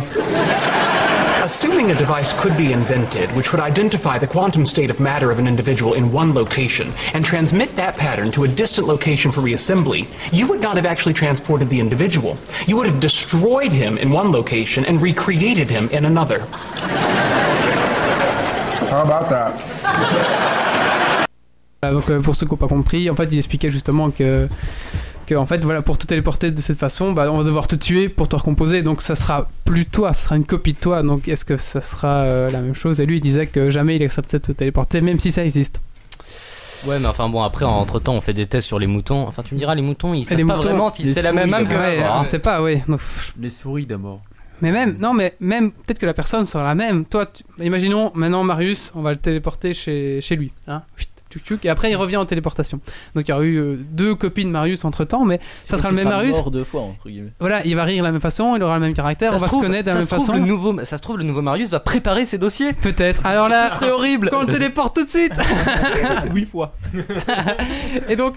Speaker 9: Assuming a device could be invented which would identify the quantum state of matter of an individual in one location and transmit that pattern to a distant location for reassembly, you would not have actually transported the individual. You would have destroyed him in one location and recreated him in another.
Speaker 10: How about that?
Speaker 1: Voilà, donc euh, pour ceux qui n'ont pas compris, en fait, il expliquait justement que, que en fait, voilà, pour te téléporter de cette façon, bah, on va devoir te tuer pour te recomposer. Donc ça sera plus toi, ça sera une copie de toi. Donc est-ce que ça sera euh, la même chose Et lui, il disait que jamais il acceptait de se téléporter, même si ça existe.
Speaker 2: Ouais, mais enfin bon, après, entre temps, on fait des tests sur les moutons. Enfin, tu me diras, les moutons, ils savent
Speaker 1: les
Speaker 2: pas
Speaker 1: moutons,
Speaker 2: vraiment si
Speaker 4: les
Speaker 2: c'est la même
Speaker 4: souris,
Speaker 2: âme que
Speaker 4: d'accord.
Speaker 1: ouais,
Speaker 2: la mort,
Speaker 1: on
Speaker 2: hein.
Speaker 1: sait pas, oui. Donc, pff,
Speaker 4: Les souris d'abord.
Speaker 1: mais même, non, mais même, peut-être que la personne sera la même. Toi, tu- imaginons maintenant Marius, on va le téléporter chez, chez lui. hein. Chut. tchouk, tchouk, et après il revient en téléportation. Donc il y aura eu euh, deux copies de Marius entre temps, mais ça sera le même Marius.
Speaker 5: mort deux fois, entre guillemets.
Speaker 1: Voilà, il va rire de la même façon, il aura le même caractère,
Speaker 2: Ça
Speaker 1: on va
Speaker 2: se trouve-
Speaker 1: se connaître de la
Speaker 2: ça
Speaker 1: même
Speaker 2: se trouve,
Speaker 1: façon.
Speaker 2: le nouveau, ça se trouve, le nouveau Marius va préparer ses dossiers.
Speaker 1: Peut-être. Alors là,
Speaker 2: Ce serait horrible.
Speaker 1: quand on le téléporte tout de suite.
Speaker 5: Huit fois.
Speaker 1: Et donc,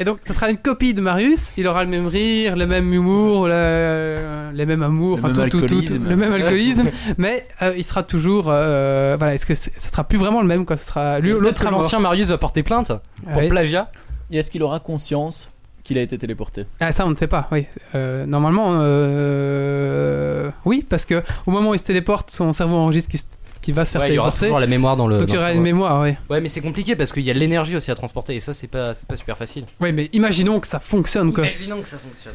Speaker 1: et donc, ça sera une copie de Marius. Il aura le même rire, le même humour, le- les mêmes amours,
Speaker 4: Le
Speaker 1: enfin,
Speaker 4: même
Speaker 1: tout, tout, tout, tout,
Speaker 4: alcoolisme.
Speaker 1: le même alcoolisme. mais euh, il sera toujours, euh, voilà, est-ce que c'est- ça sera plus vraiment le même quoi Ce sera lui,
Speaker 2: Peut-être
Speaker 1: l'autre
Speaker 2: que
Speaker 1: sera mort.
Speaker 2: l'ancien Marius va porter plainte pour
Speaker 1: Ouais.
Speaker 2: plagiat.
Speaker 5: Et est-ce qu'il aura conscience qu'il a été téléporté
Speaker 1: Ah ça on ne sait pas, oui. Euh, normalement, euh, oui, parce que au moment où il se téléporte, son cerveau enregistre qu'il se- qu'il va se faire
Speaker 2: Ouais, il y aura
Speaker 1: téléporter.
Speaker 2: toujours la mémoire dans le.
Speaker 1: Donc il y
Speaker 2: dans
Speaker 1: aura
Speaker 2: le-
Speaker 1: une mémoire, oui.
Speaker 2: Ouais, mais c'est compliqué parce qu'il y a l'énergie aussi à transporter et ça, c'est pas, c'est pas super facile.
Speaker 1: Oui, mais imaginons que ça fonctionne quoi.
Speaker 2: Imaginons que ça fonctionne.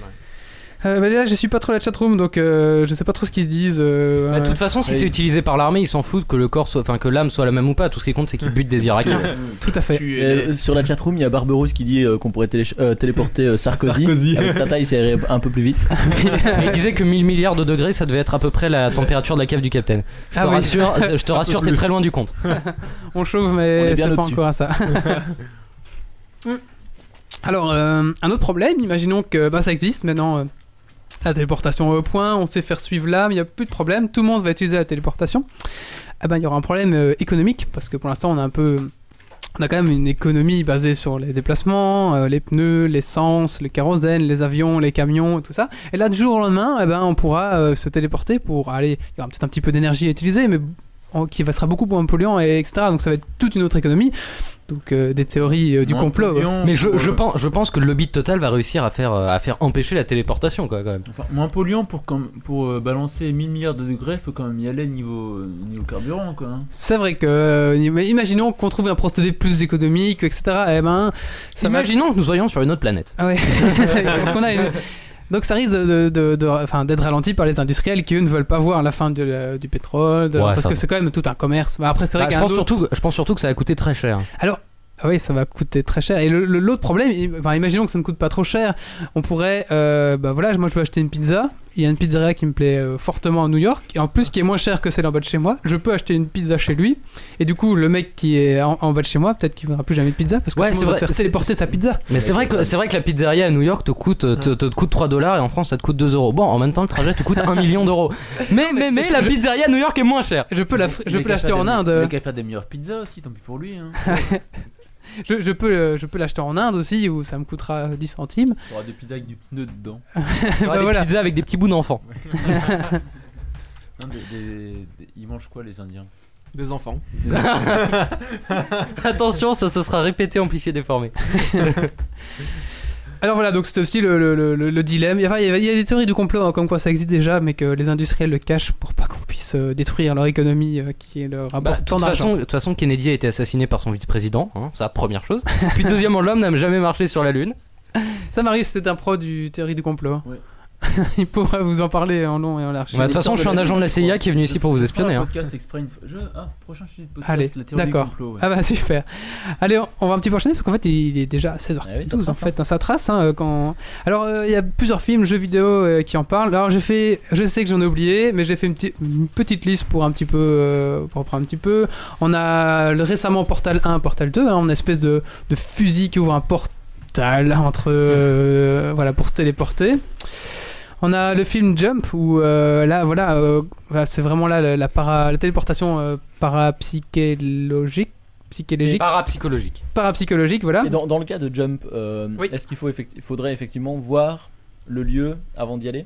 Speaker 1: Euh, bah, là je suis pas trop la chatroom, donc euh, je sais pas trop ce qu'ils se disent. euh,
Speaker 2: Bah, De toute façon, si
Speaker 5: Oui.
Speaker 2: c'est utilisé par l'armée, ils s'en foutent que le corps soit, enfin que l'âme soit la même ou pas. Tout ce qui compte, c'est qu'ils butent des Irakiens.
Speaker 1: tout à fait.
Speaker 5: Et, euh, Sur la chatroom, il y a Barberousse qui dit euh, qu'on pourrait télé- euh, téléporter euh, Sarkozy. Ah.
Speaker 3: Sarkozy.
Speaker 5: Avec sa taille, c'est un peu plus vite.
Speaker 2: Mais il disait que 1000 milliards de degrés, ça devait être à peu près la température de la cave du capitaine. Je te
Speaker 1: Ah oui.
Speaker 2: rassure, je te rassure, t'es très loin du compte.
Speaker 1: On chauffe,
Speaker 5: On
Speaker 1: mais
Speaker 5: est bien
Speaker 1: c'est pas
Speaker 5: au-dessus.
Speaker 1: encore à ça. Hmm. Alors, euh, un autre problème, imaginons que bah, ça existe maintenant. euh, la téléportation au point, on sait faire suivre l'âme, il n'y a plus de problème, tout le monde va utiliser la téléportation. Ah ben, il y aura un problème euh, économique, parce que pour l'instant, on a un peu. On a quand même une économie basée sur les déplacements, euh, les pneus, l'essence, le kérosène, les avions, les camions, et tout ça. Et là, du jour au lendemain, eh ben, on pourra euh, se téléporter pour aller. Il y aura peut-être un petit peu d'énergie à utiliser, mais en- qui va- sera beaucoup moins polluant, et etc. Donc ça va être toute une autre économie. Donc euh, des théories euh, du
Speaker 4: Moins
Speaker 1: complot.
Speaker 4: polluant
Speaker 2: Mais je,
Speaker 4: pour,
Speaker 2: je
Speaker 4: euh,
Speaker 2: pense, je pense que le lobby de Total va réussir à faire, euh, à faire empêcher la téléportation, quoi, quand même.
Speaker 4: Enfin, moins polluant pour, quand- pour euh, balancer 1000 milliards de degrés, faut quand même y aller niveau, euh, niveau carburant quoi. hein.
Speaker 1: C'est vrai que, euh, mais imaginons qu'on trouve un procédé plus économique, etc. Eh ben, ça va-
Speaker 2: Imaginons que nous soyons sur une autre planète.
Speaker 1: Ah ouais. Donc, on a une- Donc ça risque de, de- de- de- enfin, d'être ralenti par les industriels qui eux ne veulent pas voir la fin de la- du pétrole, de la-
Speaker 2: Ouais,
Speaker 1: parce
Speaker 2: ça
Speaker 1: que
Speaker 2: va.
Speaker 1: c'est quand même tout un commerce. Bah, après c'est vrai
Speaker 2: Bah, je,
Speaker 1: qu'un
Speaker 2: pense
Speaker 1: autre-
Speaker 2: surtout, que- je pense surtout que ça a coûté très cher.
Speaker 1: Ah oui, ça va coûter très cher. Et le- le- l'autre problème, im- enfin, imaginons que ça ne coûte pas trop cher. On pourrait, euh, bah voilà, moi je veux acheter une pizza. Il y a une pizzeria qui me plaît euh, fortement à New York. Et en plus, qui est moins chère que celle en bas de chez moi. Je peux acheter une pizza chez lui. Et du coup, le mec qui est en, en bas de chez moi, peut-être qu'il ne voudra plus jamais de pizza. Parce que
Speaker 2: Ouais,
Speaker 1: tout le monde
Speaker 2: c'est
Speaker 1: va
Speaker 2: vrai,
Speaker 1: se faire
Speaker 2: c'est-
Speaker 1: téléporter sa pizza.
Speaker 2: Mais c'est vrai que c'est vrai que la pizzeria à New York te coûte te, te coûte 3 dollars et en France ça te coûte 2 euros. Bon, en même temps le trajet te coûte 1 million d'euros. Mais mais mais la pizzeria à New York est moins chère.
Speaker 1: Je peux la- je
Speaker 4: Mais
Speaker 1: peux
Speaker 4: qu'à
Speaker 1: l'acheter
Speaker 4: faire
Speaker 1: en
Speaker 4: des- Mais
Speaker 1: Inde. euh.
Speaker 4: qu'à faire des meilleures pizzas aussi, tant pis pour lui. Hein.
Speaker 1: Je, je peux, euh, je peux l'acheter en Inde aussi, où ça me coûtera 10 centimes.
Speaker 4: Il y aura des pizzas avec du pneu dedans.
Speaker 2: Il y aura
Speaker 1: Bah
Speaker 2: des
Speaker 1: voilà.
Speaker 2: pizzas avec des petits bouts d'enfants.
Speaker 4: Non, des- des- des- Ils mangent quoi les Indiens
Speaker 3: Des enfants.
Speaker 2: Attention, ça se sera répété, amplifié, déformé.
Speaker 1: Alors voilà, donc c'était aussi le, le- le- le- le dilemme. Enfin, il y, a, il y a des théories du complot, hein, comme quoi ça existe déjà, mais que les industriels le cachent pour pas qu'on puisse euh, détruire leur économie euh, qui leur
Speaker 2: Bah,
Speaker 1: rapporte
Speaker 2: de
Speaker 1: tant
Speaker 2: toute
Speaker 1: d'argent.
Speaker 2: façon, de toute façon, Kennedy a été assassiné par son vice-président, hein, ça première chose. Puis deuxièmement, l'homme n'a jamais marché sur la lune.
Speaker 1: Ça, Marius, c'était un pro du théorie du complot. hein.
Speaker 4: Ouais.
Speaker 1: il pourra vous en parler en long et en large.
Speaker 2: Bah, De toute façon, je suis un agent de la CIA qui est venu ici pour vous espionner.
Speaker 4: Un
Speaker 2: hein.
Speaker 4: podcast exprès une fois- je- Ah, prochain sujet de podcast,
Speaker 1: Allez,
Speaker 4: la théorie du
Speaker 1: d'accord.
Speaker 4: complot. ouais.
Speaker 1: Ah bah super. Allez, on- on va un petit peu enchaîner parce qu'en fait il est déjà à 16h12
Speaker 5: Ah oui, ça
Speaker 1: en
Speaker 5: trace, hein.
Speaker 1: fait, hein, ça trace. hein, euh, quand... Alors euh, il y a plusieurs films, jeux vidéo euh, qui en parlent. Alors j'ai fait, je sais que j'en ai oublié, mais j'ai fait une, petite- une petite liste pour un petit peu, euh, pour reprendre un petit peu. On a le- récemment Portal 1, Portal 2, hein, une espèce de, de fusil qui ouvre un portal entre, euh, voilà, pour se téléporter. On a le film Jump où euh, là voilà, euh, voilà, c'est vraiment là la, la para- la téléportation euh, parapsychologique psychédélique
Speaker 2: Parapsychologique.
Speaker 1: parapsychologique voilà
Speaker 5: Et dans, dans le cas de Jump, euh,
Speaker 1: Oui.
Speaker 5: est-ce qu'il faut effecti- il faudrait effectivement voir le lieu avant d'y aller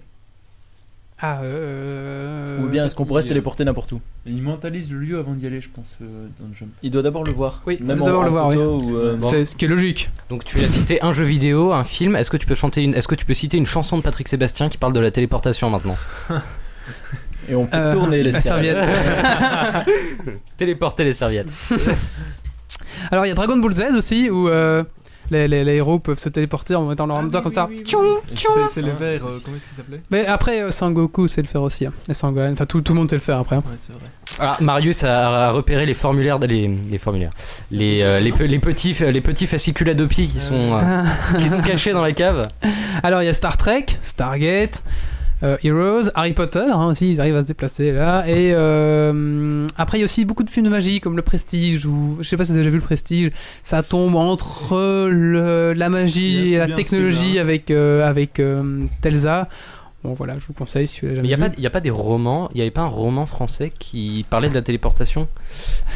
Speaker 1: ah euh,
Speaker 5: Ou bien est-ce qu'on pourrait se
Speaker 4: il-
Speaker 5: téléporter n'importe où
Speaker 4: Et Ils mentalisent le lieu avant d'y aller, je pense, euh, dans le jeu.
Speaker 5: Il doit d'abord le voir.
Speaker 1: Oui, il
Speaker 5: même
Speaker 1: doit
Speaker 5: en,
Speaker 1: d'abord
Speaker 5: en
Speaker 1: le voir,
Speaker 5: photo ou, euh, bon.
Speaker 1: c'est ce qui est logique
Speaker 2: Donc tu as cité un jeu vidéo, un film. Est-ce que tu peux chanter une Est-ce que tu peux citer une chanson de Patrick Sébastien qui parle de la téléportation maintenant
Speaker 5: Et on fait
Speaker 1: Euh,
Speaker 5: tourner les
Speaker 1: la
Speaker 5: serviettes.
Speaker 2: Téléporter les serviettes.
Speaker 1: alors il y a Dragon Ball Z aussi où euh, les, les- les héros peuvent se téléporter en mettant leur
Speaker 5: Ah
Speaker 1: arme dedans comme ça
Speaker 3: C'est- C'est les verts, euh, comment est-ce qu'il s'appelait
Speaker 1: mais après euh, Sangoku sait le faire aussi hein. et Sangohan enfin tout, tout le monde sait le faire après hein.
Speaker 3: Ouais, c'est vrai.
Speaker 2: Ah, Marius a, a repéré les formulaires, de- les, les formulaires, les, euh, les, pe- les petits, les petits fascicules Adopi
Speaker 5: Ah.
Speaker 1: Ah.
Speaker 2: qui sont, euh, qui sont cachés dans la cave.
Speaker 1: alors il y a Star Trek Stargate euh, Heroes, Harry Potter hein, aussi, ils arrivent à se déplacer là. Et euh, après, il y a aussi beaucoup de films de magie comme Le Prestige ou je sais pas si vous avez déjà vu Le Prestige. Ça tombe entre le- la
Speaker 3: Il
Speaker 1: magie
Speaker 3: est
Speaker 1: et la
Speaker 3: assez bien,
Speaker 1: technologie
Speaker 3: celui-là.
Speaker 1: avec euh, avec euh, Telsa. Bon voilà, je vous conseille si vous l'avez
Speaker 2: Mais il
Speaker 1: jamais vu.
Speaker 2: n'y a, pas des romans, il n'y avait pas un roman français qui parlait de la téléportation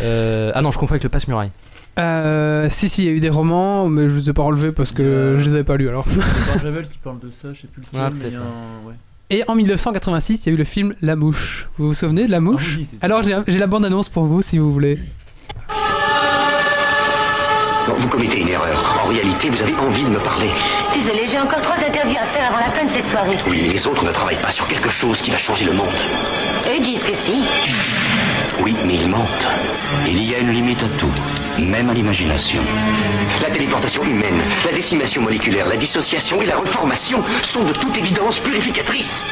Speaker 2: Euh, Ah non, je confonds avec le passe-muraille.
Speaker 1: Euh, si si, il y a eu des romans, mais je ne les ai pas relevés parce que
Speaker 4: Il y a-
Speaker 1: je les avais pas lus alors.
Speaker 4: C'est Barjavel qui parle de ça, je sais plus lequel.
Speaker 2: Ah,
Speaker 4: mais il y a
Speaker 2: peut-être,
Speaker 4: un- ouais.
Speaker 1: Et en 1986, il y a eu le film La Mouche. Vous vous souvenez de La
Speaker 4: Ah
Speaker 1: Mouche
Speaker 4: oui, c'est-
Speaker 1: Alors j'ai j'ai la bande-annonce pour vous si vous voulez.
Speaker 8: Non, vous commettez une erreur. En réalité, vous avez envie de me parler.
Speaker 10: Désolé, j'ai encore trois interviews à faire avant la fin de cette soirée.
Speaker 8: Oui, mais les autres ne travaillent pas sur quelque chose qui va changer le monde.
Speaker 10: Eux disent que si.
Speaker 8: Oui, mais ils mentent. Il y a une limite à tout, même à l'imagination. La téléportation humaine, la décimation moléculaire, la dissociation et la reformation sont de toute évidence purificatrices.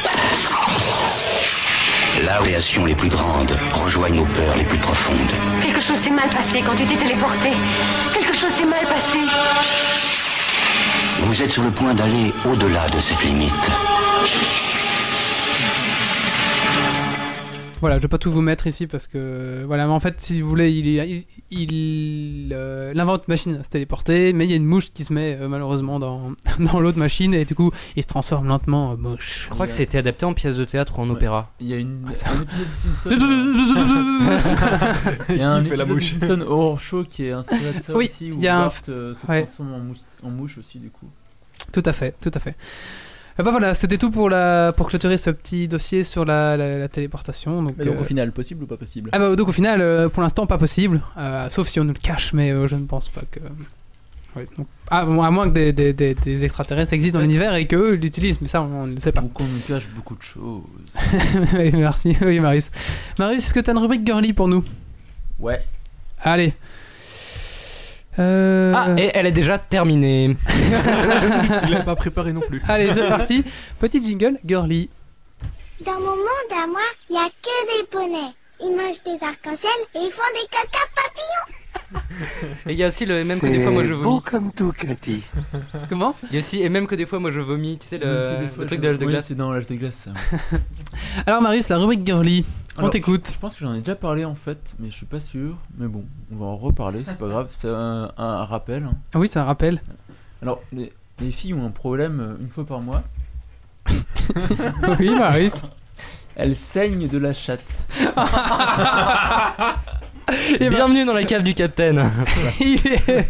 Speaker 8: Là où les réactions les plus grandes rejoignent nos peurs les plus profondes.
Speaker 10: Quelque chose s'est mal passé quand tu t'es téléporté. Quelque chose s'est mal passé.
Speaker 8: Vous êtes sur le point d'aller au-delà de cette limite.
Speaker 1: Voilà, je vais pas tout vous mettre ici parce que voilà, mais en fait, si vous voulez, il il, il, euh, il invente une machine à se téléporter, mais il y a une mouche qui se met euh, malheureusement dans dans l'autre machine et du coup, il se transforme lentement en mouche.
Speaker 2: Je crois
Speaker 4: Il y
Speaker 2: que
Speaker 4: a-
Speaker 2: c'était adapté en pièce de théâtre ou en opéra.
Speaker 4: Il y a une,
Speaker 1: ça-
Speaker 4: un épisode de Simpson.
Speaker 1: ouais,
Speaker 4: Il y a un
Speaker 3: Qui fait la
Speaker 4: épisode de
Speaker 3: mouche
Speaker 4: Simpson Horror Show qui est inspiré de ça
Speaker 1: Oui,
Speaker 4: aussi, où
Speaker 1: il y a un-
Speaker 4: Bart euh, se
Speaker 1: ouais.
Speaker 4: transforme en, mousse, en mouche aussi du coup.
Speaker 1: tout à fait, tout à fait. Et bah voilà, c'était tout pour la pour clôturer ce petit dossier sur la, la, la téléportation. Donc,
Speaker 5: Mais donc
Speaker 1: euh,
Speaker 5: au final, possible ou pas possible
Speaker 1: Ah bah donc au final, euh, pour l'instant pas possible, euh, sauf si on nous le cache, mais euh, je ne pense pas que. Ouais, donc- ah, bon, à moins que des, des- des- des extraterrestres existent dans l'univers et qu'eux l'utilisent, mais ça on, on ne le sait pas.
Speaker 4: Donc on nous cache beaucoup de choses.
Speaker 1: Oui, Merci, oui Marius. Marius, est-ce que t'as une rubrique girly pour nous
Speaker 4: Ouais.
Speaker 1: Allez. Euh,
Speaker 2: Ah, et elle est déjà terminée.
Speaker 3: Il l'a pas préparé non plus.
Speaker 1: Allez, c'est parti. Petit jingle girly.
Speaker 10: Dans mon monde à moi, il n'y a que des poneys. Ils mangent des arcs-en-ciel et ils font des caca
Speaker 2: Et il y a aussi le même que des fois moi je vomis.
Speaker 8: comme tout, Cathy.
Speaker 1: Comment
Speaker 2: Il y a aussi et même que des fois moi je vomis, tu sais
Speaker 4: Donc,
Speaker 2: le,
Speaker 4: des fois,
Speaker 2: le truc
Speaker 4: je-
Speaker 2: de l'âge de
Speaker 4: oui,
Speaker 2: glace.
Speaker 4: c'est dans l'âge de glace. ça.
Speaker 1: Alors Marius, la rubrique girly. on
Speaker 4: Alors,
Speaker 1: t'écoute.
Speaker 4: Je pense que j'en ai déjà parlé en fait, mais je suis pas sûr. Mais bon, on va en reparler, c'est pas grave, c'est un, un rappel. hein.
Speaker 1: Ah oui, ça rappelle.
Speaker 4: Alors, les, les filles ont un problème euh, une fois par mois,
Speaker 1: oui Marius.
Speaker 4: elles saignent de la chatte.
Speaker 1: Et ben-
Speaker 2: Bienvenue dans la cave du capitaine.
Speaker 1: Il est-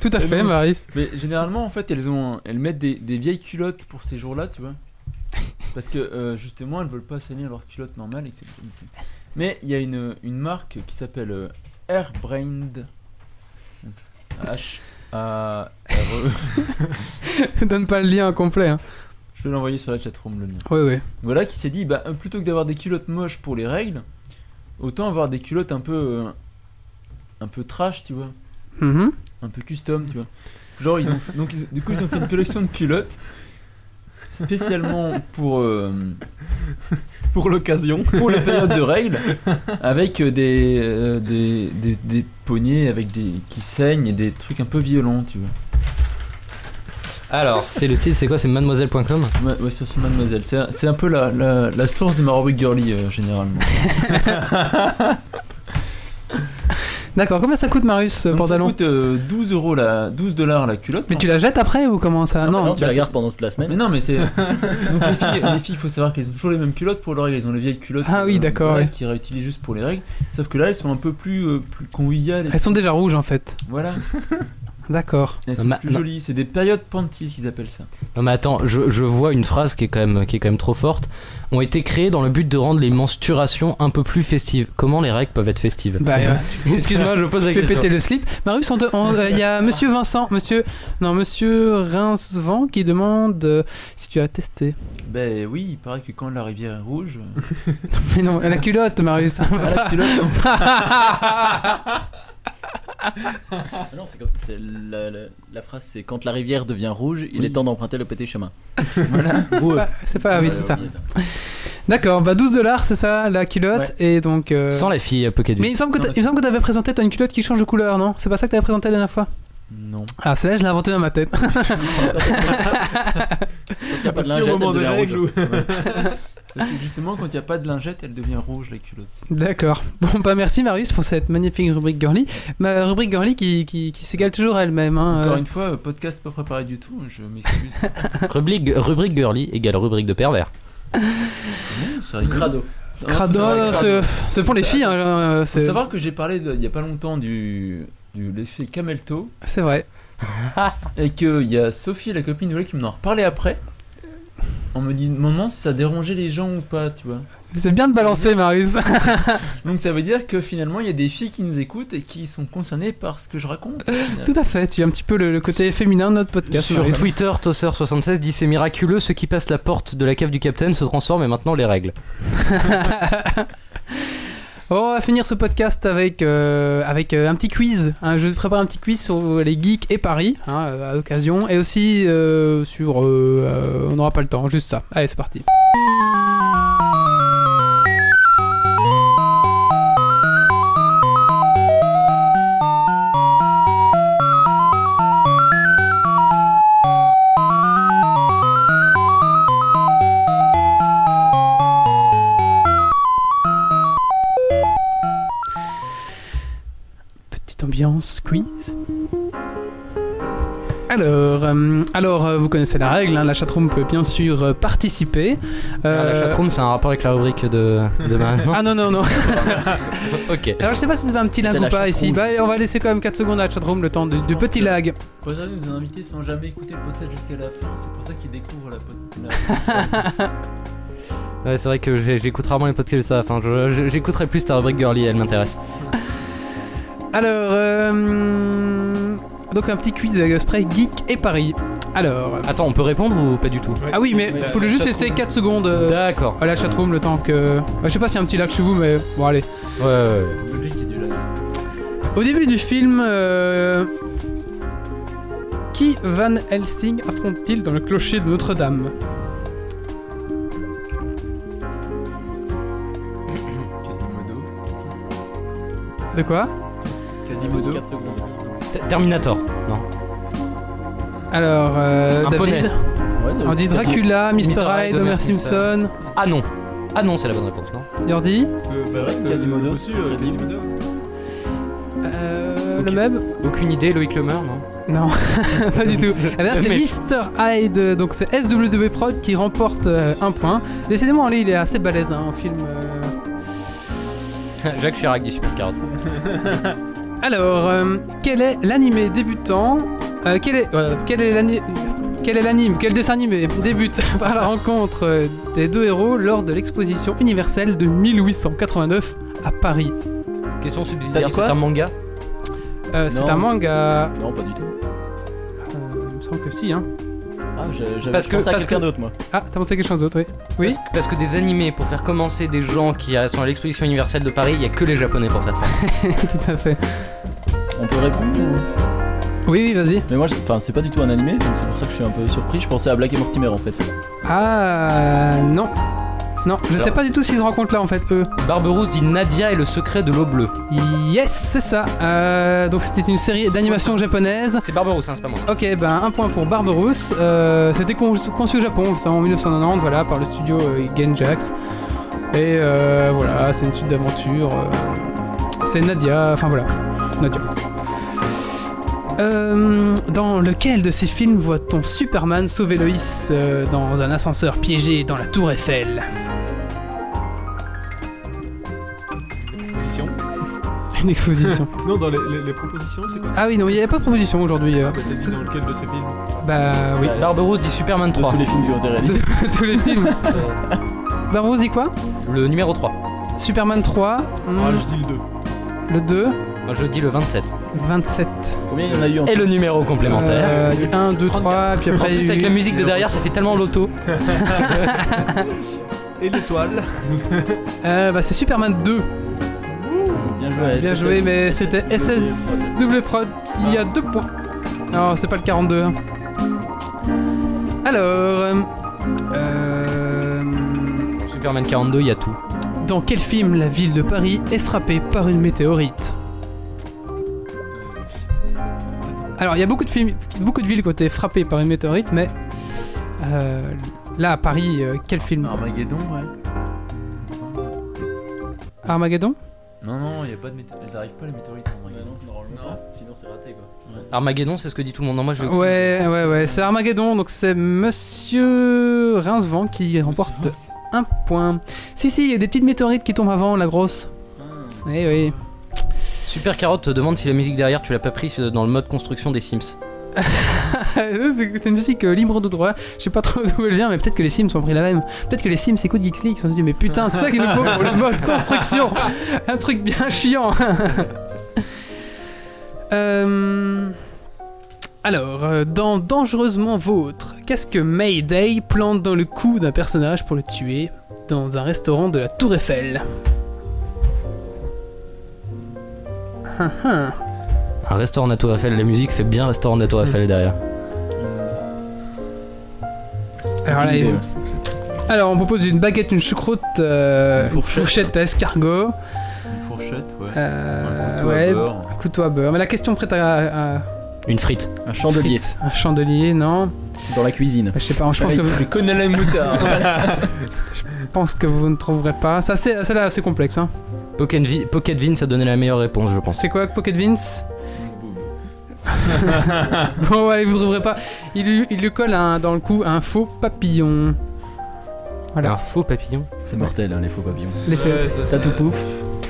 Speaker 1: tout à fait Marius.
Speaker 4: Mais généralement, en fait, elles, ont, elles mettent des, des vieilles culottes pour ces jours-là, tu vois. Parce que euh, justement, elles veulent pas saigner leurs culottes normales, etc. Mais il y a une, une marque qui s'appelle euh, Airbrained. Donc, H. A. R. E.
Speaker 1: Donne pas le lien complet. Hein.
Speaker 4: Je vais l'envoyer sur la chatroom le lien.
Speaker 1: Oui oui.
Speaker 4: Voilà qui s'est dit, bah, plutôt que d'avoir des culottes moches pour les règles, autant avoir des culottes un peu. euh, un peu trash, tu vois.
Speaker 1: Mhm.
Speaker 4: un peu custom, tu vois. Genre, ils ont fait- donc, ils- du coup, ils ont fait une collection de culottes spécialement pour, euh,
Speaker 3: Pour l'occasion.
Speaker 4: pour la période de règles, avec euh, des, euh, des, des, des poignées avec des, qui saignent et des trucs un peu violents, tu vois.
Speaker 2: Alors, c'est le site, c'est quoi C'est mademoiselle.com
Speaker 4: Ouais, ouais, sur ce mademoiselle, c'est un- c'est un peu la, la, la source de ma rubrique girly euh, généralement.
Speaker 1: D'accord, combien ça coûte Marius ce
Speaker 4: Donc, ça
Speaker 1: pantalon
Speaker 4: coûte euh, 12 euros la 12 dollars la culotte.
Speaker 1: Mais tu la jettes après ou comment ça Ah, Non,
Speaker 5: Non, tu la
Speaker 4: bah,
Speaker 5: gardes pendant toute la semaine.
Speaker 4: Mais non, mais c'est. Donc les filles, les filles, faut savoir qu'elles ont toujours les mêmes culottes pour leurs règles. Elles ont les vieilles culottes. euh,
Speaker 1: Ah oui, d'accord,
Speaker 4: voilà,
Speaker 1: ouais.
Speaker 4: Qui réutilisent juste pour les règles. Sauf que là, elles sont un peu plus, euh, plus conviviales.
Speaker 1: elles sont déjà rouges en fait.
Speaker 4: Voilà.
Speaker 1: D'accord.
Speaker 4: Elles sont
Speaker 2: Ma-
Speaker 4: plus
Speaker 2: ma-
Speaker 4: jolies. C'est des périodes panties qu'ils appellent ça.
Speaker 2: Non mais attends, je, je vois une phrase qui est quand même qui est quand même trop forte. Ont été créées dans le but de rendre les menstruations un peu plus festives. Comment les règles peuvent être festives
Speaker 1: Bah, euh,
Speaker 2: Excuse-moi, je pose la
Speaker 1: tu fais
Speaker 2: question.
Speaker 1: péter le slip. Marius, on te- on- euh, il y a monsieur Vincent, monsieur. Non, monsieur Rincevent qui demande euh, si tu as testé.
Speaker 4: Ben oui, il paraît que quand la rivière est rouge. euh,
Speaker 1: Mais non, la culotte, Marius.
Speaker 4: ah, la culotte.
Speaker 5: Ah non, c'est comme- c'est la, la- la phrase c'est quand la rivière devient rouge, il est temps d'emprunter le petit chemin. voilà. Vous, euh,
Speaker 1: Ah, c'est pas vite,
Speaker 4: Ouais,
Speaker 1: c'est ça.
Speaker 4: oubliez ça.
Speaker 1: D'accord, bah 12 dollars, c'est ça, la culotte. Et donc. euh,
Speaker 2: Sans la fille euh, Pocket
Speaker 1: Mais il me semble que
Speaker 4: Sans
Speaker 1: t'a-
Speaker 4: la-
Speaker 1: il me semble que t'avais présenté, toi, une culotte qui change de couleur, non C'est pas ça que t'avais présenté la dernière fois
Speaker 4: Non.
Speaker 1: Ah, celle-là, je l'ai inventée dans ma tête.
Speaker 5: Quand il n'y a pas
Speaker 3: Aussi
Speaker 5: de
Speaker 3: au
Speaker 5: lingette,
Speaker 3: moment
Speaker 5: elle
Speaker 3: des
Speaker 5: devient
Speaker 3: règles
Speaker 5: rouge.
Speaker 4: Ça, c'est justement quand il n'y a pas de lingette, elle devient rouge la culotte.
Speaker 1: D'accord. Bon, bah merci Marius pour cette magnifique rubrique girly. Ma rubrique girly qui, qui, qui s'égale toujours à elle-même. hein,
Speaker 4: Encore
Speaker 1: euh.
Speaker 4: une fois, euh, podcast pas préparé du tout, hein, je m'excuse.
Speaker 2: Rubrique, rubrique girly égale rubrique de pervers.
Speaker 4: Non,
Speaker 5: Le
Speaker 4: c'est rigolo.
Speaker 5: Crado.
Speaker 4: Non,
Speaker 1: Crado,
Speaker 4: c'est vrai,
Speaker 1: ce, euh, ce pour les filles, hein, euh,
Speaker 4: Faut
Speaker 1: c'est
Speaker 4: savoir que j'ai parlé de- il n'y a pas longtemps du, du l'effet Camelto
Speaker 1: c'est vrai.
Speaker 4: et qu'il y a Sophie, la copine de Lola, qui m'en a reparlé après. On me dit moment si ça dérangeait les gens ou pas, tu vois.
Speaker 1: C'est bien de balancer, Marius.
Speaker 4: Donc ça veut dire que finalement il y a des filles qui nous écoutent et qui sont concernées par ce que je raconte.
Speaker 5: Euh.
Speaker 1: Tout à fait. Tu as un petit peu le, le côté féminin de notre podcast.
Speaker 2: Sur
Speaker 1: Marius.
Speaker 2: Twitter, Tosser76 dit c'est miraculeux, ceux qui passent la porte de la cave du capitaine se transforment et maintenant les règles.
Speaker 1: On va finir ce podcast avec, euh, avec euh, un petit quiz. hein. je prépare un petit quiz sur les geeks et Paris hein, euh, à l'occasion. Et aussi euh, sur. euh, euh, on n'aura pas le temps, juste ça. Allez, c'est parti. Petite ambiance quiz. Alors, euh, alors euh, vous connaissez la règle, hein, la chatroom peut bien sûr euh, participer.
Speaker 2: Ah, la
Speaker 1: Euh,
Speaker 2: chatroom, c'est un rapport avec la rubrique de, de ma- non
Speaker 1: Ah non, non, non.
Speaker 2: ok.
Speaker 1: Alors je sais pas si vous avez un petit lag
Speaker 5: C'était
Speaker 1: ou
Speaker 5: la
Speaker 1: pas
Speaker 5: chatroom.
Speaker 1: ici. Bah, on va laisser quand même 4 secondes à la chatroom le temps du, du petit lag.
Speaker 4: Aujourd'hui nous a invités sans jamais écouter le podcast jusqu'à la fin, c'est pour ça qu'ils découvrent la pod- la-
Speaker 2: Ouais, c'est vrai que j'ai- j'écoute rarement les podcasts de ça. Enfin, je- je- j'écouterai plus ta rubrique girly, elle m'intéresse.
Speaker 1: Alors, euh, donc un petit quiz avec Spray Geek et Paris. Alors,
Speaker 2: Attends, on peut répondre ou pas du tout
Speaker 1: ah oui, mais
Speaker 3: Ouais,
Speaker 1: faut
Speaker 3: la
Speaker 1: le juste
Speaker 3: chatroom.
Speaker 1: laisser 4 secondes euh,
Speaker 2: D'accord.
Speaker 1: à la chatroom le temps que. Bah, je sais pas s'il y a un petit lag chez vous, mais bon, allez.
Speaker 2: Ouais, ouais, ouais.
Speaker 4: la logique et du live.
Speaker 1: Au début du film, euh, qui Van Helsing affronte-t-il dans le clocher de Notre-Dame
Speaker 4: Quasimodo.
Speaker 1: De quoi
Speaker 4: Quasimodo.
Speaker 5: 4 secondes.
Speaker 2: T- Terminator. Non.
Speaker 1: Alors, euh,
Speaker 2: Un poney.
Speaker 1: David,
Speaker 5: Ouais,
Speaker 1: on dit Dracula, Mr. Hyde, Homer Simpson,
Speaker 2: Ah non. Ah non, c'est la bonne réponse, non
Speaker 1: Jordi,
Speaker 5: C'est vrai que Quasimodo, c'est crédible.
Speaker 1: euh, le
Speaker 2: Ok.
Speaker 1: même
Speaker 2: Aucune idée, Loïc Lemeur, non
Speaker 1: Non, pas du tout. Eh bien, c'est
Speaker 2: Mais-
Speaker 1: Mr. Hyde, donc c'est SWB Prod qui remporte euh, un point. Décidément, lui, il est assez balèze hein, en film. euh.
Speaker 2: Jacques Chirac dit Super Carotte.
Speaker 1: Alors, euh, quel est l'animé débutant euh, Quel est voilà, quel est l'ani- quel est l'anime Quel dessin animé débute par la rencontre euh, des deux héros lors de l'exposition universelle de 1889 à Paris
Speaker 2: Question
Speaker 5: T'as
Speaker 2: subsidiaire,
Speaker 5: dit
Speaker 2: c'est
Speaker 5: quoi
Speaker 2: un manga
Speaker 1: Euh, C'est
Speaker 5: Non.
Speaker 1: un manga.
Speaker 5: Non, pas du tout.
Speaker 1: euh, il me semble que si. Hein.
Speaker 5: Ah, j'ai- j'avais
Speaker 2: Parce
Speaker 5: je
Speaker 2: que-
Speaker 5: pensais à
Speaker 2: parce
Speaker 5: quelqu'un
Speaker 2: que-
Speaker 5: d'autre, moi.
Speaker 1: Ah, t'as monté quelque chose d'autre, oui. Oui.
Speaker 2: Parce que, parce que des animés pour faire commencer des gens qui euh, sont à l'exposition universelle de Paris, il y a que les japonais pour faire ça.
Speaker 1: tout à fait.
Speaker 5: On peut répondre ou-
Speaker 1: Oui, oui, vas-y.
Speaker 5: Mais moi, je- enfin, c'est pas du tout un animé, donc c'est pour ça que je suis un peu surpris. Je pensais à Black et Mortimer en fait.
Speaker 1: Ah non. Non, je
Speaker 2: Alors-
Speaker 1: sais pas du tout s'ils se rencontrent là en fait, eux.
Speaker 2: Barberousse dit Nadia et le secret de l'eau bleue.
Speaker 1: Yes, c'est ça. Euh, donc c'était une série d'animation japonaise.
Speaker 2: C'est Barberousse, hein, c'est pas moi.
Speaker 1: Ok, ben un point pour Barberousse. Euh, c'était con- conçu au Japon justement, en 1990, voilà, par le studio euh, Genjax. Et euh, voilà, c'est une suite d'aventures. euh, c'est Nadia, enfin voilà, Nadia. Euh, dans lequel de ces films voit-on Superman sauver Loïs euh, dans un ascenseur piégé dans la tour Eiffel Une exposition.
Speaker 3: Non, dans les, les- les propositions, c'est quoi
Speaker 1: ah oui, non, il n'y avait pas de proposition aujourd'hui. euh.
Speaker 3: Ah, bah, t'as dit dans lequel de ces films
Speaker 1: Bah oui,
Speaker 2: Barberousse dit Superman
Speaker 5: De
Speaker 2: 3.
Speaker 5: tous les films du ont réalisés.
Speaker 1: tous les films.
Speaker 2: Euh,
Speaker 1: Barberousse Ben, dit quoi
Speaker 2: le numéro 3.
Speaker 1: Superman 3, hmm,
Speaker 3: Ah, je dis le 2.
Speaker 1: le 2,
Speaker 2: Moi, je dis le 27.
Speaker 1: 27.
Speaker 5: Combien il y en a eu en
Speaker 2: Et le numéro complémentaire.
Speaker 1: 1, 2, 3, puis
Speaker 2: en
Speaker 1: après.
Speaker 2: plus, avec la musique de derrière, ça fait tellement l'auto.
Speaker 3: Et l'étoile
Speaker 1: Euh, bah, c'est Superman 2.
Speaker 5: Bien joué, à
Speaker 1: Bien
Speaker 5: SSF.
Speaker 1: joué, mais c'était SSW Prod qui a 2 points. Alors, c'est pas le 42. hein. Alors. euh, euh,
Speaker 2: Superman 42, il y a tout.
Speaker 1: dans quel film la ville de Paris est frappée par une météorite Alors, il y a beaucoup de, films, beaucoup de villes qui ont été frappées par une météorite, mais euh, là, à Paris, euh, quel film
Speaker 4: Armageddon, ouais.
Speaker 1: Armageddon
Speaker 4: Non, non, il a pas de météorite. Elles arrivent pas les météorites. en Armageddon.
Speaker 5: Bah Non, sinon c'est raté quoi.
Speaker 2: Armageddon, c'est ce que dit tout le monde. Non, moi, je.
Speaker 1: Ouais, ouais, ouais, c'est Armageddon, donc c'est Monsieur Rincevent qui remporte un point. Si, si, il y a des petites météorites qui tombent avant la grosse. Eh oui.
Speaker 2: Super Carotte te demande si la musique derrière, tu l'as pas prise dans le mode construction des Sims.
Speaker 1: c'est une musique euh, libre de droit. Je sais pas trop d'où elle vient, mais peut-être que les Sims ont pris la même. Peut-être que les Sims écoutent Geeks League, ils se sont dit, mais putain, c'est ça qu'il nous faut pour le mode construction. Un truc bien chiant. Euh, Alors, euh, dans Dangereusement Vôtre, qu'est-ce que Mayday plante dans le cou d'un personnage pour le tuer dans un restaurant de la Tour Eiffel Hum, hum.
Speaker 2: Un restaurant de la Tour Eiffel, la musique fait bien restaurant de la Tour Eiffel derrière.
Speaker 1: Alors là,
Speaker 4: Idée, ouais.
Speaker 1: Alors, on propose une baguette, une choucroute, euh,
Speaker 4: Une
Speaker 1: une
Speaker 4: fourchette.
Speaker 1: fourchette à escargot,
Speaker 4: Une fourchette, ouais.
Speaker 1: euh,
Speaker 4: Un couteau à
Speaker 1: ouais,
Speaker 4: beurre.
Speaker 1: un couteau à beurre. Mais la question prête à, à-
Speaker 2: Une frite.
Speaker 5: Un chandelier
Speaker 1: un chandelier, non
Speaker 5: dans la cuisine.
Speaker 1: Je sais pas, je pense que, vous-
Speaker 4: Je connais la moutarde.
Speaker 1: je pense que vous ne trouverez pas. Ça, c'est celle-là, assez complexe. Hein.
Speaker 2: Pocket, Vi- Pocket Vince a donné la meilleure réponse, je pense.
Speaker 1: C'est quoi, Pocket Vince Bon, allez, vous trouverez pas. Il, lui- il lui colle un- dans le cou un faux papillon. Voilà.
Speaker 2: Un faux papillon.
Speaker 5: C'est mortel hein, les faux papillons.
Speaker 1: L'effet.
Speaker 4: Euh,
Speaker 5: T'as tout pouf.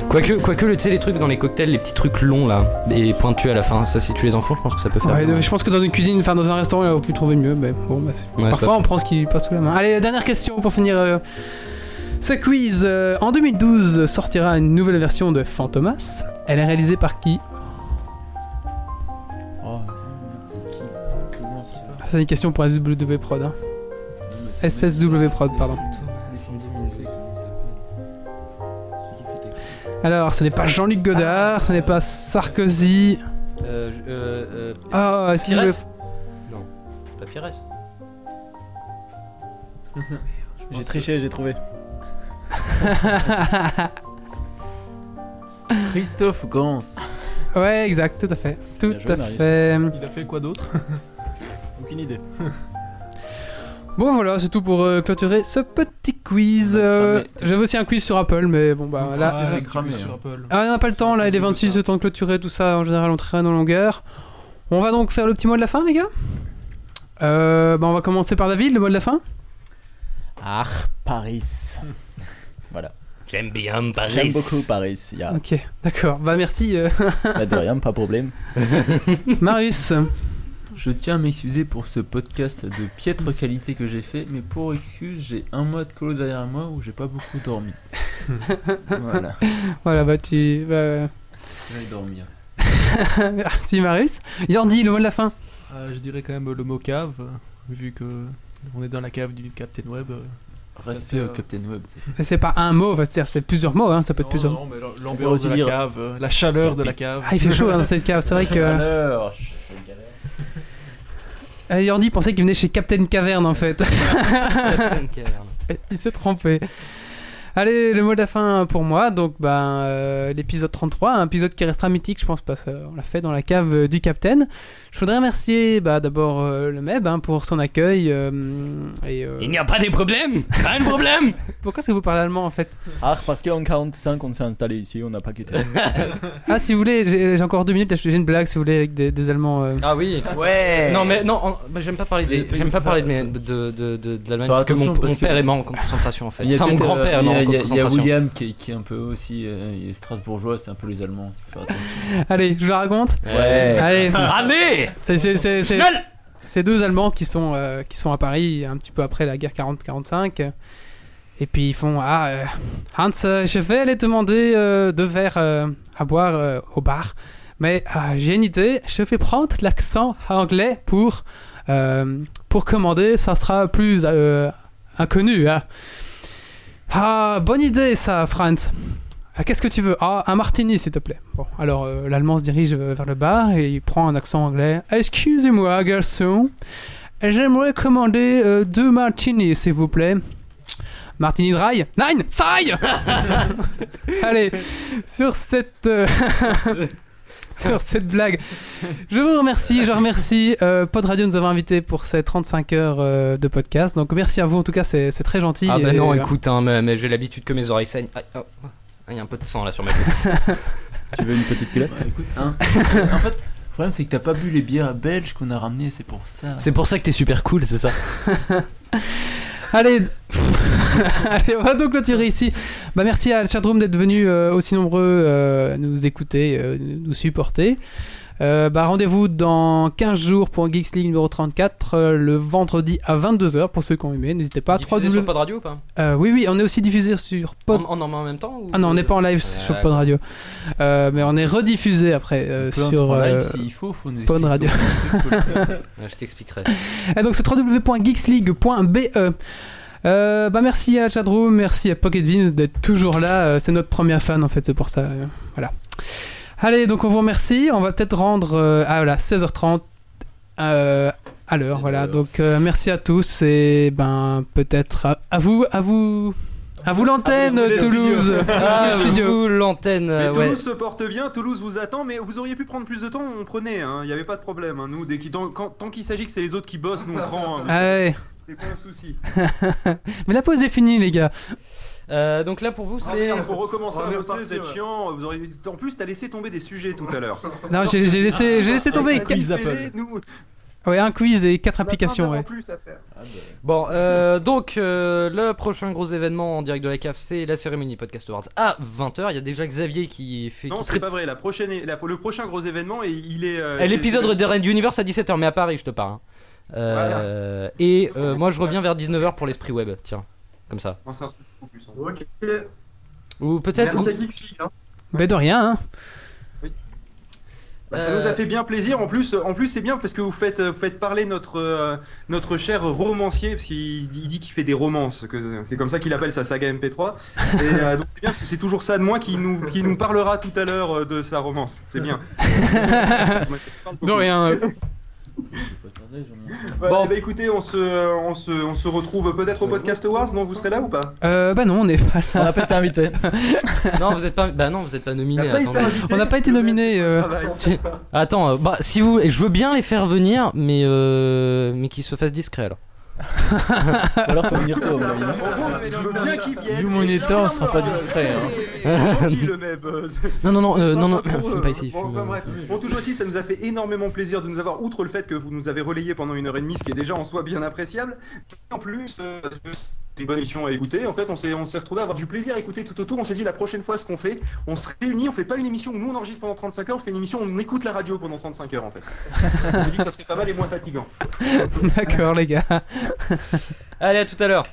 Speaker 2: Quoique, quoique le- tu sais, les trucs dans les cocktails, les petits trucs longs là, et pointus à la fin, ça si tu les enfants, je pense que ça peut faire.
Speaker 1: Ouais,
Speaker 2: mal.
Speaker 1: je pense que dans une cuisine, enfin dans un restaurant, il aurait pu trouver mieux. Mais bon, bah, c'est-
Speaker 2: Ouais, c'est
Speaker 1: Parfois, on prend ce qui passe sous la main. Allez, la dernière question pour finir euh, ce quiz. Euh, en 2012 sortira une nouvelle version de Fantomas. Elle est réalisée par qui
Speaker 4: Oh, merde, c'est qui Comment on fait
Speaker 1: C'est une question pour SW Prod. hein. SSW Prod, pardon. Alors, ce n'est pas Jean-Luc Godard, ce n'est pas Sarkozy.
Speaker 2: Euh, je- euh, euh,
Speaker 1: Ah, est-ce que
Speaker 2: Pires
Speaker 1: vous
Speaker 2: Non, pas Pires.
Speaker 5: J'ai triché, j'ai trouvé.
Speaker 4: Christophe Gans.
Speaker 1: voulez- Ouais, exact, tout à fait. Tout
Speaker 5: Bien joué,
Speaker 1: à
Speaker 5: Marius.
Speaker 1: fait.
Speaker 3: Il a fait quoi d'autre
Speaker 5: Aucune idée.
Speaker 1: Bon voilà, c'est tout pour euh, clôturer ce petit quiz. Euh,
Speaker 5: Cramé.
Speaker 1: J'avais aussi un quiz sur Apple, mais bon bah là...
Speaker 4: c'est
Speaker 1: euh,
Speaker 4: vrai. cramé,
Speaker 3: sur
Speaker 4: hein.
Speaker 3: Apple.
Speaker 1: Ah, on n'a pas le temps, là, il est 26, le temps de clôturer tout ça, en général on traîne en longueur. On va donc faire le petit mot de la fin, les gars euh, bah, On va commencer par David, le mot de la fin
Speaker 5: Ah, Paris.
Speaker 2: J'aime bien Paris.
Speaker 5: J'aime beaucoup Paris. Il y a
Speaker 1: Ok, d'accord. Bah merci, euh,
Speaker 5: pas de rien, pas de problème.
Speaker 1: Marius.
Speaker 4: Je tiens à m'excuser pour ce podcast de piètre qualité que j'ai fait, mais pour excuse, j'ai un mois de colo derrière moi où j'ai pas beaucoup dormi. voilà,
Speaker 1: Voilà, bah tu... bah,
Speaker 4: je vais dormir.
Speaker 1: merci Marius. Jordi, le mot de la fin
Speaker 3: Ah, je dirais quand même le mot cave, euh, vu que on est dans la cave du Captain Web. euh.
Speaker 4: Respect au Captain Web.
Speaker 1: C'est pas un mot, enfin, c'est-à-dire c'est plusieurs mots, hein, ça peut être
Speaker 3: Non,
Speaker 1: plusieurs mots.
Speaker 3: non, mais
Speaker 5: On pourrait
Speaker 3: l'ambiance
Speaker 5: aussi
Speaker 3: de la
Speaker 5: dire-
Speaker 3: cave, euh, la chaleur de la cave.
Speaker 1: Ah, il fait chaud hein, dans cette cave, c'est vrai que...
Speaker 4: Alors, je fais une galère.
Speaker 1: Euh, Jordi pensait qu'il venait chez Captain Caverne, en fait. Il s'est trompé. Allez, le mot de la fin pour moi. Donc, ben, euh, l'épisode 33, un épisode qui restera mythique, je pense, parce qu'on l'a fait dans la cave euh, du Capitaine. Je voudrais remercier bah, d'abord euh, le MEB hein, pour son accueil. euh, et, euh,
Speaker 2: n'y a pas de problème Pas de problème
Speaker 1: Pourquoi est-ce que vous parlez allemand en fait
Speaker 5: Ah, parce qu'en 45, on s'est installé ici, on n'a pas quitté.
Speaker 1: Ah, si vous voulez, j'ai j'ai encore deux minutes, là, j'ai une blague si vous voulez avec des, des Allemands. euh.
Speaker 2: Ah oui
Speaker 4: Ouais
Speaker 2: Non mais non, on- bah, j'aime pas parler
Speaker 4: Mais-
Speaker 2: des, j'aime pas parler de, mes- de, de, de, de l'Allemagne
Speaker 4: Faire
Speaker 2: parce que mon,
Speaker 4: attention,
Speaker 2: mon
Speaker 4: parce que-
Speaker 2: père est mort en camp de concentration en fait.
Speaker 4: Il y a
Speaker 2: Enfin mon
Speaker 4: peut-être, euh,
Speaker 2: grand-père est
Speaker 4: il y
Speaker 2: mort
Speaker 4: a-
Speaker 2: en camp
Speaker 4: il
Speaker 2: de
Speaker 4: y a- Il y a
Speaker 2: concentration.
Speaker 4: William qui est, qui est un peu aussi euh, il est strasbourgeois, c'est un peu les Allemands. il faut faire attention.
Speaker 1: Allez, je vous la raconte.
Speaker 4: Eh.
Speaker 2: Ouais.
Speaker 1: Allez,
Speaker 2: Ah, Allez
Speaker 1: c'est- c'est- c'est- c'est-
Speaker 2: Schnell
Speaker 1: Ces deux Allemands qui sont, euh, qui sont à Paris un petit peu après la guerre 40-45. euh, Et puis ils font Ah, euh, Hans, euh, je vais aller demander euh, deux verres euh, à boire euh, au bar. Mais ah, j'ai une idée, je vais prendre l'accent anglais pour, euh, pour commander, ça sera plus euh, inconnu. hein. Ah, bonne idée ça, Franz. Ah, Qu'est-ce que tu veux Ah, un martini, s'il te plaît. Bon, alors euh, l'Allemand se dirige euh, vers le bar et il prend un accent anglais. Excusez-moi, garçon. J'aimerais commander euh, deux martinis, s'il vous plaît. Martini dry Nine Sai Allez, sur cette, euh, sur cette blague. Je vous remercie, je remercie euh, Pod Radio de nous avoir invités pour ces 35 heures euh, de podcast. Donc merci à vous, en tout cas, c'est c'est très gentil.
Speaker 2: Ah bah
Speaker 1: Et,
Speaker 2: non,
Speaker 1: euh,
Speaker 2: écoute, hein, mais, mais j'ai l'habitude que mes oreilles saignent. Aïe, oh. Ah, Il y a un peu de sang là sur ma joue.
Speaker 5: Tu veux une petite culotte
Speaker 4: Ouais, écoute, hein. en fait, le problème c'est que t'as pas bu les bières belges qu'on a ramenées, c'est pour ça.
Speaker 5: C'est pour ça que t'es super cool, c'est ça
Speaker 1: Allez, allez, on va donc clôturer ici. Bah, merci à la chatroom d'être venu aussi nombreux euh, nous écouter, euh, nous supporter. Euh, bah, Rendez-vous dans 15 jours pour Geeks League numéro 34, euh, le vendredi à 22h pour ceux qui ont aimé. N'hésitez pas.
Speaker 2: Diffusé
Speaker 1: 3W.
Speaker 2: sur Pod Radio ou pas
Speaker 1: Euh, oui, oui, on est aussi diffusé sur Pod.
Speaker 2: on, on en met en même temps ou-
Speaker 1: Ah non, on n'est pas en live
Speaker 2: Euh,
Speaker 1: sur Pod Radio. Euh, mais on est rediffusé après euh,
Speaker 4: Plein de
Speaker 1: sur.
Speaker 4: fois live,
Speaker 1: euh,
Speaker 4: s'il faut, faut nous
Speaker 1: Pod
Speaker 4: expliquer
Speaker 1: Radio.
Speaker 4: comment on fait, faut le faire.
Speaker 2: Ouais, Je t'expliquerai.
Speaker 1: Et Eh, donc c'est www.geeksleague.be. Euh, bah merci à la chatroom, merci à Pocket Vince d'être toujours là. Euh, c'est notre première fan en fait, c'est pour ça. euh, voilà. Allez, donc on vous remercie. On va peut-être rendre euh, à voilà, 16h30 euh, à l'heure.
Speaker 4: C'est
Speaker 1: Voilà.
Speaker 4: l'heure.
Speaker 1: Donc euh, merci à tous et ben peut-être à, à vous, à vous, à vous l'antenne
Speaker 3: À vous, les
Speaker 1: Toulouse.
Speaker 3: studios.
Speaker 1: À
Speaker 2: Ah,
Speaker 1: vous, les studios.
Speaker 2: vous, l'antenne.
Speaker 11: Mais
Speaker 2: euh,
Speaker 11: Toulouse
Speaker 2: ouais.
Speaker 11: se porte bien, Toulouse vous attend, mais vous auriez pu prendre plus de temps, on prenait, hein, il n'y avait pas de problème. hein, nous, dès qu'il- tant quand- tant qu'il s'agit que c'est les autres qui bossent, nous on prend, hein, vous
Speaker 1: Ah
Speaker 11: savez,
Speaker 1: ouais.
Speaker 11: c'est pas un souci.
Speaker 1: Mais la pause est finie les gars.
Speaker 2: Euh, donc là pour vous,
Speaker 11: Ah,
Speaker 2: c'est.
Speaker 11: merde, faut recommencer
Speaker 9: On
Speaker 11: à
Speaker 9: est
Speaker 11: bosser,
Speaker 9: reparti,
Speaker 11: c'est
Speaker 9: ouais.
Speaker 11: chiant, vous auriez... en plus t'as laissé tomber des sujets tout à l'heure.
Speaker 1: Non, j'ai j'ai laissé, j'ai laissé tomber.
Speaker 5: Avec quiz
Speaker 11: Vas-y,
Speaker 5: Apple.
Speaker 11: fais-les, nous, on a
Speaker 1: Ouais, un quiz et quatre
Speaker 11: plein
Speaker 1: applications.
Speaker 11: d'avant
Speaker 1: Ouais.
Speaker 11: plus à faire.
Speaker 2: Bon, euh, donc euh, le prochain gros événement en direct de la CAF, c'est la cérémonie Podcast Awards à 20h. Il y a déjà Xavier qui fait.
Speaker 11: Non,
Speaker 2: qui
Speaker 11: c'est pas vrai, la prochaine, la- le prochain gros événement, et il est... euh,
Speaker 2: Eh,
Speaker 11: c'est-
Speaker 2: L'épisode
Speaker 11: c'est-
Speaker 2: de Red Universe à 17h, mais à Paris, je te parle. hein. Euh, Et euh, moi, je reviens vers 19h pour l'esprit web, tiens, comme ça.
Speaker 11: Non, c'est un truc beaucoup plus sombre.
Speaker 9: Ok,
Speaker 2: Ou peut-être.
Speaker 9: merci à Geeks League. hein.
Speaker 1: Ben de rien. Hein.
Speaker 11: Bah, ça nous a fait bien plaisir. En plus, euh, en plus, c'est bien parce que vous faites, vous faites parler notre, euh, notre cher romancier, parce qu'il dit il dit qu'il fait des romances. Que c'est comme ça qu'il appelle sa saga MP3. Et euh, donc c'est bien parce que c'est toujours ça de moi qui nous, qui nous parlera tout à l'heure euh, de sa romance. C'est bien.
Speaker 1: hein. De rien. euh.
Speaker 4: Faut pas tarder, j'en ai un.
Speaker 11: bon, bah, écoutez, on se, on se, on se retrouve peut-être au podcast Awards. Non, vous serez là ou pas
Speaker 1: Euh, bah non, on est
Speaker 5: On n'a pas été invité.
Speaker 2: Non, vous êtes pas. Bah non, vous êtes pas nominé. attendez.
Speaker 1: On n'a pas été nominé. euh.
Speaker 2: Attends, euh, bah si vous, je veux bien les faire venir, mais euh, mais qu'ils se fassent discrets alors.
Speaker 5: Ou alors faut venir tôt, à mon avis.
Speaker 11: Je veux bien qu'il vienne.
Speaker 4: Vu mon
Speaker 11: Et
Speaker 4: état, on
Speaker 11: viens
Speaker 4: sera
Speaker 11: me
Speaker 4: pas
Speaker 11: voir.
Speaker 4: discret, hein.
Speaker 11: C'est gentil, le mec. euh,
Speaker 2: Non non non
Speaker 11: C'est
Speaker 2: euh,
Speaker 11: sympa
Speaker 2: non non,
Speaker 11: pour
Speaker 2: fume
Speaker 11: eux. hein.
Speaker 2: pas ici.
Speaker 11: Bon,
Speaker 2: fume,
Speaker 11: enfin,
Speaker 2: euh,
Speaker 11: bref. Bon, toujours dit, ça nous a fait énormément plaisir de nous avoir, outre le fait que vous nous avez relayé pendant une heure et demie, ce qui est déjà en soi bien appréciable. En plus, euh, parce que c'est une bonne émission à écouter. En fait, on s'est, on s'est retrouvé à avoir du plaisir à écouter tout autour. On s'est dit la prochaine fois ce qu'on fait, on se réunit, on fait pas une émission où nous on enregistre pendant 35 heures, on fait une émission où on écoute la radio pendant 35 heures en fait. on s'est dit que ça serait pas mal et moins fatigant.
Speaker 1: D'accord, les gars.
Speaker 2: Allez, à tout à l'heure.